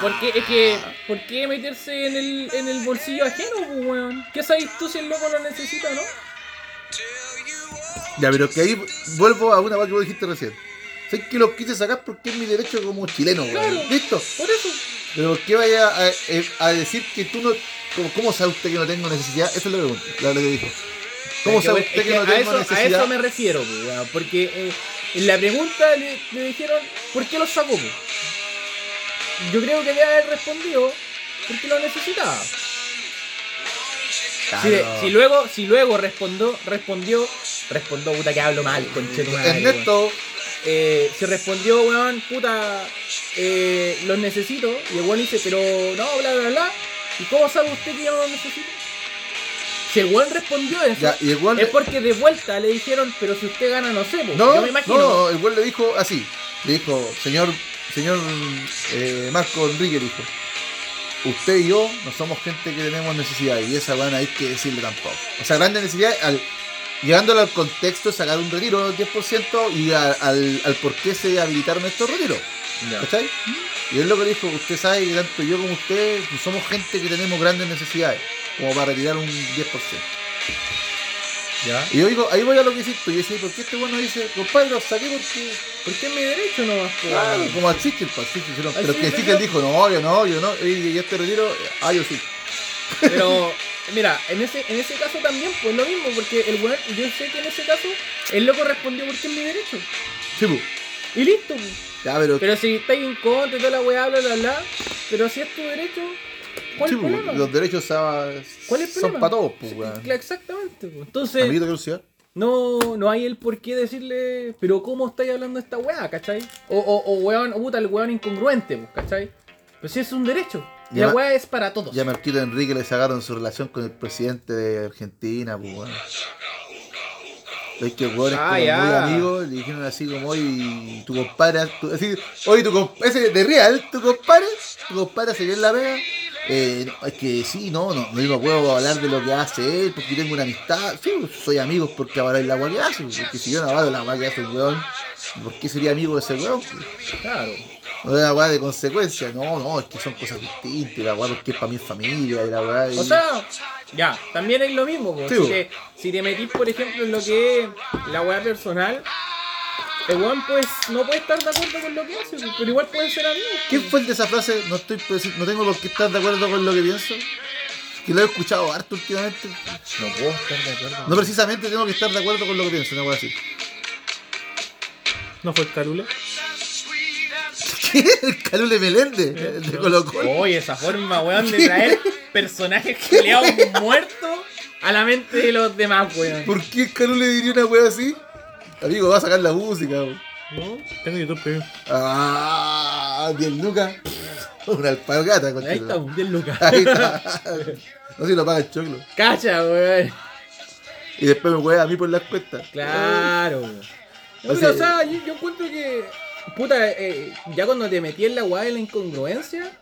Speaker 4: Porque, porque es que, ¿por qué meterse en el, en el bolsillo ajeno, pues, weón? ¿Qué sabes tú si el loco lo necesita o no?
Speaker 1: Ya, pero que ahí vuelvo a una cosa que vos dijiste recién. Sé que lo quise sacar porque es mi derecho como chileno, weón.
Speaker 6: Claro.
Speaker 1: Listo.
Speaker 6: Por eso.
Speaker 1: Pero ¿por qué vaya a, eh, a- a decir que tú no. como- ¿Cómo, sabe usted que no tengo necesidad? Esa es la pregunta, la, la que dije. ¿Cómo
Speaker 3: Es que,
Speaker 1: sabe
Speaker 3: bueno,
Speaker 1: usted
Speaker 3: es
Speaker 1: que,
Speaker 3: que
Speaker 1: no
Speaker 3: a,
Speaker 1: tengo
Speaker 3: eso, a
Speaker 1: necesidad?
Speaker 3: eso me refiero, pues, weón, porque eh, en la pregunta le, le dijeron, ¿por qué lo sacó? pues? Yo creo que debe haber respondido, porque lo necesitaba. Si, de-
Speaker 1: Claro.
Speaker 3: si luego, si luego respondió, respondió, respondió, puta que hablo mal, conchetumadre, weón.
Speaker 1: Ernesto,
Speaker 3: Eh, se respondió, weón, puta, eh, los necesito. Y el weón dice, pero no, bla, bla, bla. ¿Y cómo sabe usted que yo no los necesito? Si el weón respondió eso,
Speaker 1: ya, y el weón-
Speaker 3: es porque de vuelta le dijeron, pero si usted gana, no sé, po".
Speaker 1: No,
Speaker 3: yo me imagino.
Speaker 1: no, el weón le dijo así. Le dijo, señor, señor eh, Marco Enrique, le dijo. Usted y yo no somos gente que tenemos necesidad y esa van hay que decirle tampoco. O sea, grande necesidad, al, llegándolo al contexto, sacar un retiro del 10% y a- al, al por qué se habilitaron estos retiros. ¿Cachai? Y es lo que le dijo, usted sabe que tanto yo como usted pues, somos gente que tenemos grandes necesidades, como para retirar un 10%.
Speaker 3: Ya.
Speaker 1: Y yo digo, ahí voy a lo que hiciste, y yo decía, ¿por qué este bueno dice, compadre, lo saqué porque
Speaker 3: Porque es mi derecho nomás, po,
Speaker 1: Claro,
Speaker 3: weón.
Speaker 1: como al Sichel, pues, al Sichel, hicieron-
Speaker 3: Al
Speaker 1: pero que
Speaker 3: Sichel,
Speaker 1: Sichel
Speaker 3: yo-
Speaker 1: dijo, no, yo no, yo no, y, y este retiro, ah, yo sí.
Speaker 3: Pero, mira, en ese, en ese caso también, pues lo mismo, porque el weón, yo sé que en ese caso, el loco respondió porque es mi derecho.
Speaker 1: Sí, pu.
Speaker 3: Y listo, po.
Speaker 1: Ya, pero,
Speaker 3: Pero si estáis en contra y toda la weá, bla, bla, bla. Pero si es tu derecho, ¿cuál
Speaker 1: sí,
Speaker 3: es
Speaker 1: pu,
Speaker 3: el problema?
Speaker 1: los derechos sa-
Speaker 3: ¿Cuál es el
Speaker 1: son
Speaker 3: problema?
Speaker 1: para todos, pues,
Speaker 3: Sí,
Speaker 1: weón.
Speaker 3: claro, Exactamente. pues.
Speaker 1: Amiguito,
Speaker 3: Entonces,
Speaker 1: quiero ciudad.
Speaker 3: no, no hay el por qué decirle, pero ¿cómo estáis hablando de esta weá, cachai? O, o, o weón, o puta, el weón incongruente, pues, cachai? Pues si es un derecho. Y
Speaker 1: Ya.
Speaker 3: la weá es para todos.
Speaker 1: Ya a Marquito Enrique le sacaron su relación con el presidente de Argentina, pues, weón. Es que el weón es
Speaker 3: Ah,
Speaker 1: como
Speaker 3: ya.
Speaker 1: muy amigo, le dijeron así como, oye, tu compadre, tu- así, oye, tu compadre, ese de real, tu compadre, tu compadre se vio en la vega. Eh, no, es que sí, no, no, no digo, puedo hablar de lo que hace él, porque tengo una amistad, sí, pues, soy amigo porque avalo la guay que hace, porque si yo no avalo la guay que hace el weón, ¿por qué sería amigo de ese weón?
Speaker 3: Claro.
Speaker 1: No es la weá de consecuencia, no, no, es que son cosas distintas, y la weá porque es para mi familia, y la weá. y-
Speaker 3: O sea, ya, también es lo mismo, po.
Speaker 1: Sí, pues. po.
Speaker 3: Así que si te metís, por ejemplo, en lo que es la weá personal, el weón pues no puede estar de acuerdo con lo que hace, po, pero igual pueden ser amigos. po.
Speaker 1: ¿Quién fue el de esa frase? No estoy preci- no tengo por qué estar de acuerdo con lo que pienso. Que lo he escuchado harto últimamente.
Speaker 3: No puedo estar de acuerdo.
Speaker 1: No precisamente tengo que estar de acuerdo con lo que pienso, no voy así.
Speaker 2: No fue el Calule.
Speaker 1: ¿Qué? El Calule Meléndez, el de Colo Colo.
Speaker 3: Oye, esa forma, weón, de traer personajes culiados muertos a la mente de los demás, weón.
Speaker 1: ¿Por qué el Calule diría una wea así? Amigo, va a sacar la música. weón.
Speaker 2: No, tengo YouTube Premium.
Speaker 1: Ah, 10 lucas. Una alpargata, con
Speaker 3: Ahí está, un bien Lucas.
Speaker 1: Ahí está. No sé si lo paga el choclo.
Speaker 3: Cacha, weón.
Speaker 1: Y después me wea a mí por las cuentas.
Speaker 3: Claro, weón.
Speaker 1: O
Speaker 3: No, pero, o
Speaker 1: sea,
Speaker 3: sea, yo, yo encuentro que. Puta, eh, ya cuando te metí en la weá de la incongruencia,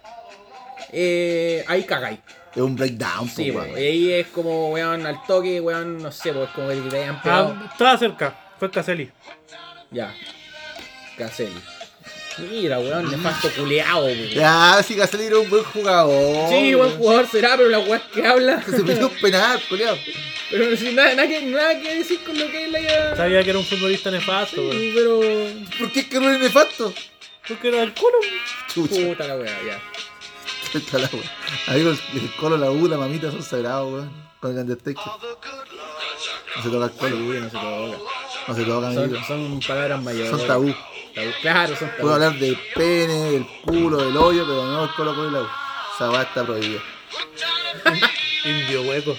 Speaker 3: eh, ahí cagáis.
Speaker 1: Es un breakdown, po,
Speaker 3: Sí,
Speaker 1: weón.
Speaker 3: weón. Ahí es como, weón, al toque, weón, no sé, pues como el que te hayan pegado.
Speaker 2: Ah, estaba cerca. Fue Caselli.
Speaker 3: Ya. Caselli. Mira, weón, nefasto culeado, weón.
Speaker 1: Ya, sí, Gasol era un buen jugador.
Speaker 3: Sí, buen
Speaker 1: weón.
Speaker 3: jugador será, pero la weá que habla.
Speaker 1: Se pidió un penal, coleado.
Speaker 3: Pero si nada, nada, que, nada que decir con lo que es la idea.
Speaker 2: Sabía que era un futbolista nefasto, weón.
Speaker 3: Pero.
Speaker 1: ¿Por qué es que no es nefasto?
Speaker 2: Porque era el culo.
Speaker 1: Chucha,
Speaker 3: Puta la weá, ya.
Speaker 1: está la wea. Ahí con el colo, la U, la mamita son sagrados, weón. Con el Undertaker. No se toca el colo,
Speaker 3: Uy,
Speaker 1: weón.
Speaker 3: no se toca.
Speaker 1: No se toca, amiguito.
Speaker 3: Son, son palabras mayores.
Speaker 1: Son tabú.
Speaker 3: Tabú. Claro, son
Speaker 1: Puedo
Speaker 3: tabú.
Speaker 1: hablar del pene, del culo, del hoyo, pero no el colo, colo y la U. Esa va está prohibida.
Speaker 2: Indio hueco.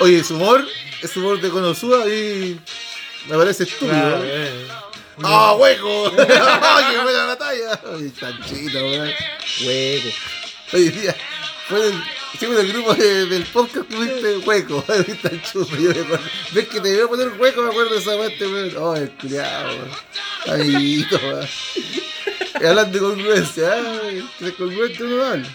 Speaker 1: Oye, su humor, es humor de Konosuba y. Me parece estúpido.
Speaker 2: Claro,
Speaker 1: weón.
Speaker 2: eh.
Speaker 1: ¡Ah, hueco! ¡Ay, qué buena batalla! Oye, chanchito, weón.
Speaker 3: Hueco.
Speaker 1: Hoy día, fue el, hicimos el grupo de- del podcast que fuiste hueco, ahorita chupo, yo me acuerdo. Ves que te iba a poner hueco, me acuerdo de esa weá, este weón. Oh, el culiao, weón. Amiguito, weón. Y Hablando de congruencia, ¿eh? que es congruente uno habla.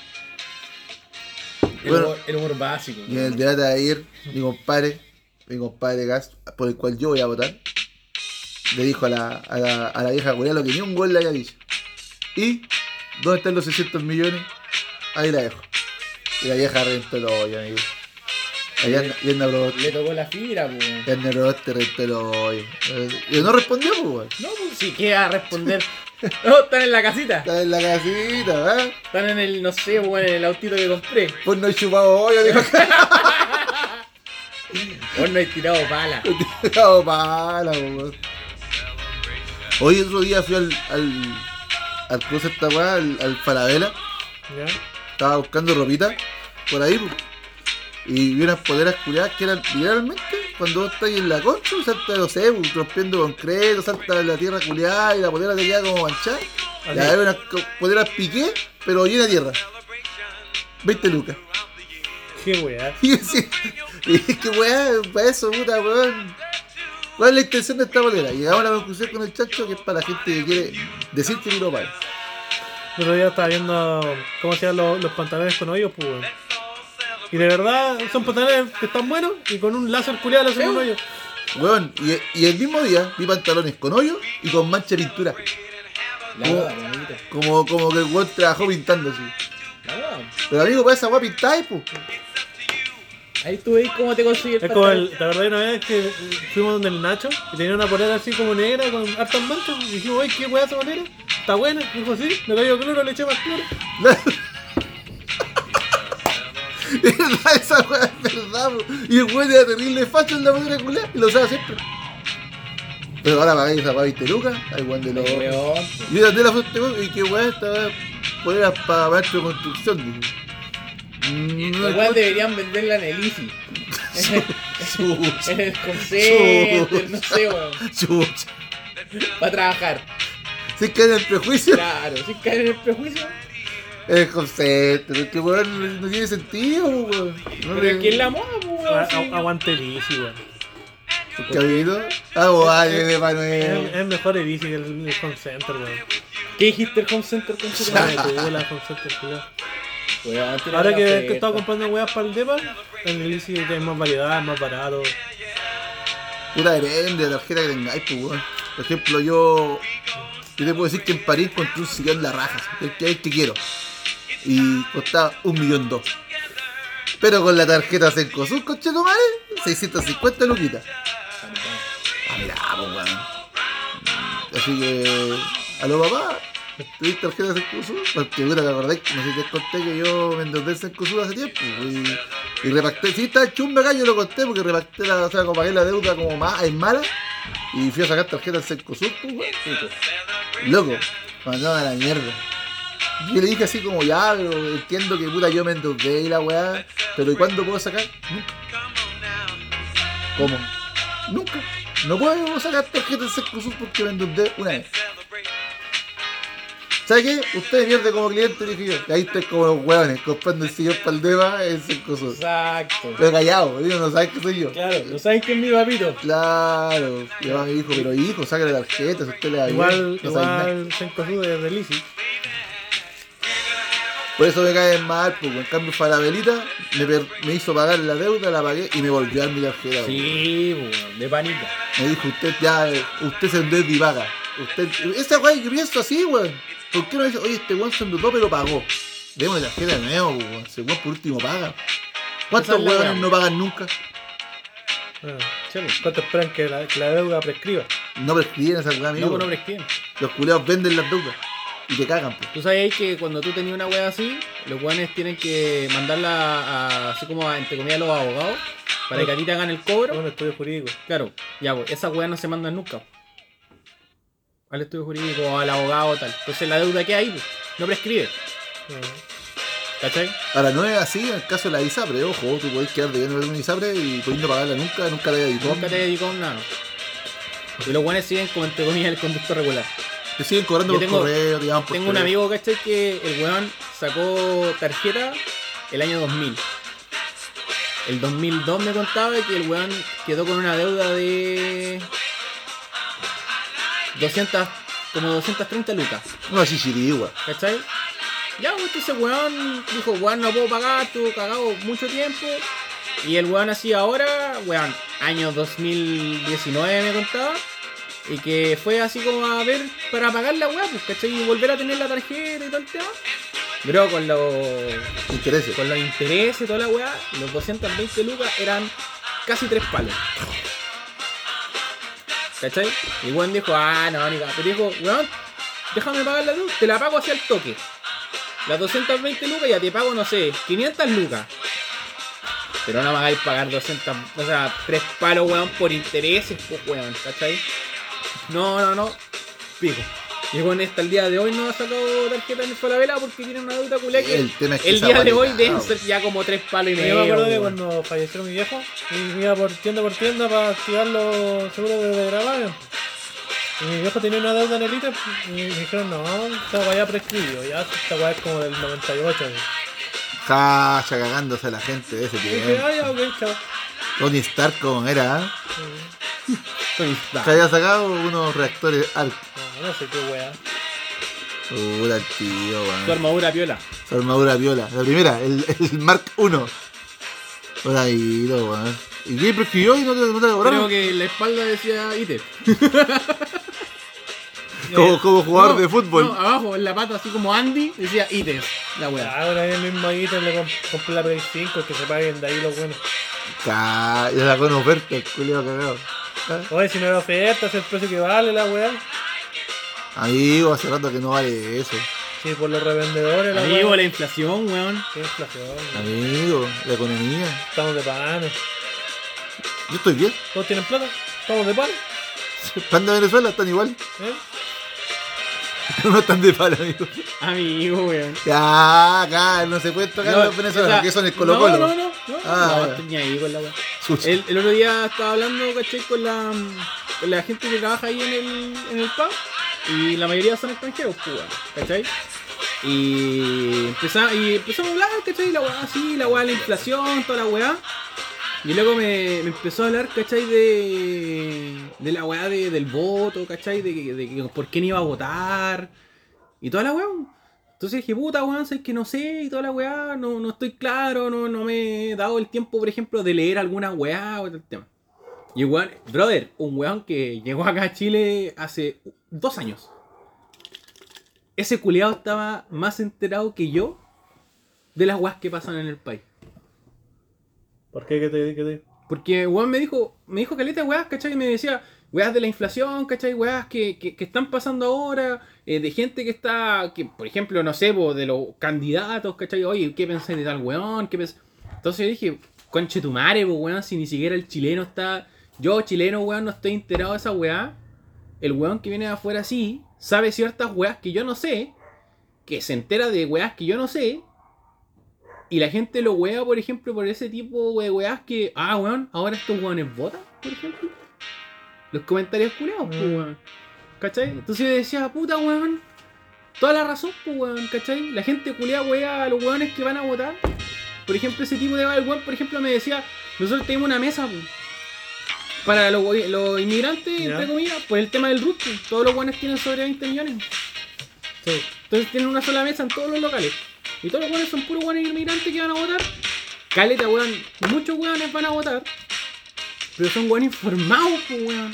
Speaker 3: El,
Speaker 1: Bueno.
Speaker 3: humor, el humor básico.
Speaker 1: Y en el debate de ayer, mi compadre, mi compadre Gas, por el cual yo voy a votar, le dijo a la, a la, a la vieja culiao lo que ni un gol le había dicho. ¿Y dónde están los 600 millones? Ahí la dejo. Y la vieja reventó el hoyo, amigo. Allá anda, y anda probó-
Speaker 4: Le tocó la fibra, pues. weón.
Speaker 1: y anda probó este reitero hoy. Eh, Y no respondió, pues, weón.
Speaker 4: No, pues.
Speaker 3: Sí, ¿qué va a responder? No, están en la casita.
Speaker 1: Está en la casita, ¿eh?
Speaker 3: Están en el, no sé, weón, en el autito que compré.
Speaker 1: Pues no he chupado hoy, dijo que
Speaker 3: Vos no he tirado pala.
Speaker 1: he tirado pala, Oh, po, weón. Hoy otro día fui al. al. al cruce esta weá, al, al Falabella.
Speaker 2: ¿Ya?
Speaker 1: Estaba buscando ropita por ahí, po. Y vi unas poleras culiadas que eran literalmente cuando vos estás en la concha, salta, no sé, po, rompiendo concreto, salta la tierra culiada y la polera te queda como manchada.
Speaker 2: Así.
Speaker 1: Ya era unas co- poleras piqué, pero llena de tierra. 20 lucas.
Speaker 2: Qué weá.
Speaker 1: Y yo decía, y dije, qué weá, para eso, puta, weón. ¿Cuál es la intención de esta bolera? Llegamos a la conclusión con el chancho que es para la gente que quiere decir que vino para.
Speaker 2: El otro día estaba viendo cómo hacían los, los pantalones con hoyos, pues. weón. Y de verdad son pantalones que están buenos y con un láser culiado le hacen un hoyo.
Speaker 1: Weón, y, y el mismo día vi pantalones con hoyo y con mancha de pintura.
Speaker 4: La boda, pues, amiguito.
Speaker 1: Como, como que el weón trabajó pintando así.
Speaker 4: La boda.
Speaker 1: Pero amigo, para esa weá pintáis, pues.
Speaker 3: Ahí tú veis cómo te consigues
Speaker 2: Es como el, la verdad una vez que eh, fuimos donde el Nacho y tenía una polera así como negra con hartas manchas y dijimos, oye, qué weá esa polera, está buena, Y dijo sí, le cayó cloro, le eché más cloro.
Speaker 1: Es verdad, esa weá es verdad, po. Y el weón era terrible facho en la bolera culiada y lo usaba siempre. Pero ahora pagáis esa weá 20 lucas, al weón de los.
Speaker 4: Weón, pues.
Speaker 1: Yo de la fuente, weón, y que weón, esta weá poder para maestro de construcción, dije. Mm,
Speaker 4: Los weones deberían venderla en el IFI.
Speaker 1: Chucha,
Speaker 4: En el concepto,
Speaker 1: Chuta.
Speaker 4: no sé, weón.
Speaker 1: chucha.
Speaker 4: Para trabajar.
Speaker 1: Si cae en el prejuicio,
Speaker 4: Claro, sin caer en el prejuicio.
Speaker 1: es el concepto, es que weón no tiene sentido, weón. No
Speaker 4: Pero
Speaker 1: le-
Speaker 4: es que es la moda, pues,
Speaker 2: A-
Speaker 4: weón. sí.
Speaker 2: a- Ah, Aguante bici, weón.
Speaker 1: Cabrito. Ah, weón, de
Speaker 2: Es,
Speaker 1: Manuel.
Speaker 2: es mejor el bici que el, el home center, weón.
Speaker 4: ¿Qué dijiste el home center con su
Speaker 2: Madre de bola, home center, culiao.
Speaker 4: Weón, tiene
Speaker 2: Ahora
Speaker 4: una
Speaker 2: que, que
Speaker 4: oferta.
Speaker 2: he estado comprando weas para el depa, en el bici hay más variedad, es más barato.
Speaker 1: Puta depende de la tarjeta que tengáis, pues weón. Por ejemplo, yo. Yo te puedo decir que en París encontré un sillón la raja, así, el que, el que quiero. Y costaba un millón dos. Pero con la tarjeta Cencosud, coche tu madre, 650 luquitas. Ah, mirá, pues weón. Así que. Aló papá, ¿tuviste tarjeta Cencosud? Porque puta, te acordás, no sé si te conté que yo me endeudé en Cencosud hace tiempo. pues, Y, y repacté, sí, estaba chumba acá, yo lo conté porque repacté la, o sea, como pagué la deuda como más, en mala. Y fui a sacar tarjeta al Cencosud, pues weón.
Speaker 4: Sí, pues.
Speaker 1: Loco, mandaba a la mierda. Yo le dije así como, ya, pero entiendo que puta yo me endeudé y la weá, pero ¿y cuándo puedo sacar? Nunca. ¿Cómo? Nunca. No puedo sacar tarjetas de Cencosud porque me endeudé una vez. ¿Sabe qué? Usted pierde como cliente, dije yo. Y ahí estoy como los hueones, comprando el sillón para el deba en Cencosud.
Speaker 4: Exacto.
Speaker 1: Pero callado, ellos no saben que soy yo.
Speaker 4: Claro, no saben quién es mi papito.
Speaker 1: Claro, y va mi hijo, pero hijo, saca la tarjeta, si usted le da bien,
Speaker 2: Igual,
Speaker 1: no sabe nada.
Speaker 2: igual, Sencosud es del bici.
Speaker 1: Por eso me caen mal, pues en cambio Falabelita me, per- me hizo pagar la deuda, la pagué y me volvió a dar mi tarjeta. weón.
Speaker 4: Sí, weón, de panita.
Speaker 1: Me dijo, usted ya, eh, usted se endeudó Usted, esa weá yo pienso así, weón. ¿Por qué no dice, oye, este weón se endeudó pero pagó? Demos la tarjeta de nuevo, pues, weón. Ese weón por último paga. ¿Cuántos
Speaker 4: Esa es la
Speaker 1: weones
Speaker 4: weá.
Speaker 1: no pagan nunca?
Speaker 2: Bueno, Ah. ¿Cuánto esperan que la, que la deuda prescriba?
Speaker 1: No prescriben esa weá, amigo.
Speaker 4: No, no prescriben.
Speaker 1: Los culeados venden las deudas y te cagan, pues.
Speaker 3: Tú sabes que cuando tú tenías una wea así, los guanes tienen que mandarla a, así como a, entre comillas, los abogados para que a ti te hagan el
Speaker 2: Es
Speaker 3: cobro.
Speaker 2: un estudio jurídico.
Speaker 3: Claro, ya, pues, esas weas no se mandan nunca. Al estudio jurídico, al abogado, tal. Entonces la deuda que hay, pues, no prescribe.
Speaker 2: Bueno,
Speaker 3: ¿Cachai?
Speaker 1: Ahora no es así en el caso de la ISAPRE, ojo, tú podés quedar debiendo una ISAPRE y podés no pagarla nunca, nunca la hayas
Speaker 3: Nunca te dedicó a nada. Y los guanes siguen como entre comillas el conducto regular.
Speaker 1: Te siguen cobrando
Speaker 3: Yo
Speaker 1: por
Speaker 3: tengo-
Speaker 1: correo, digamos, por
Speaker 3: Tengo un
Speaker 1: correo.
Speaker 3: amigo, ¿cachai? Que el weón sacó tarjeta el año 2000. El 2002 me contaba que el weón quedó con una deuda de 200, como 230 lucas,
Speaker 1: No, así Chirigua.
Speaker 3: ¿cachai? Ya, pues ese weón dijo, weón, no puedo pagar, estuve cagado mucho tiempo. Y el weón así ahora, weón, año 2019 me contaba. Y que fue así como a ver para pagar la weá, pues, ¿cachai? Y volver a tener la tarjeta y tal tema. Bro, con los,
Speaker 1: Intereses.
Speaker 3: con los intereses y toda la weá, los 220 lucas eran casi tres palos. ¿Cachai? Y Juan dijo, ah, no, ni cago". Pero dijo, weón, déjame pagar la luz, te la pago hacia el toque. Las 220 lucas ya te pago, no sé, 500 lucas. Pero no me hagáis pagar 200, o sea, tres palos, weón, por intereses, pues, weón, ¿cachai? No, no, no, pico. Y bueno, hasta el día de hoy no ha sacado tarjeta en Falabella porque tiene una deuda culé que
Speaker 1: El tema es que
Speaker 3: el
Speaker 1: esa
Speaker 3: día de
Speaker 1: guarita,
Speaker 3: hoy deben
Speaker 1: ah,
Speaker 3: ser ya como tres palos y
Speaker 2: Yo
Speaker 3: medio.
Speaker 2: me acuerdo que
Speaker 3: weón.
Speaker 2: cuando falleció mi viejo, y iba por tienda por tienda para activar los seguros de gravamen. Y mi viejo tenía una deuda en el ITEP y me dijeron, no, esta weá ya prescribió, ya esta weá es como del 98. así.
Speaker 1: Cacha cagándose a la gente de ese
Speaker 2: Y dije,
Speaker 1: tiempo.
Speaker 2: ah, ya, ok, chao.
Speaker 1: Tony Stark, como era, ¿eh?
Speaker 3: Ahí está.
Speaker 1: se había sacado unos reactores al.
Speaker 2: No, no sé qué weá.
Speaker 1: Pura tío,
Speaker 3: Tu
Speaker 1: weón.
Speaker 3: armadura piola.
Speaker 1: Su armadura viola. La primera, el, el Mark 1. Por ahí, lo, weón. ¿Y qué prescribió y no te, no te la
Speaker 3: Creo
Speaker 1: cobraron?
Speaker 3: que en la espalda decía ITEP.
Speaker 1: Como, como jugador
Speaker 3: eh, No,
Speaker 1: de fútbol.
Speaker 3: No, ah. abajo, en la pata, así como Andy, decía ITEP. La weá.
Speaker 2: Ah, Ahora el mismo ITEP le comp- compré la Play 5 que se paguen de ahí los buenos.
Speaker 1: Ca- Ya sacó una oferta, el culiao cagado. Ah.
Speaker 2: Oye, si no era oferta, es el precio que vale la weá.
Speaker 1: Amigo, hace rato que no vale eso.
Speaker 2: Sí, por los revendedores, la
Speaker 3: Amigo,
Speaker 2: weá.
Speaker 3: Ah, la inflación, weón.
Speaker 2: Qué inflación, weón.
Speaker 1: Amigo, la economía.
Speaker 2: estamos de pan.
Speaker 1: Yo estoy bien.
Speaker 2: ¿Todos tienen plata? ¿Estamos de pan?
Speaker 1: Pan de Venezuela están igual.
Speaker 2: ¿Eh?
Speaker 1: No están de palo, amigo.
Speaker 3: Amigo, weón.
Speaker 1: Ya, acá no se puede tocar
Speaker 3: No,
Speaker 1: los venezolanos,
Speaker 3: o sea,
Speaker 1: que son el Colo Colo.
Speaker 3: No, no, no. no,
Speaker 1: Ah,
Speaker 3: no,
Speaker 1: ya.
Speaker 3: estoy ni ahí con la weá.
Speaker 1: Chucha.
Speaker 3: El, el otro día estaba hablando, ¿cachai? Con la, con la gente que trabaja ahí en el, en el pub y la mayoría son extranjeros, pues, weón, ¿cachai? Y, empezá- y empezamos a hablar, ¿cachai? La weá así, la weá de la inflación, toda la weá. Y luego me, me empezó a hablar, ¿cachai? De, de la weá de- del voto, ¿cachai? De, que- de que por quién iba a votar y toda la weá. Entonces dije, puta weón, es que no sé y toda la weá, no, no estoy claro, no, no me he dado el tiempo, por ejemplo, de leer alguna weá o tal tema. Y el weón, brother, un weón que llegó acá a Chile hace dos años. Ese culiado estaba más enterado que yo de las weas que pasan en el país.
Speaker 2: ¿Por qué? ¿Qué te, qué te...
Speaker 3: Porque weón me dijo, me dijo caleta de weas, ¿cachai? Y me decía, weas de la inflación, ¿cachai? Weas que, que- que están pasando ahora, eh, de gente que está, que por ejemplo, no sé, po, de los candidatos, ¿cachai? Oye, ¿qué pensáis de tal weón? ¿Qué pens-?" Entonces yo dije, conche tu madre, po, weón, si ni siquiera el chileno está. Yo, chileno, weón, no estoy enterado de esa wea. El weón que viene de afuera sí, sabe ciertas weas que yo no sé, que se entera de weas que yo no sé, y la gente lo wea, por ejemplo, por ese tipo de weas que, ah, weón, ahora estos weones votan, por ejemplo. Los comentarios culeados, pues,
Speaker 2: Mm.
Speaker 3: weón. ¿Cachai? Entonces yo decía, puta, weón. Toda la razón, pues, weón, ¿cachai? La gente culea wea a los weones que van a votar. Por ejemplo, ese tipo de el weón, por ejemplo, me decía, nosotros tenemos una mesa, pues, Para los, we- los inmigrantes,
Speaker 2: Ya.
Speaker 3: entre comillas, por el tema del RUT, pues, todos los weones tienen sobre 20 millones.
Speaker 2: Sí.
Speaker 3: Entonces tienen una sola mesa en todos los locales. Y todos los weones son puros weones inmigrantes que van a votar. Caleta, weón. Muchos weones van a votar. Pero son weones informados, pues, weón.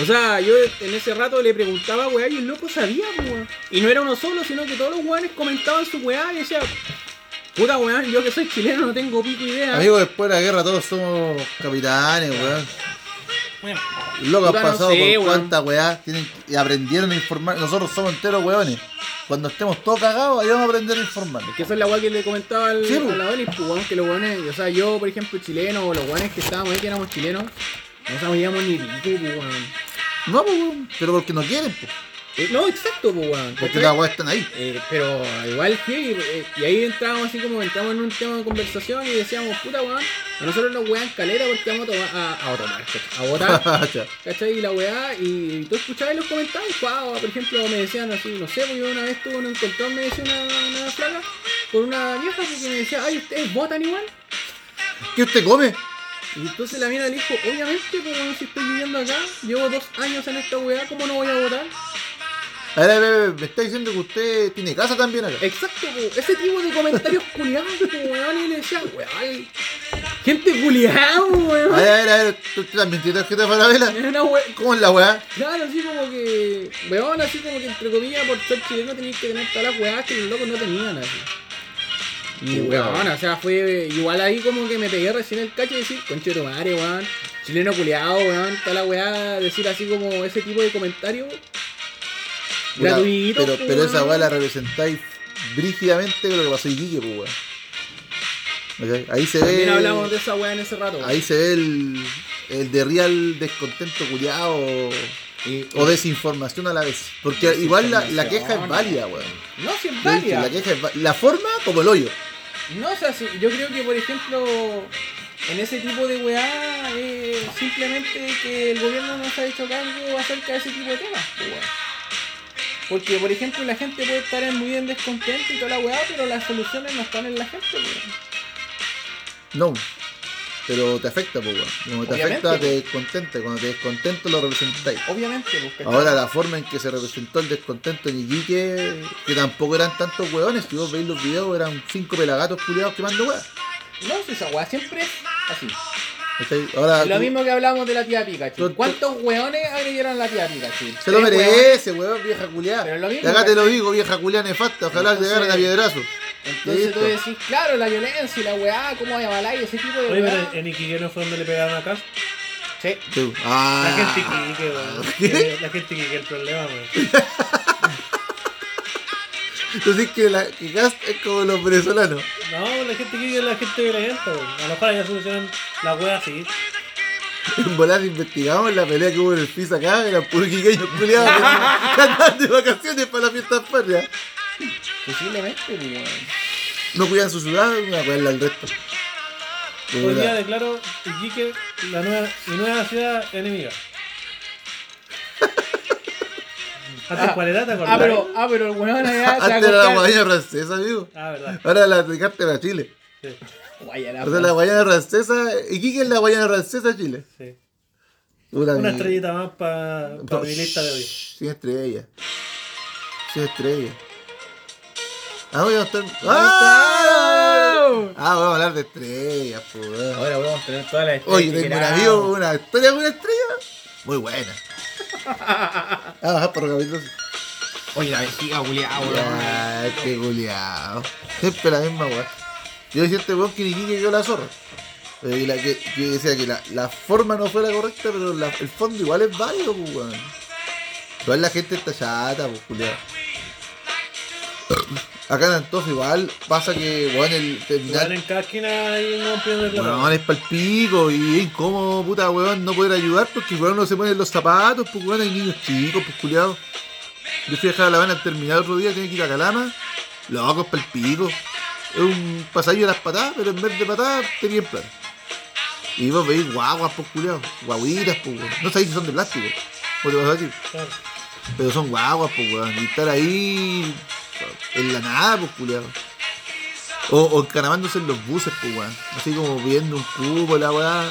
Speaker 3: O sea, yo en ese rato le preguntaba, weón, y el loco sabía, pues, weón. Y no era uno solo, sino que todos los weones comentaban su weá y decía, puta weón, yo que soy chileno no tengo pico idea.
Speaker 1: Amigo, después de la guerra todos somos capitanes, weón.
Speaker 2: Bueno,
Speaker 1: Locos
Speaker 3: Puta,
Speaker 1: han
Speaker 3: no
Speaker 1: pasado
Speaker 3: sé,
Speaker 1: por
Speaker 3: weón.
Speaker 1: cuánta weá tienen, y aprendieron a informar. Nosotros somos enteros weones. Cuando estemos todos cagados, ahí vamos a aprender a informar.
Speaker 3: Es que eso es la weá que le comentaba al,
Speaker 1: Sí, po.
Speaker 3: a la Oli, pues, weón, que los weones, o sea, yo, por ejemplo, chileno, o los weones que estábamos ahí, que éramos chilenos, no sabíamos ni pico, pues, weón.
Speaker 1: No, pues, weón, pero porque no quieren, pues.
Speaker 3: Eh, No, exacto, pues, weón.
Speaker 1: Porque
Speaker 3: ¿cachai?
Speaker 1: las weas están ahí.
Speaker 3: Eh, pero igual sí, eh, y ahí entrábamos así como entramos en un tema de conversación y decíamos, puta weón, a nosotros nos wean calera porque vamos a, tomar- a, a tomar, ¿cachai? a votar, ¿cachai? Y la weá, y tú escuchabas los comentarios, pa, por ejemplo, me decían así, no sé, porque yo una vez tuve un encontrón, me decía una, una flaca, por una vieja, porque me decía, ay, ustedes votan igual.
Speaker 1: ¿Qué usted come?
Speaker 3: Y entonces la mina le dijo, obviamente, pues weón, si estoy viviendo acá, llevo dos años en esta weá, ¿cómo no voy a votar?
Speaker 1: A ver, a ver, a ver, me está diciendo que usted tiene casa también acá.
Speaker 3: Exacto, po. ese tipo de comentarios culiados, po, weón, y le decía, weón, Gente culiada,
Speaker 1: A
Speaker 3: weón.
Speaker 1: ver, a ver, a ver, ¿tú tú también tienes tarjeta para la vela?
Speaker 3: Es una wea.
Speaker 1: ¿Cómo es la weá?
Speaker 3: Claro, así como que. Weón, así como que entre comillas, por ser chileno tenías que tener todas las weas que los locos no tenían, así. Y weón, o sea, fue. Igual ahí como que me pegué recién el cacho y decir, conche tu madre, weón. Chileno culiado, weón, toda la weá, decir así como ese tipo de comentario.
Speaker 1: Puta,
Speaker 3: Gratuito.
Speaker 1: Pero,
Speaker 3: pues,
Speaker 1: pero esa
Speaker 3: weón.
Speaker 1: weá la representáis brígidamente con lo que pasó en Iquique, pues weón. ¿Cachai? Ahí se
Speaker 3: También
Speaker 1: ve.
Speaker 3: hablamos de esa weá en ese rato.
Speaker 1: Ahí se ve el, el de real descontento culiado
Speaker 4: Y-
Speaker 1: o desinformación a la vez. Porque igual la, la queja es válida, weón.
Speaker 3: No, si es válida.
Speaker 1: La queja es va- La forma como el hoyo.
Speaker 3: No, o sea, sí, yo creo que por ejemplo, en ese tipo de weá, eh, simplemente que el gobierno no se ha hecho cargo acerca de ese tipo de temas, pues, weón. Porque por ejemplo la gente puede estar en- muy en descontento y toda la weá, pero las soluciones no están en la gente, pues, weón.
Speaker 1: No. Pero te afecta, pues, weón. Como te
Speaker 4: Obviamente,
Speaker 1: afecta, te descontenta. Cuando te descontento lo representáis.
Speaker 3: Oh,
Speaker 4: Obviamente, pues, ¿cachai?
Speaker 1: Ahora la forma en que se representó el descontento en Iquique, que tampoco eran tantos hueones, si vos veis los videos eran cinco pelagatos culiados quemando hueá.
Speaker 3: No, si esa weá siempre es así.
Speaker 1: ¿Cachai? Ahora
Speaker 3: Lo
Speaker 1: Ah, tú-
Speaker 3: mismo que hablábamos de la tía
Speaker 1: Tú-
Speaker 3: Pikachu.
Speaker 1: tú-
Speaker 3: ¿Cuántos weones agredieron a la tía Pikachu?
Speaker 1: se lo
Speaker 3: Tres
Speaker 1: merece, hueón, vieja
Speaker 3: Pero
Speaker 1: culiada.
Speaker 3: lo
Speaker 1: Y
Speaker 3: mismo,
Speaker 1: acá te lo
Speaker 3: ¿cachai?
Speaker 1: digo, vieja culiada nefasta, ojalá te
Speaker 3: Entonces-
Speaker 1: agarren a piedrazo.
Speaker 3: Entonces
Speaker 1: Listo.
Speaker 3: tú decís, claro, la violencia y la weá, cómo avaláis ese tipo de
Speaker 2: Oye,
Speaker 3: weá.
Speaker 2: pero en Iquique no fue donde le pegaron acá.
Speaker 3: Sí.
Speaker 1: Sí.
Speaker 2: La
Speaker 1: Ah,
Speaker 2: gente Iquique, weón. La gente Iquique, el problema, weón.
Speaker 1: entonces que la que Gast es como los venezolanos.
Speaker 2: No, la gente Iquique es la gente violenta, weón. A lo mejor ya solucionan la wea así.
Speaker 1: En volar investigamos la pelea que hubo en el piso acá, eran puros quiqueños culiados que andaban de vacaciones para las fiestas patrias.
Speaker 3: Posiblemente, pues, weón.
Speaker 1: No cuidan su ciudad, una cuerda al resto.
Speaker 2: Hoy día declaro Iquique la nueva, mi nueva ciudad enemiga. Antes, ¿cuál era? ¿Te acordás?
Speaker 3: Ah, pero, ah, pero el weón allá se
Speaker 1: Antes era la
Speaker 3: acostaba.
Speaker 1: Guayana francesa, amigo.
Speaker 2: Ah, verdad.
Speaker 1: Ahora la aplicaste para Chile.
Speaker 2: Sí,
Speaker 3: Guayala,
Speaker 1: O sea, la Guayana francesa. ¿Y qué es la Guayana francesa, Chile?
Speaker 2: sí.
Speaker 1: Puta,
Speaker 2: Una
Speaker 1: mi-
Speaker 2: estrellita más para
Speaker 1: Pa-
Speaker 2: mi lista de hoy.
Speaker 1: Sin estrella. Sin estrella. Ah, voy a estar. ¡Ah! Ah, vamos a hablar de estrellas, pues. weón.
Speaker 4: Ahora vamos a tener todas las
Speaker 1: Oye,
Speaker 4: estrellas que
Speaker 1: tengo un
Speaker 4: queramos.
Speaker 1: amigo, una historia con una estrella. Muy buena. Ah, bajar por capítulos.
Speaker 4: Oye, la vejiga, culiao, weón.
Speaker 1: Ay, qué culiao. Siempre la misma weá. Yo decía este weón que ni que yo la zorra. Eh, y la que, que decía que la, la forma no fue la correcta, pero la- el fondo igual es válido, pues, weón. Igual la gente está chata, pues culiao. Acá en Antojo igual pasa que weón el
Speaker 2: Igual
Speaker 1: terminal.
Speaker 2: en cada esquina hay un weón pidiendo reclamo.
Speaker 1: Weón es pa'l pico y es incómodo, puta weón, no poder ayudar porque weón no se ponen los zapatos, pues weón hay niños chicos, pues culiao. Yo fui a dejar a La Habana al terminar otro día, tenía que ir a Calama. Locos pa'l pico. Es un pasadillo de las patadas, pero en vez de patadas tenían plan. Y vos veis guaguas, pues culiao. Guaguitas, pues weón. No sabéis si son de plástico. ¿Cómo te vas a decir?
Speaker 2: Claro.
Speaker 1: Pero son guaguas, pues weón. Y estar ahí en la nada, pues culiao. O, o encaramándose en los buses, pues weón. Así como viendo un cubo, la weá.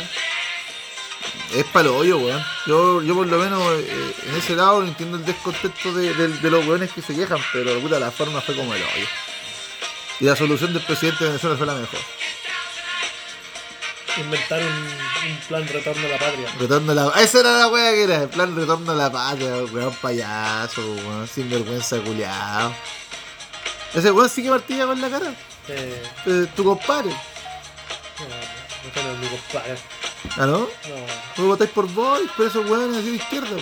Speaker 1: Es palo hoyo, weón. Yo, yo por lo menos eh, en ese lado entiendo el descontento de, de- de los weones que se quejan, pero puta, la forma fue como el hoyo. Y la solución del presidente de Venezuela fue la mejor.
Speaker 2: Inventar un, un plan retorno a la patria.
Speaker 1: Retorno a la... Esa era la weá que era, en plan retorno a la patria, weón payaso, weón, sinvergüenza culiado. Ese weón sí que martilla con la cara.
Speaker 2: Eh,
Speaker 1: Eh, tu compadre.
Speaker 2: no, no tengo ni compadre.
Speaker 1: ¿Ah, no?
Speaker 2: eh. No.
Speaker 1: Vos votáis por Boy, por esos weones así de izquierda.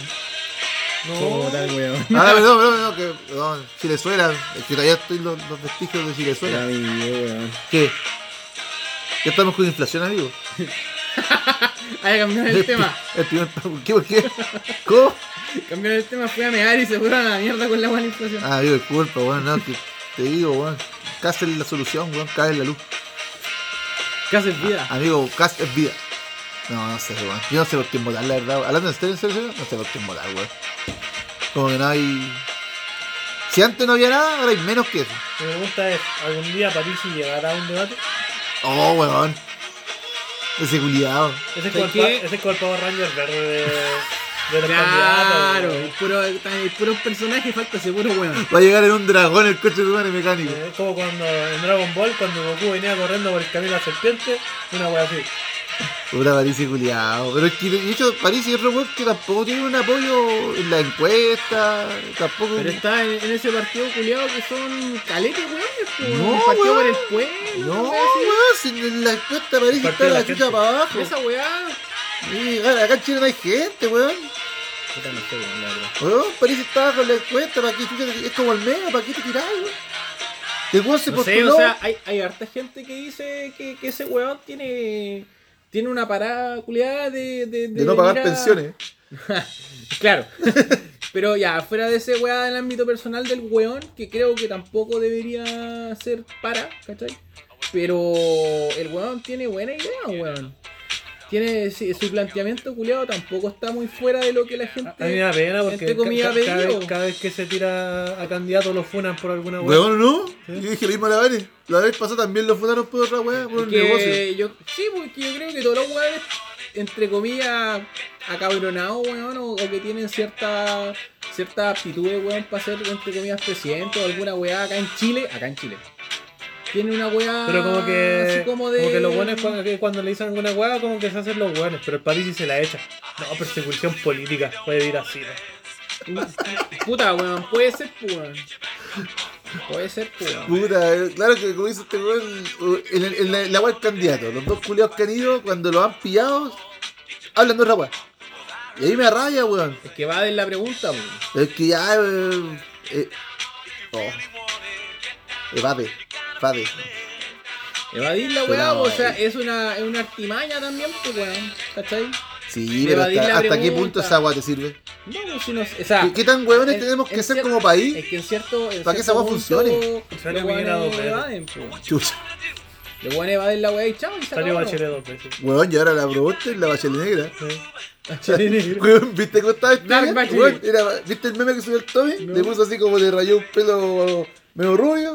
Speaker 2: No.
Speaker 3: Puta, weón.
Speaker 1: Ah, perdón, perdón, perdón, que perdón, Chilezuela, es que todavía estoy los, los vestigios de
Speaker 3: Era
Speaker 1: Chilezuela.
Speaker 3: mi video, weón.
Speaker 1: ¿Qué? Ya estamos con inflación, amigo.
Speaker 3: Ay, cambiaron Ah, el
Speaker 1: pi-
Speaker 3: tema.
Speaker 1: El primer ¿Por qué? ¿Por qué? ¿Cómo?
Speaker 3: Cambiaron el tema, fui a mear y se fueron a la mierda con la buena inflación.
Speaker 1: Ah, amigo, disculpa, weón, no, que te digo, weón. Cast es la solución, weón, Cast es la luz.
Speaker 3: ¿Qué haces vida?
Speaker 1: Amigo, Cast es vida. No, no sé, weón. Yo no sé por quién votar, la verdad. Hablando en serio, en serio, en serio, no sé por quién votar, weón. Como que no hay. Si antes no había nada, ahora hay menos que eso.
Speaker 2: Mi pregunta es, ¿algún día París llegará a un debate?
Speaker 1: Oh, weón. Ese culiado.
Speaker 2: Ese es
Speaker 3: ¿Sabes
Speaker 2: como el
Speaker 3: qué?
Speaker 2: pa- ese es como el Power Ranger verde de, de los
Speaker 3: Claro,
Speaker 2: candidatos.
Speaker 3: el puro, el puro personaje falta ese puro weón.
Speaker 1: Va a llegar en un dragón el coche de madre mecánico.
Speaker 2: Eh, Es como cuando en Dragon Ball, cuando Goku venía corriendo por el camino de la serpiente, una wea así.
Speaker 1: Puta París culiado. Pero es que de hecho París es otro web que tampoco tiene un apoyo en la encuesta. Tampoco.
Speaker 3: Pero está en, en ese partido culiado que son caletes, weón. pues,
Speaker 1: No,
Speaker 3: un partido
Speaker 1: weón.
Speaker 3: por el pueblo.
Speaker 1: No,
Speaker 3: una
Speaker 1: weón,
Speaker 3: wea así.
Speaker 1: si en la encuesta París
Speaker 2: Partido
Speaker 1: está
Speaker 2: de
Speaker 1: la,
Speaker 2: la gente.
Speaker 1: chucha para abajo.
Speaker 3: Esa weá.
Speaker 1: Y, ah, acá en Chile no hay gente, weón.
Speaker 4: Puta, no sé, weón, la verdad.
Speaker 1: Weón, París está con la encuesta, para que chucha te- es como el mega, para qué te tirás, weón. Te weón se
Speaker 3: No sé,
Speaker 1: postuló.
Speaker 3: Pues o sea, hay, hay harta gente que dice que, que ese weón tiene. Tiene una parada culiada de, de,
Speaker 1: de no pagar
Speaker 3: venir a-
Speaker 1: pensiones.
Speaker 3: Claro. Pero ya, fuera de ese weá del ámbito personal del weón, que creo que tampoco debería ser para, ¿cachai? Pero el weón tiene buena idea, weón. Tiene sí, su planteamiento culiado, tampoco está muy fuera de lo que la gente.
Speaker 2: A mí me da pena porque
Speaker 3: Entre comillas,
Speaker 2: ca- ca- cada,
Speaker 3: apellido.
Speaker 2: vez, cada vez que se tira a candidato lo funan por alguna wea.
Speaker 1: Weón, no. Yo dije lo mismo a la vez. La vez pasada también lo fundaron por otra weá, por un negocio.
Speaker 3: que yo, sí, porque yo creo que todos los weones, entre comillas, acabronados, weón, o, o que tienen cierta cierta aptitudes, weón, para ser, entre comillas, presidente o alguna weá acá en Chile, acá en Chile. Tienen una weá
Speaker 2: Pero como que,
Speaker 3: Ah, así como de...
Speaker 2: que los buenos cuando, que cuando le dicen alguna hueá como que se hacen los buenos, pero el París se la echa. No, persecución política, puede ir así. ¿no?
Speaker 3: Puta, weón, puede ser, pues, weón. Puede ser, pues, weón.
Speaker 1: Puta, eh, claro que como dice este weón, en, el- en la- en la weá del candidato, los dos culiados que han ido, cuando los han pillado, hablan de otra weá. Y ahí me raya, weón.
Speaker 3: Es que va de la pregunta, pues. weón.
Speaker 1: Es que ya. Eh, eh, oh. Eh, Evade, evade.
Speaker 3: Evadir la weá, pues,
Speaker 1: Claro.
Speaker 3: o sea, es una, es una artimaña también, pues, weón. ¿Cachai?
Speaker 1: Sí, pero
Speaker 3: Evadir
Speaker 1: hasta,
Speaker 3: la
Speaker 1: hasta qué
Speaker 3: pregunta.
Speaker 1: punto esa weá te sirve.
Speaker 3: No, no, si no... O sea,
Speaker 1: ¿Qué, qué tan hueones
Speaker 3: En-
Speaker 1: tenemos que
Speaker 3: en
Speaker 1: ser
Speaker 3: cier-
Speaker 1: como país?
Speaker 3: Es que en cierto. en
Speaker 1: Para que esa
Speaker 3: cierto
Speaker 1: weá
Speaker 3: punto,
Speaker 1: funcione.
Speaker 2: Sale
Speaker 3: Los
Speaker 2: Piñera dos
Speaker 3: weones
Speaker 2: veces.
Speaker 3: evaden, po.
Speaker 1: Chucha.
Speaker 3: Los weones evaden la weá y chao. y se
Speaker 2: Salió
Speaker 3: acabó.
Speaker 2: Bachelet dos veces.
Speaker 1: Weón, y ahora la pregunta es la bachelet negra.
Speaker 2: Sí.
Speaker 1: Weón, ¿viste cómo estaba este?
Speaker 3: Dark
Speaker 1: meme?
Speaker 3: Bachelet.
Speaker 1: Weón, era- ¿Viste el meme que subió el Tommy? Le puso así como le rayó un pelo medio rubio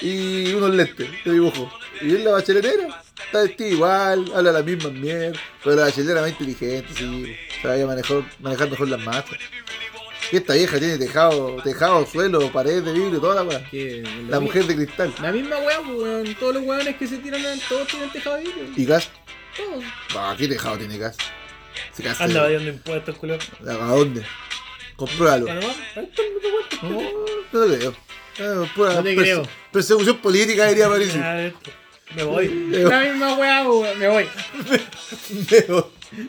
Speaker 1: y unos lentes de dibujo. Y es la bachelet negra. Está vestida igual, habla la misma mierda. Pero la bachelet era más inteligente, sí. Sabía manejar, manejar mejor las masas. Y esta vieja tiene tejado, tejado, suelo, pared de vidrio, toda la weá.
Speaker 3: Que
Speaker 1: La mujer de cristal.
Speaker 3: La misma weá, po, weón. Todos los weones que se tiran, todos tienen tejado de vidrio.
Speaker 1: ¿Y gas?
Speaker 3: Todos.
Speaker 1: Bah, ¿Qué tejado tiene gas? Se casa.
Speaker 2: Anda vayando impuestos, culo.
Speaker 1: ¿A dónde? Compruébalo.
Speaker 2: Además,
Speaker 1: No, no te creo. Ah, pura
Speaker 2: No te
Speaker 1: perse-
Speaker 2: creo. Ah,
Speaker 1: Persecución política diría París.
Speaker 2: ya, esto. me voy.
Speaker 3: La misma weá, po, weón. Me voy.
Speaker 1: Es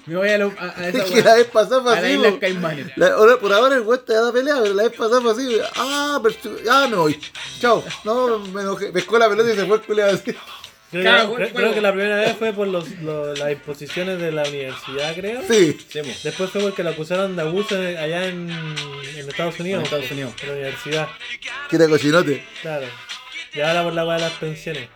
Speaker 3: Me voy a, lo, a, a esa
Speaker 1: que la
Speaker 3: weá.
Speaker 1: vez pasada fue
Speaker 3: A la
Speaker 1: así.
Speaker 3: isla
Speaker 1: po.
Speaker 3: Caimanes.
Speaker 1: La- ahora- por ahora el güey te da pelea, pero la vez pasada fue así. Ah, perse- ah, me voy. Chao. No, me enojé. Pescó la pelota y se fue el culiao así.
Speaker 2: Creo,
Speaker 3: Claro,
Speaker 2: que,
Speaker 3: bueno,
Speaker 2: creo- creo que
Speaker 3: bueno.
Speaker 2: la primera vez fue por los, lo- las exposiciones de la universidad, creo.
Speaker 1: Sí.
Speaker 4: Sí, po.
Speaker 2: Después fue porque la acusaron de abuso en- allá en, en Estados Unidos.
Speaker 4: En Estados Unidos.
Speaker 2: En la universidad,
Speaker 1: Que era cochinote.
Speaker 2: claro. Y ahora por la weá de las pensiones.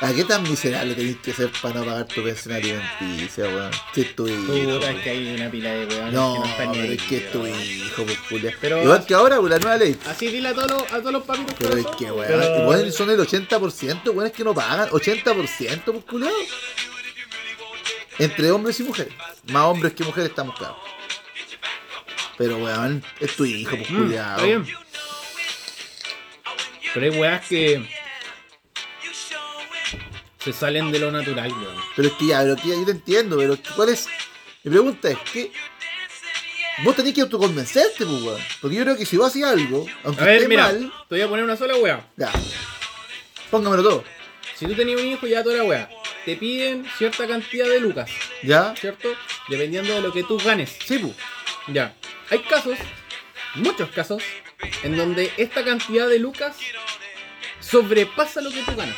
Speaker 1: ¿A qué tan miserable tenés que ser para no pagar tu pensión alimenticia, weón? Si es tu hijo.
Speaker 4: Puta, es que hay una pila de weones
Speaker 1: No,
Speaker 4: que no están ni
Speaker 1: pero
Speaker 4: ahí,
Speaker 1: es que es tu
Speaker 4: weón.
Speaker 1: hijo, pues, culiao.
Speaker 3: Pero-
Speaker 1: Igual que ahora, pues, la nueva ley.
Speaker 3: Así dile a todos los, a todos los papitos
Speaker 1: Pero es
Speaker 3: corazón,
Speaker 1: que,
Speaker 3: po.
Speaker 1: weón,
Speaker 2: Pero-
Speaker 1: weón, son el 80%, weón, es que no pagan. 80%, pues, culiao. Entre hombres y mujeres. Más hombres que mujeres estamos claros. Pero, weón, es tu hijo, pues,
Speaker 3: Mm,
Speaker 1: culiao.
Speaker 3: Está bien. Pero hay weas que. Se salen de lo natural, weón.
Speaker 1: Pero es que ya, pero que ya, yo te entiendo, pero ¿cuál es? Mi pregunta es que vos tenés que autoconvencerte, pues, weón. Porque yo creo que si vos haces algo, aunque
Speaker 3: A ver,
Speaker 1: esté
Speaker 3: mira,
Speaker 1: mal,
Speaker 3: te voy a poner una sola wea.
Speaker 1: ya. Póngamelo todo,
Speaker 3: Si tú tenías un hijo, ya toda la wea. Te piden cierta cantidad de lucas,
Speaker 1: ¿ya?
Speaker 3: ¿cierto? Dependiendo de lo que tú ganes.
Speaker 1: Sí, pues.
Speaker 3: Ya. Hay casos, muchos casos, en donde esta cantidad de lucas sobrepasa lo que tú ganas.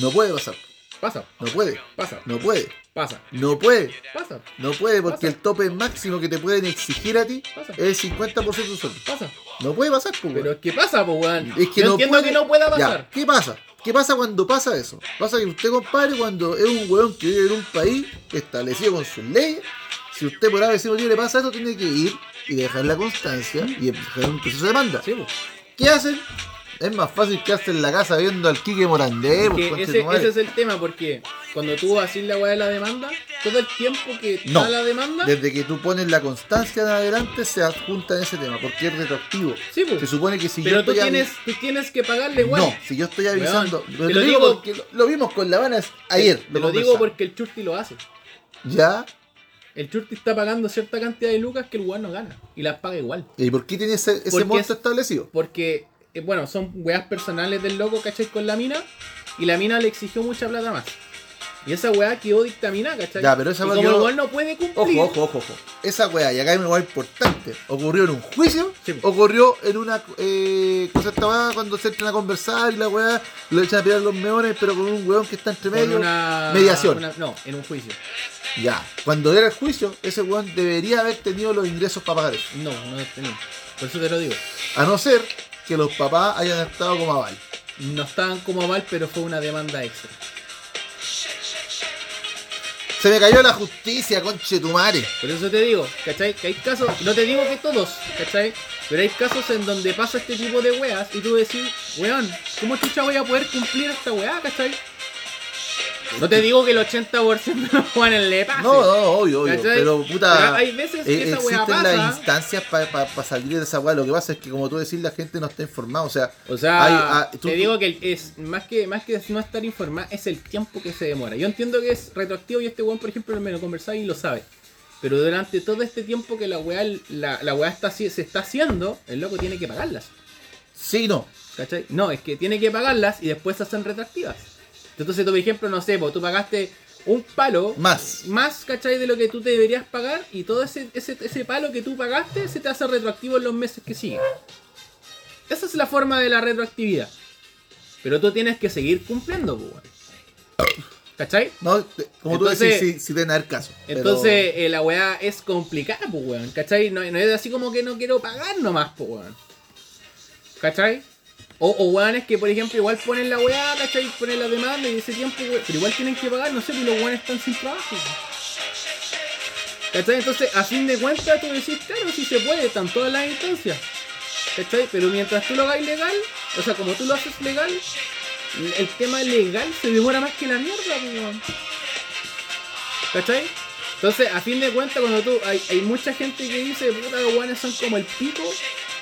Speaker 1: No puede pasar.
Speaker 3: Pasa,
Speaker 1: No puede.
Speaker 3: pasa,
Speaker 1: No puede.
Speaker 3: pasa,
Speaker 1: No puede.
Speaker 3: pasa,
Speaker 1: No puede, porque
Speaker 3: Pasa.
Speaker 1: el tope máximo que te pueden exigir a ti
Speaker 3: Pasa.
Speaker 1: es 50% de tu sueldo.
Speaker 3: pasa.
Speaker 1: No puede pasar, pues.
Speaker 3: Pero
Speaker 1: weón.
Speaker 3: es que pasa, po, weón.
Speaker 1: Es que
Speaker 3: Yo
Speaker 1: no
Speaker 3: entiendo
Speaker 1: puede-
Speaker 3: que no pueda
Speaker 1: Ya,
Speaker 3: pasar.
Speaker 1: ¿Qué pasa? ¿Qué pasa cuando pasa eso? Pasa que usted, compadre, cuando es un weón que vive en un país establecido con sus leyes, si usted por ABC motivo le pasa eso, tiene que ir y dejar la constancia y empezar un proceso de demanda.
Speaker 3: Sí, po.
Speaker 1: ¿Qué hacen? Es más fácil que hacer en la casa viendo al Quique Morandé, pues,
Speaker 3: Que
Speaker 1: conche
Speaker 3: ese,
Speaker 1: tu madre.
Speaker 3: ese es el tema, porque cuando tú haces la weá de la demanda, todo el tiempo que
Speaker 1: No.
Speaker 3: está la demanda,
Speaker 1: Desde que tú pones la constancia en adelante se adjunta en ese tema, porque es retroactivo.
Speaker 3: Sí, pues.
Speaker 1: Se supone que si
Speaker 3: pero
Speaker 1: yo
Speaker 3: tú
Speaker 1: estoy avi-
Speaker 3: tienes, tú tienes que pagarle, weón.
Speaker 1: No, si yo estoy avisando.
Speaker 3: Weón,
Speaker 1: pero
Speaker 3: te
Speaker 1: te
Speaker 3: lo
Speaker 1: digo
Speaker 3: digo-
Speaker 1: porque lo, lo vimos con La Habana ayer.
Speaker 3: Te lo digo
Speaker 1: conversamos.
Speaker 3: porque el Churti lo hace.
Speaker 1: Ya.
Speaker 3: El Churti está pagando cierta cantidad de lucas que el weón no gana. Y las paga igual.
Speaker 1: ¿Y por qué tiene ese, ese
Speaker 3: Porque
Speaker 1: monto
Speaker 3: es-
Speaker 1: establecido?
Speaker 3: Porque, eh, bueno, son weas personales del loco, ¿cachai? Con la mina. Y la mina le exigió mucha plata más. Y esa wea quedó dictaminada, ¿cachai?
Speaker 1: Ya, pero esa
Speaker 3: Y
Speaker 1: wea
Speaker 3: como
Speaker 1: quedó-
Speaker 3: el weón no puede cumplir.
Speaker 1: Ojo, ojo, ojo, ojo. Esa weá, y acá hay una weá importante. Ocurrió en un juicio,
Speaker 3: Sí, po.
Speaker 1: ocurrió en una eh, cosa esta weá cuando se entran a conversar y la weá lo echan a tirar los meones, pero con un weón que está entre
Speaker 3: con
Speaker 1: medio.
Speaker 3: una
Speaker 1: mediación.
Speaker 3: una- no, en un juicio.
Speaker 1: Ya. Cuando era el juicio, ese weón debería haber tenido los ingresos para pagar eso.
Speaker 3: No, no tenía. Por eso te lo digo.
Speaker 1: A no ser que los papás hayan estado como aval.
Speaker 3: No estaban como mal, pero fue una demanda extra.
Speaker 1: Se me cayó la justicia, conche tu madre.
Speaker 3: Por eso te digo, ¿cachai? Que hay casos, no te digo que todos, ¿cachai? Pero hay casos en donde pasa este tipo de weas y tú decís, weón, ¿cómo chucha voy a poder cumplir esta wea, cachai? No te digo que el 80% de los weones le pase.
Speaker 1: No, no, obvio, obvio.
Speaker 3: Ah, ¿Cachai?
Speaker 1: Pero puta.
Speaker 3: Pero hay veces que
Speaker 1: eh,
Speaker 3: esa weá
Speaker 1: existen
Speaker 3: pasa.
Speaker 1: las instancias para salir de esa weá. Lo que pasa es que, como tú decís, la gente no está informada. O sea,
Speaker 3: O sea,
Speaker 1: hay- ah, tú-
Speaker 3: te digo que es más que más que no estar informado, es el tiempo que se demora. Yo entiendo que es retroactivo y este weón, por ejemplo, me lo conversaba y lo sabe. Pero durante todo este tiempo que la weá, la, la weá está, haci- se está haciendo, el loco tiene que pagarlas.
Speaker 1: sí, no.
Speaker 3: ¿Cachai? No, es que tiene que pagarlas y después se hacen retractivas. Entonces, tú, por ejemplo, no sé, vos, tú pagaste un palo
Speaker 1: Más.
Speaker 3: más, ¿cachai? De lo que tú te deberías pagar y todo ese, ese, ese palo que tú pagaste se te hace retroactivo en los meses que siguen. Esa es la forma de la retroactividad. Pero tú tienes que seguir cumpliendo, pues, weón. ¿Cachai?
Speaker 1: No, te- como tú
Speaker 3: Entonces-
Speaker 1: decís, sí, sí deben haber casos. pero-
Speaker 3: Entonces, eh, la weá es complicada, pues, weón. ¿Cachai? No, no es así como que no quiero pagar nomás, pues, weón. ¿Cachai? O, o weones que, por ejemplo, igual ponen la weá, ¿cachai? Ponen la demanda y ese tiempo, weón. Pero igual tienen que pagar, no sé, pues los weones están sin trabajo. weón. ¿Cachai? Entonces, a fin de cuentas, tú decís, claro, si se puede, están todas las instancias. ¿Cachai? Pero mientras tú lo hagas legal, o sea, como tú lo haces legal, el tema legal se demora más que la mierda, pues, weón. ¿Cachai? Entonces, a fin de cuentas, cuando tú. Hay, hay mucha gente que dice, puta, los guanes son como el pico.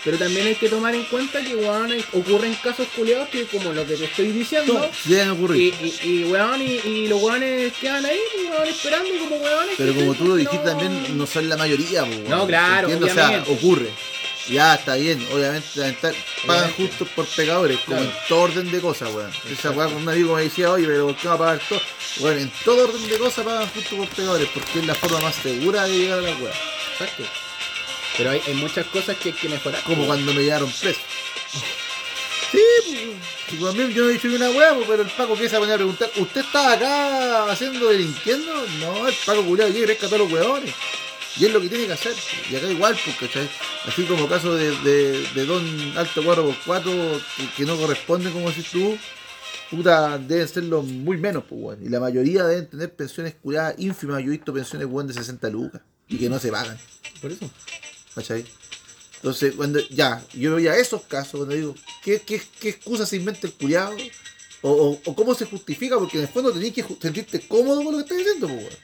Speaker 3: Pero también hay que tomar en cuenta que, weón, hay- ocurren casos culiados que, como lo que te estoy diciendo.
Speaker 1: No, deben ocurrir.
Speaker 3: Y, y, y, weón, y, y los guanes quedan ahí, weón, esperando como weones.
Speaker 1: Pero como tú lo dijiste
Speaker 3: No.
Speaker 1: también, no son la mayoría. po, weón.
Speaker 3: No, claro,
Speaker 1: Entiendo,
Speaker 3: obviamente.
Speaker 1: O sea, ocurre. Ya, está bien, obviamente, lamentar- pagan
Speaker 3: Obviamente.
Speaker 1: justos por pecadores, como
Speaker 3: Claro.
Speaker 1: en todo orden de cosas, weón. Esa weá con un amigo me decía, oye, pero ¿por qué va a pagar todo? Bueno, en todo orden de cosas pagan justos por pecadores, porque es la forma más segura de llegar a la weá.
Speaker 3: Exacto. Pero hay, hay muchas cosas que hay que mejorar. pues,
Speaker 1: Como
Speaker 3: weón.
Speaker 1: cuando me llegaron preso. Sí, pues, y también yo no he dicho ni una weá, pues, pero el Paco empieza a poner a preguntar, ¿usted estaba acá haciendo delinquiendo? No, el Paco culiado llega y pesca a todos los weones. Y es lo que tiene que hacer. pues. Y acá igual, pues, ¿cachai? Así como caso de, de, de Don Alto 4x4 que, que no corresponde, como decís tú, puta, deben serlo muy menos, pues, weón. Y la mayoría deben tener pensiones curadas ínfimas. Yo he visto pensiones, weón, de 60 lucas y que no se pagan.
Speaker 3: Por eso.
Speaker 1: ¿Cachai? Entonces, cuando ya, yo veía esos casos, cuando digo, ¿qué, qué, qué excusa se inventa el culiado? O, o, o cómo se justifica? Porque en el fondo tenías que ju- sentirte cómodo con lo que estás diciendo, pues, weón.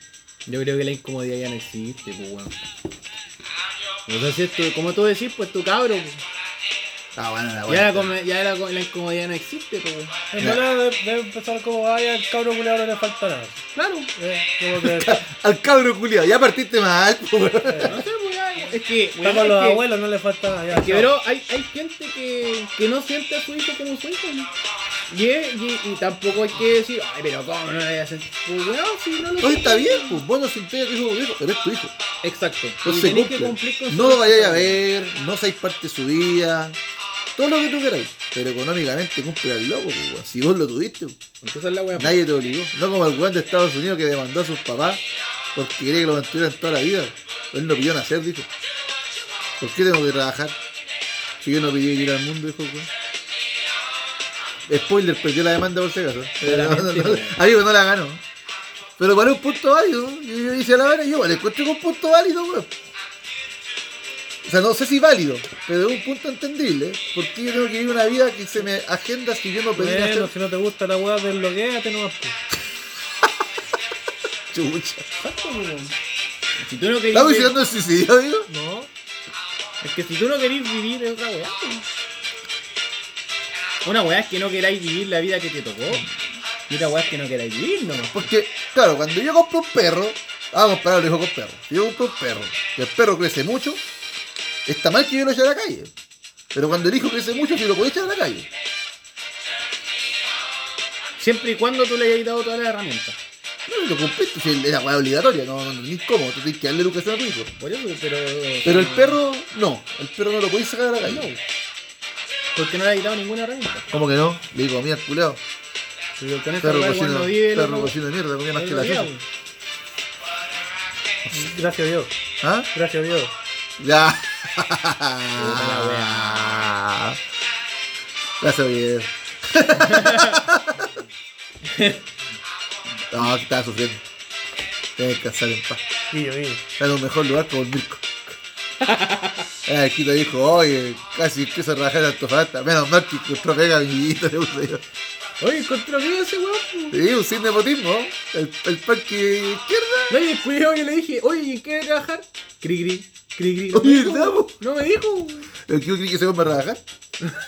Speaker 3: Yo creo que la incomodidad ya no existe, pues, weón. O sea, si esto- como tú decís, pues tu cabro. pues.
Speaker 1: Ah, bueno, la
Speaker 3: Ya,
Speaker 1: weá.
Speaker 3: la, come- ya la, co- la incomodidad no existe, pues, weón.
Speaker 2: En verdad debe, debe empezar como, ay, al cabro culiado no le falta nada.
Speaker 3: Claro.
Speaker 2: Eh, como que
Speaker 1: Al cabro culiado, ya partiste mal, pues, weón.
Speaker 3: No sé, pues, ya, Es que,
Speaker 2: está
Speaker 3: weón,
Speaker 2: con los
Speaker 3: es que-
Speaker 2: abuelos, no le falta nada. ya,
Speaker 3: es que,
Speaker 2: chao.
Speaker 3: bro, hay, hay gente que, que no siente a su hijo como su hijo, ¿no? Y, es- y, y tampoco hay que decir, ay, pero cómo no le voy a hacer. Pues, weón, si no lo
Speaker 1: Entonces está
Speaker 3: siente.
Speaker 1: bien, pues, vos no sentís a tu hijo como hijo, pero es tu hijo.
Speaker 3: Exacto. Y
Speaker 1: Entonces
Speaker 3: tenés que
Speaker 1: cumple.
Speaker 3: cumplir con
Speaker 1: No
Speaker 3: su-
Speaker 1: lo vayáis a ver, no seáis parte de su vida, todo lo que tú queráis. Pero económicamente cumple al loco, pues, weón. Si vos lo tuviste, pues.
Speaker 3: Porque esa es la weá.
Speaker 1: Nadie te obligó. No como el weón de Estados Unidos que demandó a sus papás porque quería que lo mantuvieran toda la vida. Él no pidió nacer, dijo. ¿Por qué tengo que trabajar? Si yo no pedí ir al mundo, dijo el weón. Spoiler, perdió la demanda por si acaso. Eh,
Speaker 3: Claramente,
Speaker 1: No, no, no.
Speaker 3: weón.
Speaker 1: Amigo, no la ganó. Pero vale un punto válido. Yo, yo hice la vara y yo le encuentro con un punto válido, weón. sea, no sé si válido, pero es un punto entendible. Porque yo tengo que vivir una vida que se me agenda pues, si yo no pedí
Speaker 2: Bueno,
Speaker 1: hacer
Speaker 2: si no te gusta la weá, desbloqueate nomás. pues.
Speaker 1: chucha.
Speaker 3: Exacto, weón. pues. Si tú no querís
Speaker 1: ¿Estamos
Speaker 3: vivir,
Speaker 1: diciendo el suicidio, amigo?
Speaker 2: No.
Speaker 3: es que si tú no querís vivir es otra weá. weón. Una weá es que no queráis vivir la vida que te tocó. Y otra weá es que no queráis vivir nomás.
Speaker 1: Porque, claro, cuando yo compro un perro, ah, vamos a comparar el hijo con perro. Si yo compro un perro y el perro crece mucho, está mal que yo lo eche a la calle. Pero cuando el hijo crece mucho, si lo puedo echar a la calle.
Speaker 3: Siempre y cuando tú le hayas dado todas las herramientas.
Speaker 1: No, lo cumpliste, si es la weá obligatoria, no, no, ni cómo, tú tienes que darle educación a tu hijo.
Speaker 3: Por eso, pero.
Speaker 1: Pero el perro, no, el perro no lo podéis sacar a la calle.
Speaker 3: Porque no le hayas dado ninguna herramienta.
Speaker 1: ¿Cómo que no? Le digo, mira, culeado.
Speaker 3: Pero con esa
Speaker 1: Perro
Speaker 3: weá igual
Speaker 1: cocino,
Speaker 3: no vive.
Speaker 1: perro
Speaker 3: loco.
Speaker 1: cocino de mierda, comía más
Speaker 3: Ahí
Speaker 1: que
Speaker 3: lo
Speaker 1: la
Speaker 3: lleva,
Speaker 1: chucha.
Speaker 3: weón.
Speaker 2: Gracias a Dios.
Speaker 1: ¿Ah?
Speaker 2: Gracias a Dios.
Speaker 1: Ya.
Speaker 3: la
Speaker 1: Gracias, bien. no, que estaba sufriendo. Tienes que descansar en paz.
Speaker 2: Guillo, guillo.
Speaker 1: Era un mejor lugar como el Mirko. Eh, El Quito dijo, oye, casi empiezo a trabajar en Antofagasta. Menos mal que encontró pega amiguito, le puso yo.
Speaker 3: Oye, encontró que ese weón. po.
Speaker 1: Sí, un sin nepotismo. El, el parque izquierda.
Speaker 3: No, y el culiao yo le dije, oye, ¿y en qué voy a trabajar? Cri cri, cri cri.
Speaker 1: Oye, ¿verdad, po?
Speaker 3: No me dijo.
Speaker 1: El que yo creí que se va a trabajar.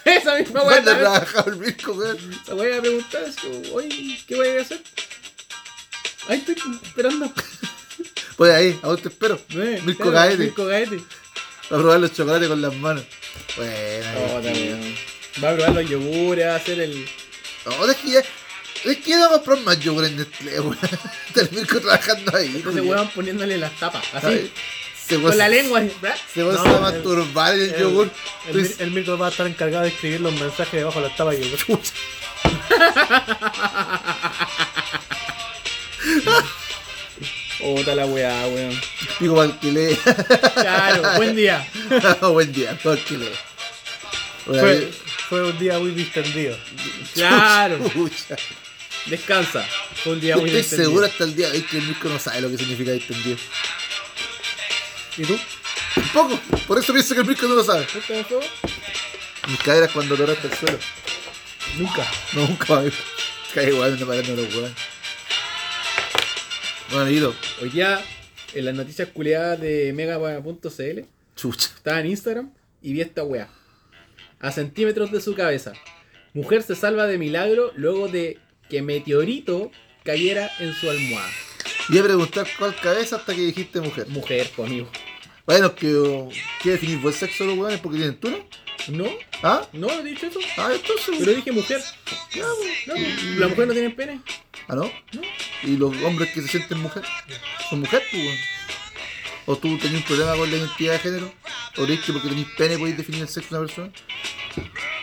Speaker 3: Esa misma
Speaker 1: ¿Dónde
Speaker 3: weá.
Speaker 1: ha
Speaker 3: también.
Speaker 1: trabajado el Mirko, weón?
Speaker 3: Esa weá me preguntaba, así como, oye, ¿qué voy a hacer? Ahí estoy esperando.
Speaker 1: Pues ahí, a vos te espero.
Speaker 3: Eh,
Speaker 1: Mirko
Speaker 3: claro,
Speaker 1: Gaete.
Speaker 3: Mirko Gaete.
Speaker 1: Va a probar los chocolates con las manos. Bueno.
Speaker 3: Otra weá. Oh, Va a probar los yogures, va a hacer el.
Speaker 1: No, es que Oh, ya. Es que iba a comprar más yogur en Nestlé, weón. Terminar trabajando ahí.
Speaker 3: Ese
Speaker 1: weón.
Speaker 3: weón poniéndole las tapas.
Speaker 1: Oh, Ay, pues.
Speaker 3: Así.
Speaker 1: Se
Speaker 3: Con la
Speaker 1: va-
Speaker 3: lengua. así, ¿verdad?
Speaker 1: Se va
Speaker 2: No,
Speaker 1: a
Speaker 2: el-
Speaker 1: masturbar el,
Speaker 2: El,
Speaker 1: yogur. Pues,
Speaker 2: el, Mir- el Mirko va a estar encargado de escribir los mensajes debajo de la tapa y el
Speaker 3: Otra Oh, la weá, weón.
Speaker 1: Pico para el que lee.
Speaker 3: Claro, buen día.
Speaker 1: Buen día, para el que lee. Bueno,
Speaker 2: Fue,
Speaker 1: ahí-
Speaker 2: fue un día muy distendido.
Speaker 3: Claro.
Speaker 1: Chucha.
Speaker 3: Descansa. Fue un día
Speaker 1: Yo
Speaker 3: muy
Speaker 1: Estoy
Speaker 3: distendido.
Speaker 1: seguro hasta el día de hoy que el Mirko no sabe lo que significa distendido.
Speaker 2: ¿Y tú?
Speaker 1: Tampoco, por eso pienso que el Mirko no lo sabe.
Speaker 3: ¿Esto me fue?
Speaker 1: Mis caderas cuando lo hasta el suelo.
Speaker 2: Nunca.
Speaker 1: No, nunca me cae igual, me está parando los huevos. Bueno, amiguito,
Speaker 3: Hoy día, en las noticias culiadas de mega.cl,
Speaker 1: chucha.
Speaker 3: estaba en Instagram y vi esta weá. A centímetros de su cabeza. Mujer se salva de milagro luego de que meteorito cayera en su almohada.
Speaker 1: Iba a preguntar cuál cabeza hasta que dijiste mujer.
Speaker 3: Mujer, pues amigo.
Speaker 1: Bueno, que oh, quiere definir buen sexo los huevones porque tienen tuna.
Speaker 3: No,
Speaker 1: ¿Ah?
Speaker 3: no, no he dicho eso.
Speaker 1: Ah, entonces.
Speaker 3: Pero dije mujer.
Speaker 1: ya, pues.
Speaker 3: No, pues, la mujer no tiene pene.
Speaker 1: ¿Ah, no? ¿Y los hombres que se sienten mujer? ¿Son mujer, pues, weón? ¿O tú tenés un problema con la identidad de género? ¿O crees que porque tenés pene podéis definir el sexo de una persona?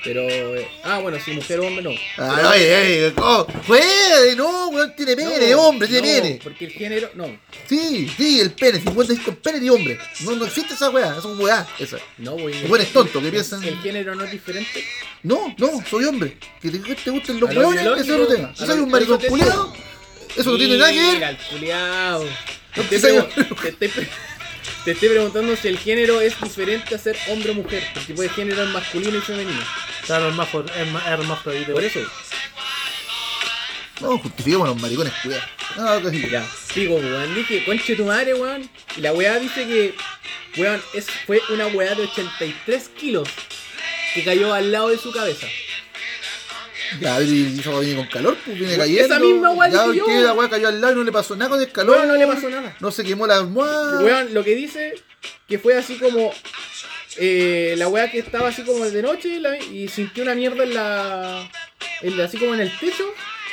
Speaker 3: Pero, eh, ah, bueno, si mujer o hombre, no.
Speaker 1: Ah, oye, oye, ¿cómo? ¡Puede! No, weón, tiene pene,
Speaker 3: No,
Speaker 1: hombre, tiene
Speaker 3: no,
Speaker 1: pene.
Speaker 3: Porque el género, no.
Speaker 1: Sí, sí, el pene, 50 con pene de hombre. No, no existe esa weá, es un weá esa.
Speaker 3: No, voy
Speaker 1: Los buenos tontos, ¿qué piensan?
Speaker 3: El género no es diferente.
Speaker 1: No, no, soy hombre. Que te, que te gusten los
Speaker 3: A lo
Speaker 1: weones, ese es
Speaker 3: biológico,
Speaker 1: otro tema.
Speaker 3: a
Speaker 1: Si
Speaker 3: lo-
Speaker 1: soy un
Speaker 3: a
Speaker 1: maricón
Speaker 3: lo que te-
Speaker 1: culiado, eso no tiene nada que
Speaker 3: Mira,
Speaker 1: ver.
Speaker 3: el culiao.
Speaker 1: No
Speaker 3: Te,
Speaker 1: te
Speaker 3: estoy
Speaker 1: sé,
Speaker 3: pregu- te estoy pre- te estoy preguntando si el género es diferente a ser hombre o mujer. El tipo de género es masculino y femenino.
Speaker 2: Claro, es más por- es más, es más prohibido.
Speaker 3: Por eso,
Speaker 1: No, justifiquemos a los maricones, cuidado. No, no, que sí.
Speaker 3: ya, digo, weón, dije, conche tu madre, weón. Y la weá dice que, weón, es, fue una weá de 83 kilos que cayó al lado de su cabeza.
Speaker 1: Ya, y esa weá viene con calor, pues viene cayendo.
Speaker 3: Esa misma weá
Speaker 1: Ya,
Speaker 3: dije yo.
Speaker 1: que la weá cayó al lado y no le pasó nada con el calor.
Speaker 3: Weón, no le pasó nada.
Speaker 1: No se quemó la almohada.
Speaker 3: Weón, lo que dice que fue así como eh, la weá que estaba así como de noche la- y sintió una mierda en la. en la- así como en el techo.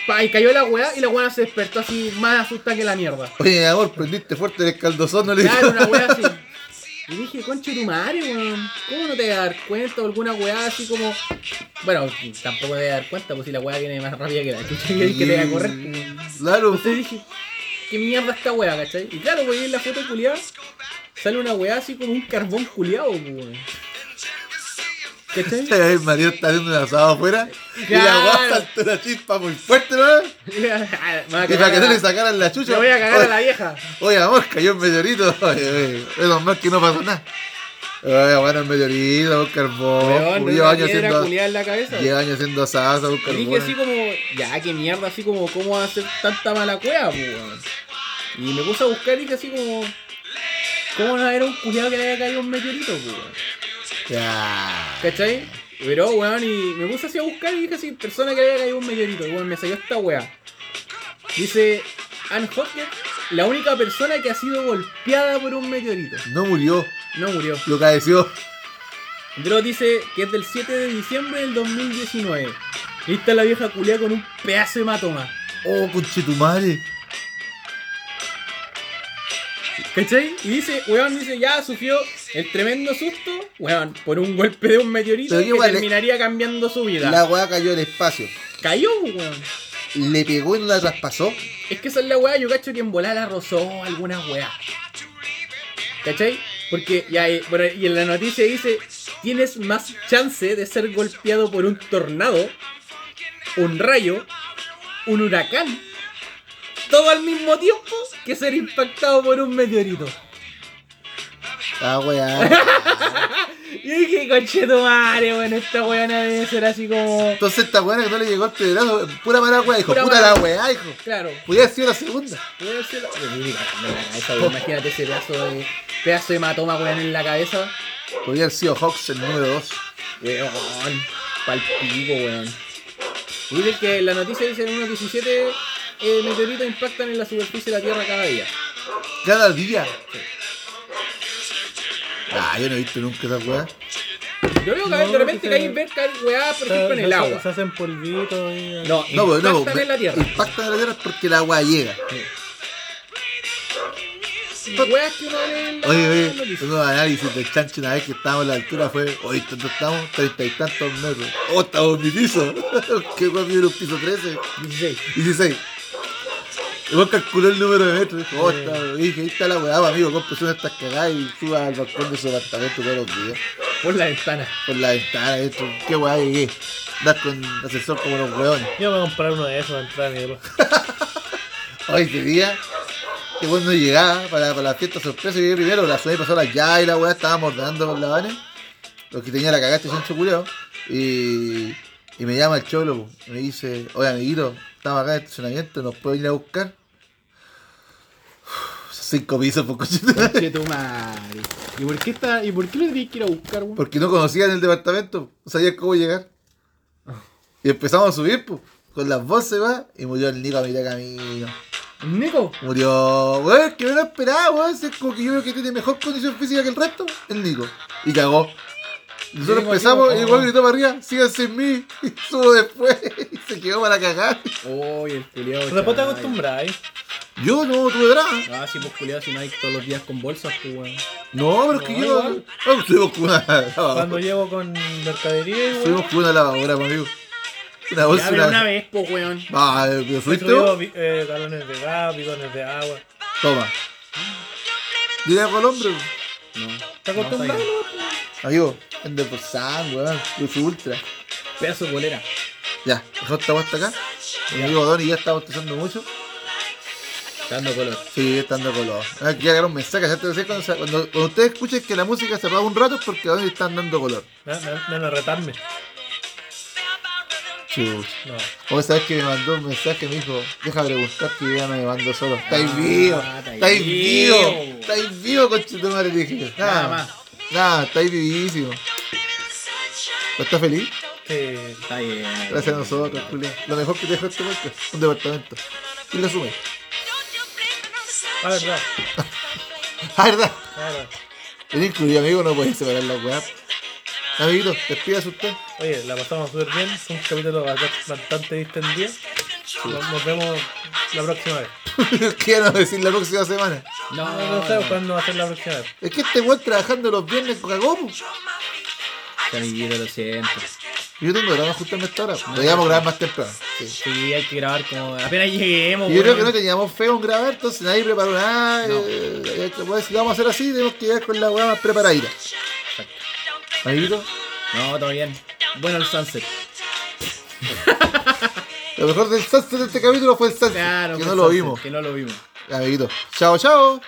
Speaker 3: Pa, y cayó la weá y la weá se despertó así más asustada que la mierda.
Speaker 1: Oye, mi amor, prendiste fuerte el escaldozón, no le dijo.
Speaker 3: Claro, una weá así. Y dije, conche tu madre, weón. ¿Cómo no te vas a dar cuenta o alguna weá así como. Bueno, tampoco te vas a dar cuenta, pues si la weá viene más rápida que la chucha que que te va a correr.
Speaker 1: Claro.
Speaker 3: Entonces dije, ¿qué mierda esta weá, cachai? Y claro, weón, en la foto culiada sale una weá así como un carbón culiado, pues, weón. ¿Cachai?
Speaker 1: El marido está haciendo un asado afuera y la
Speaker 3: Claro.
Speaker 1: weá saltó una chispa muy fuerte, ¿no?
Speaker 3: Me va a
Speaker 1: Y para
Speaker 3: cagar
Speaker 1: que
Speaker 3: a
Speaker 1: no le
Speaker 3: la-
Speaker 1: sacaran la chucha.
Speaker 3: me voy a cagar a
Speaker 1: Oye,
Speaker 3: la vieja.
Speaker 1: Oye, amor, cayó un meteorito. Oye, oye, menos mal que no pasó nada. Ay, bueno, el meteorito, a buscar
Speaker 3: Weón,
Speaker 1: carbón.
Speaker 3: no
Speaker 1: Lleva
Speaker 3: una
Speaker 1: años
Speaker 3: piedra
Speaker 1: haciendo.
Speaker 3: culiada en la cabeza.
Speaker 1: Lleva años haciendo asas a buscar
Speaker 3: Y dije pues. así
Speaker 1: carbón.
Speaker 3: como, ya, qué mierda, así como, ¿cómo va a hacer tanta mala cueva, po, weón? Y me puse a buscar y dije así como, ¿cómo no era un culiado que le había caído un meteorito, po, weón?
Speaker 1: Ya.
Speaker 3: ¿Cachai? Pero, weón, y me puse así a buscar y dije así, persona que le había caído un meteorito, weón, me salió esta weá. Dice, Ann Hopkins, la única persona que ha sido golpeada por un meteorito.
Speaker 1: No murió,
Speaker 3: No murió.
Speaker 1: lo caeció.
Speaker 3: Dross dice que es del 7 de diciembre del 2019. Y está la vieja culia con un pedazo de matoma.
Speaker 1: Oh, conchetumare.
Speaker 3: ¿Cachai? Y dice, weón, dice, ya sufrió el tremendo susto, weón, por un golpe de un meteorito
Speaker 1: Pero
Speaker 3: que
Speaker 1: que igual, eh,
Speaker 3: terminaría cambiando su vida.
Speaker 1: La weá cayó al espacio.
Speaker 3: Cayó, weón.
Speaker 1: Le pegó y no la traspasó.
Speaker 3: Es que esa es la weá, yo cacho que en volada la rozó alguna weá. ¿Cachai? Porque, ya, eh, bueno, y en la noticia dice, tienes más chance de ser golpeado por un tornado, un rayo, un huracán, todo al mismo tiempo que ser impactado por un meteorito.
Speaker 1: La weá.
Speaker 3: Y dije, conchetumare, bueno, esta weá debe ser así como...
Speaker 1: Entonces esta weá que no le llegó el pedazo. Pura mala weá, hijo.
Speaker 3: Pura
Speaker 1: Puta
Speaker 3: mala
Speaker 1: la weá, hijo.
Speaker 3: Claro,
Speaker 1: Podría haber sido la segunda.
Speaker 3: Puede ser la- Uy, mira, mira, esa, weón, Imagínate ese pedazo de, pedazo de hematoma, weón, en la cabeza.
Speaker 1: Podría haber sido Hawks el número 2.
Speaker 3: Weón, palpico, weón. Dice que la noticia dice en unos 17 eh, meteoritos impactan en la superficie de la Tierra cada día.
Speaker 1: Cada día. Ah, yo no he visto nunca esa weá.
Speaker 3: Yo veo que a veces
Speaker 2: No,
Speaker 3: de
Speaker 2: porque-
Speaker 3: repente caen ver caer weá, por ejemplo, en el agua.
Speaker 2: Se hacen polvitos y.
Speaker 3: No,
Speaker 1: No, pues, no,
Speaker 3: impactan
Speaker 1: pues,
Speaker 3: en la Tierra.
Speaker 1: Impactan en la tierra porque la agua llega.
Speaker 3: Weas que uno ve en la
Speaker 1: Oye,
Speaker 3: en la
Speaker 1: oye,
Speaker 3: noticia.
Speaker 1: unos análisis del chancho una vez que estábamos a la altura fue, oye, ¿cuánto estamos? Treinta y tantos metros. Oh, estamos en mi piso. Qué guapo era un piso 13.
Speaker 3: 16.
Speaker 1: 16. Y vos calculó el número de metros. Dijo, oh, está- dije, ahí está la weá, pues, amigo, compre una de estas cagadas y suba al balcón de su apartamento todos los días.
Speaker 3: Por la ventana.
Speaker 1: Por la ventana, esto. Qué weá llegué. Andar con asesor como los weones.
Speaker 2: Yo me voy a comprar uno de esos para entrar en el.
Speaker 1: Hoy ese día, que cuando llegaba para, para la fiesta sorpresa, llegué primero, la suave pasó la ya y la weá estábamos dando por la vane. Los que tenía la cagada este Sancho Culeo. Y, y me llama el cholo, po, y me dice, oye amiguito, estamos acá en el estacionamiento, nos puedo ir a buscar. Cinco pisos por coche.
Speaker 3: Chetumare. ¿Y por qué está, y por qué lo tenías que ir a buscar, weón?
Speaker 1: Porque no conocían el departamento, no sabían cómo llegar. Y empezamos a subir, pues, con las voces va, y murió el Nico a mitad de camino.
Speaker 3: Nico.
Speaker 1: Murió, weón, que me lo esperaba, weón. si Es como que yo creo que tiene mejor condición física que el resto, el Nico. Y cagó. Nosotros
Speaker 3: Nico,
Speaker 1: empezamos
Speaker 3: Nico,
Speaker 1: y el
Speaker 3: cagó.
Speaker 1: weón gritó para arriba, sigan sin mí. Y subo después y se quedó para cagar.
Speaker 3: Oye, el culiado.
Speaker 2: Después te acostumbras, ¿eh?
Speaker 1: Yo no tuve drama.
Speaker 3: Ah, sí, pues culiado, si no hay todos los días con bolsas, pues, weón.
Speaker 1: No, pero es que
Speaker 2: No,
Speaker 1: yo.
Speaker 2: igual.
Speaker 1: Ah, Subimos con una lavadora.
Speaker 2: Cuando llego con mercadería, güey.
Speaker 1: Subimos con una lavadora, mi amigo. Una bolsa.
Speaker 3: Ya, pero
Speaker 1: Una...
Speaker 3: una vez, pues, weón.
Speaker 1: Ah, ¿pero
Speaker 2: He
Speaker 1: subiste
Speaker 2: subido,
Speaker 1: vos?
Speaker 2: vi- eh, galones de gas, bidones de agua.
Speaker 1: Toma. Dile algo al hombre, weón.
Speaker 2: ¿Te acostumbras?
Speaker 3: No,
Speaker 1: amigo. Ande por San, weón. Cruz Ultra.
Speaker 3: Pedazo de bolera.
Speaker 1: Ya, dejó esta hasta acá. Mi amigo Donny ya está bostezando mucho.
Speaker 3: Dando color.
Speaker 1: Sí, estando color. Ah, Aquí llegaron un mensaje, ya te decía, cuando, se- cuando- cuando ustedes escuchen que la música se apaga un rato es porque ahora están dando color.
Speaker 2: No, no, no, no, retarme.
Speaker 1: Chuch.
Speaker 2: No.
Speaker 1: Vos sabés que me mandó un mensaje, me dijo, deja preguntar que yo ya me mando solo. Estáis vivo, estáis vivo,
Speaker 3: vivo.
Speaker 1: estáis vivo, conchetumare, le dije. Nada,
Speaker 3: Nada
Speaker 1: más.
Speaker 3: más.
Speaker 1: Nada, estáis vivísimo. ¿No ¿Estás feliz?
Speaker 2: Que
Speaker 3: Está bien.
Speaker 1: Gracias a nosotros, Julián. Lo mejor que te dejó este podcast, un departamento. ¿Quién lo asume?
Speaker 2: Ah, verdad.
Speaker 1: Ah, verdad.
Speaker 2: Ah, verdad.
Speaker 1: El incluido, amigo, no podéis separar la weá. Amiguito, despídase usted.
Speaker 2: Oye, la pasamos súper bien. Fue un capítulo bastante, bastante distendido. Nos, nos vemos la próxima vez.
Speaker 1: Quiero decir la próxima semana.
Speaker 3: No,
Speaker 2: No,
Speaker 1: Ah,
Speaker 2: no sé cuándo va a ser la próxima vez.
Speaker 1: Es que este weón trabajando los viernes cagó, po.
Speaker 3: Amiguito, lo siento.
Speaker 1: Yo tengo drama justamente hasta ahora. Podríamos grabar más temprano. Sí.
Speaker 3: Sí, hay que grabar como. Apenas lleguemos,
Speaker 1: Y yo creo que
Speaker 3: weón.
Speaker 1: no teníamos feo en grabar, entonces nadie preparó nada. eh, eh, pues, si lo vamos a hacer así, tenemos que llegar con la weá más preparadita. Amiguito,
Speaker 3: No, todo bien. Bueno, el sunset.
Speaker 1: lo mejor del sunset de este capítulo fue el sunset,
Speaker 3: Claro,
Speaker 1: que
Speaker 3: fue
Speaker 1: no
Speaker 3: el
Speaker 1: lo
Speaker 3: sunset,
Speaker 1: vimos.
Speaker 3: Que no lo vimos.
Speaker 1: Amiguito, chao, chao.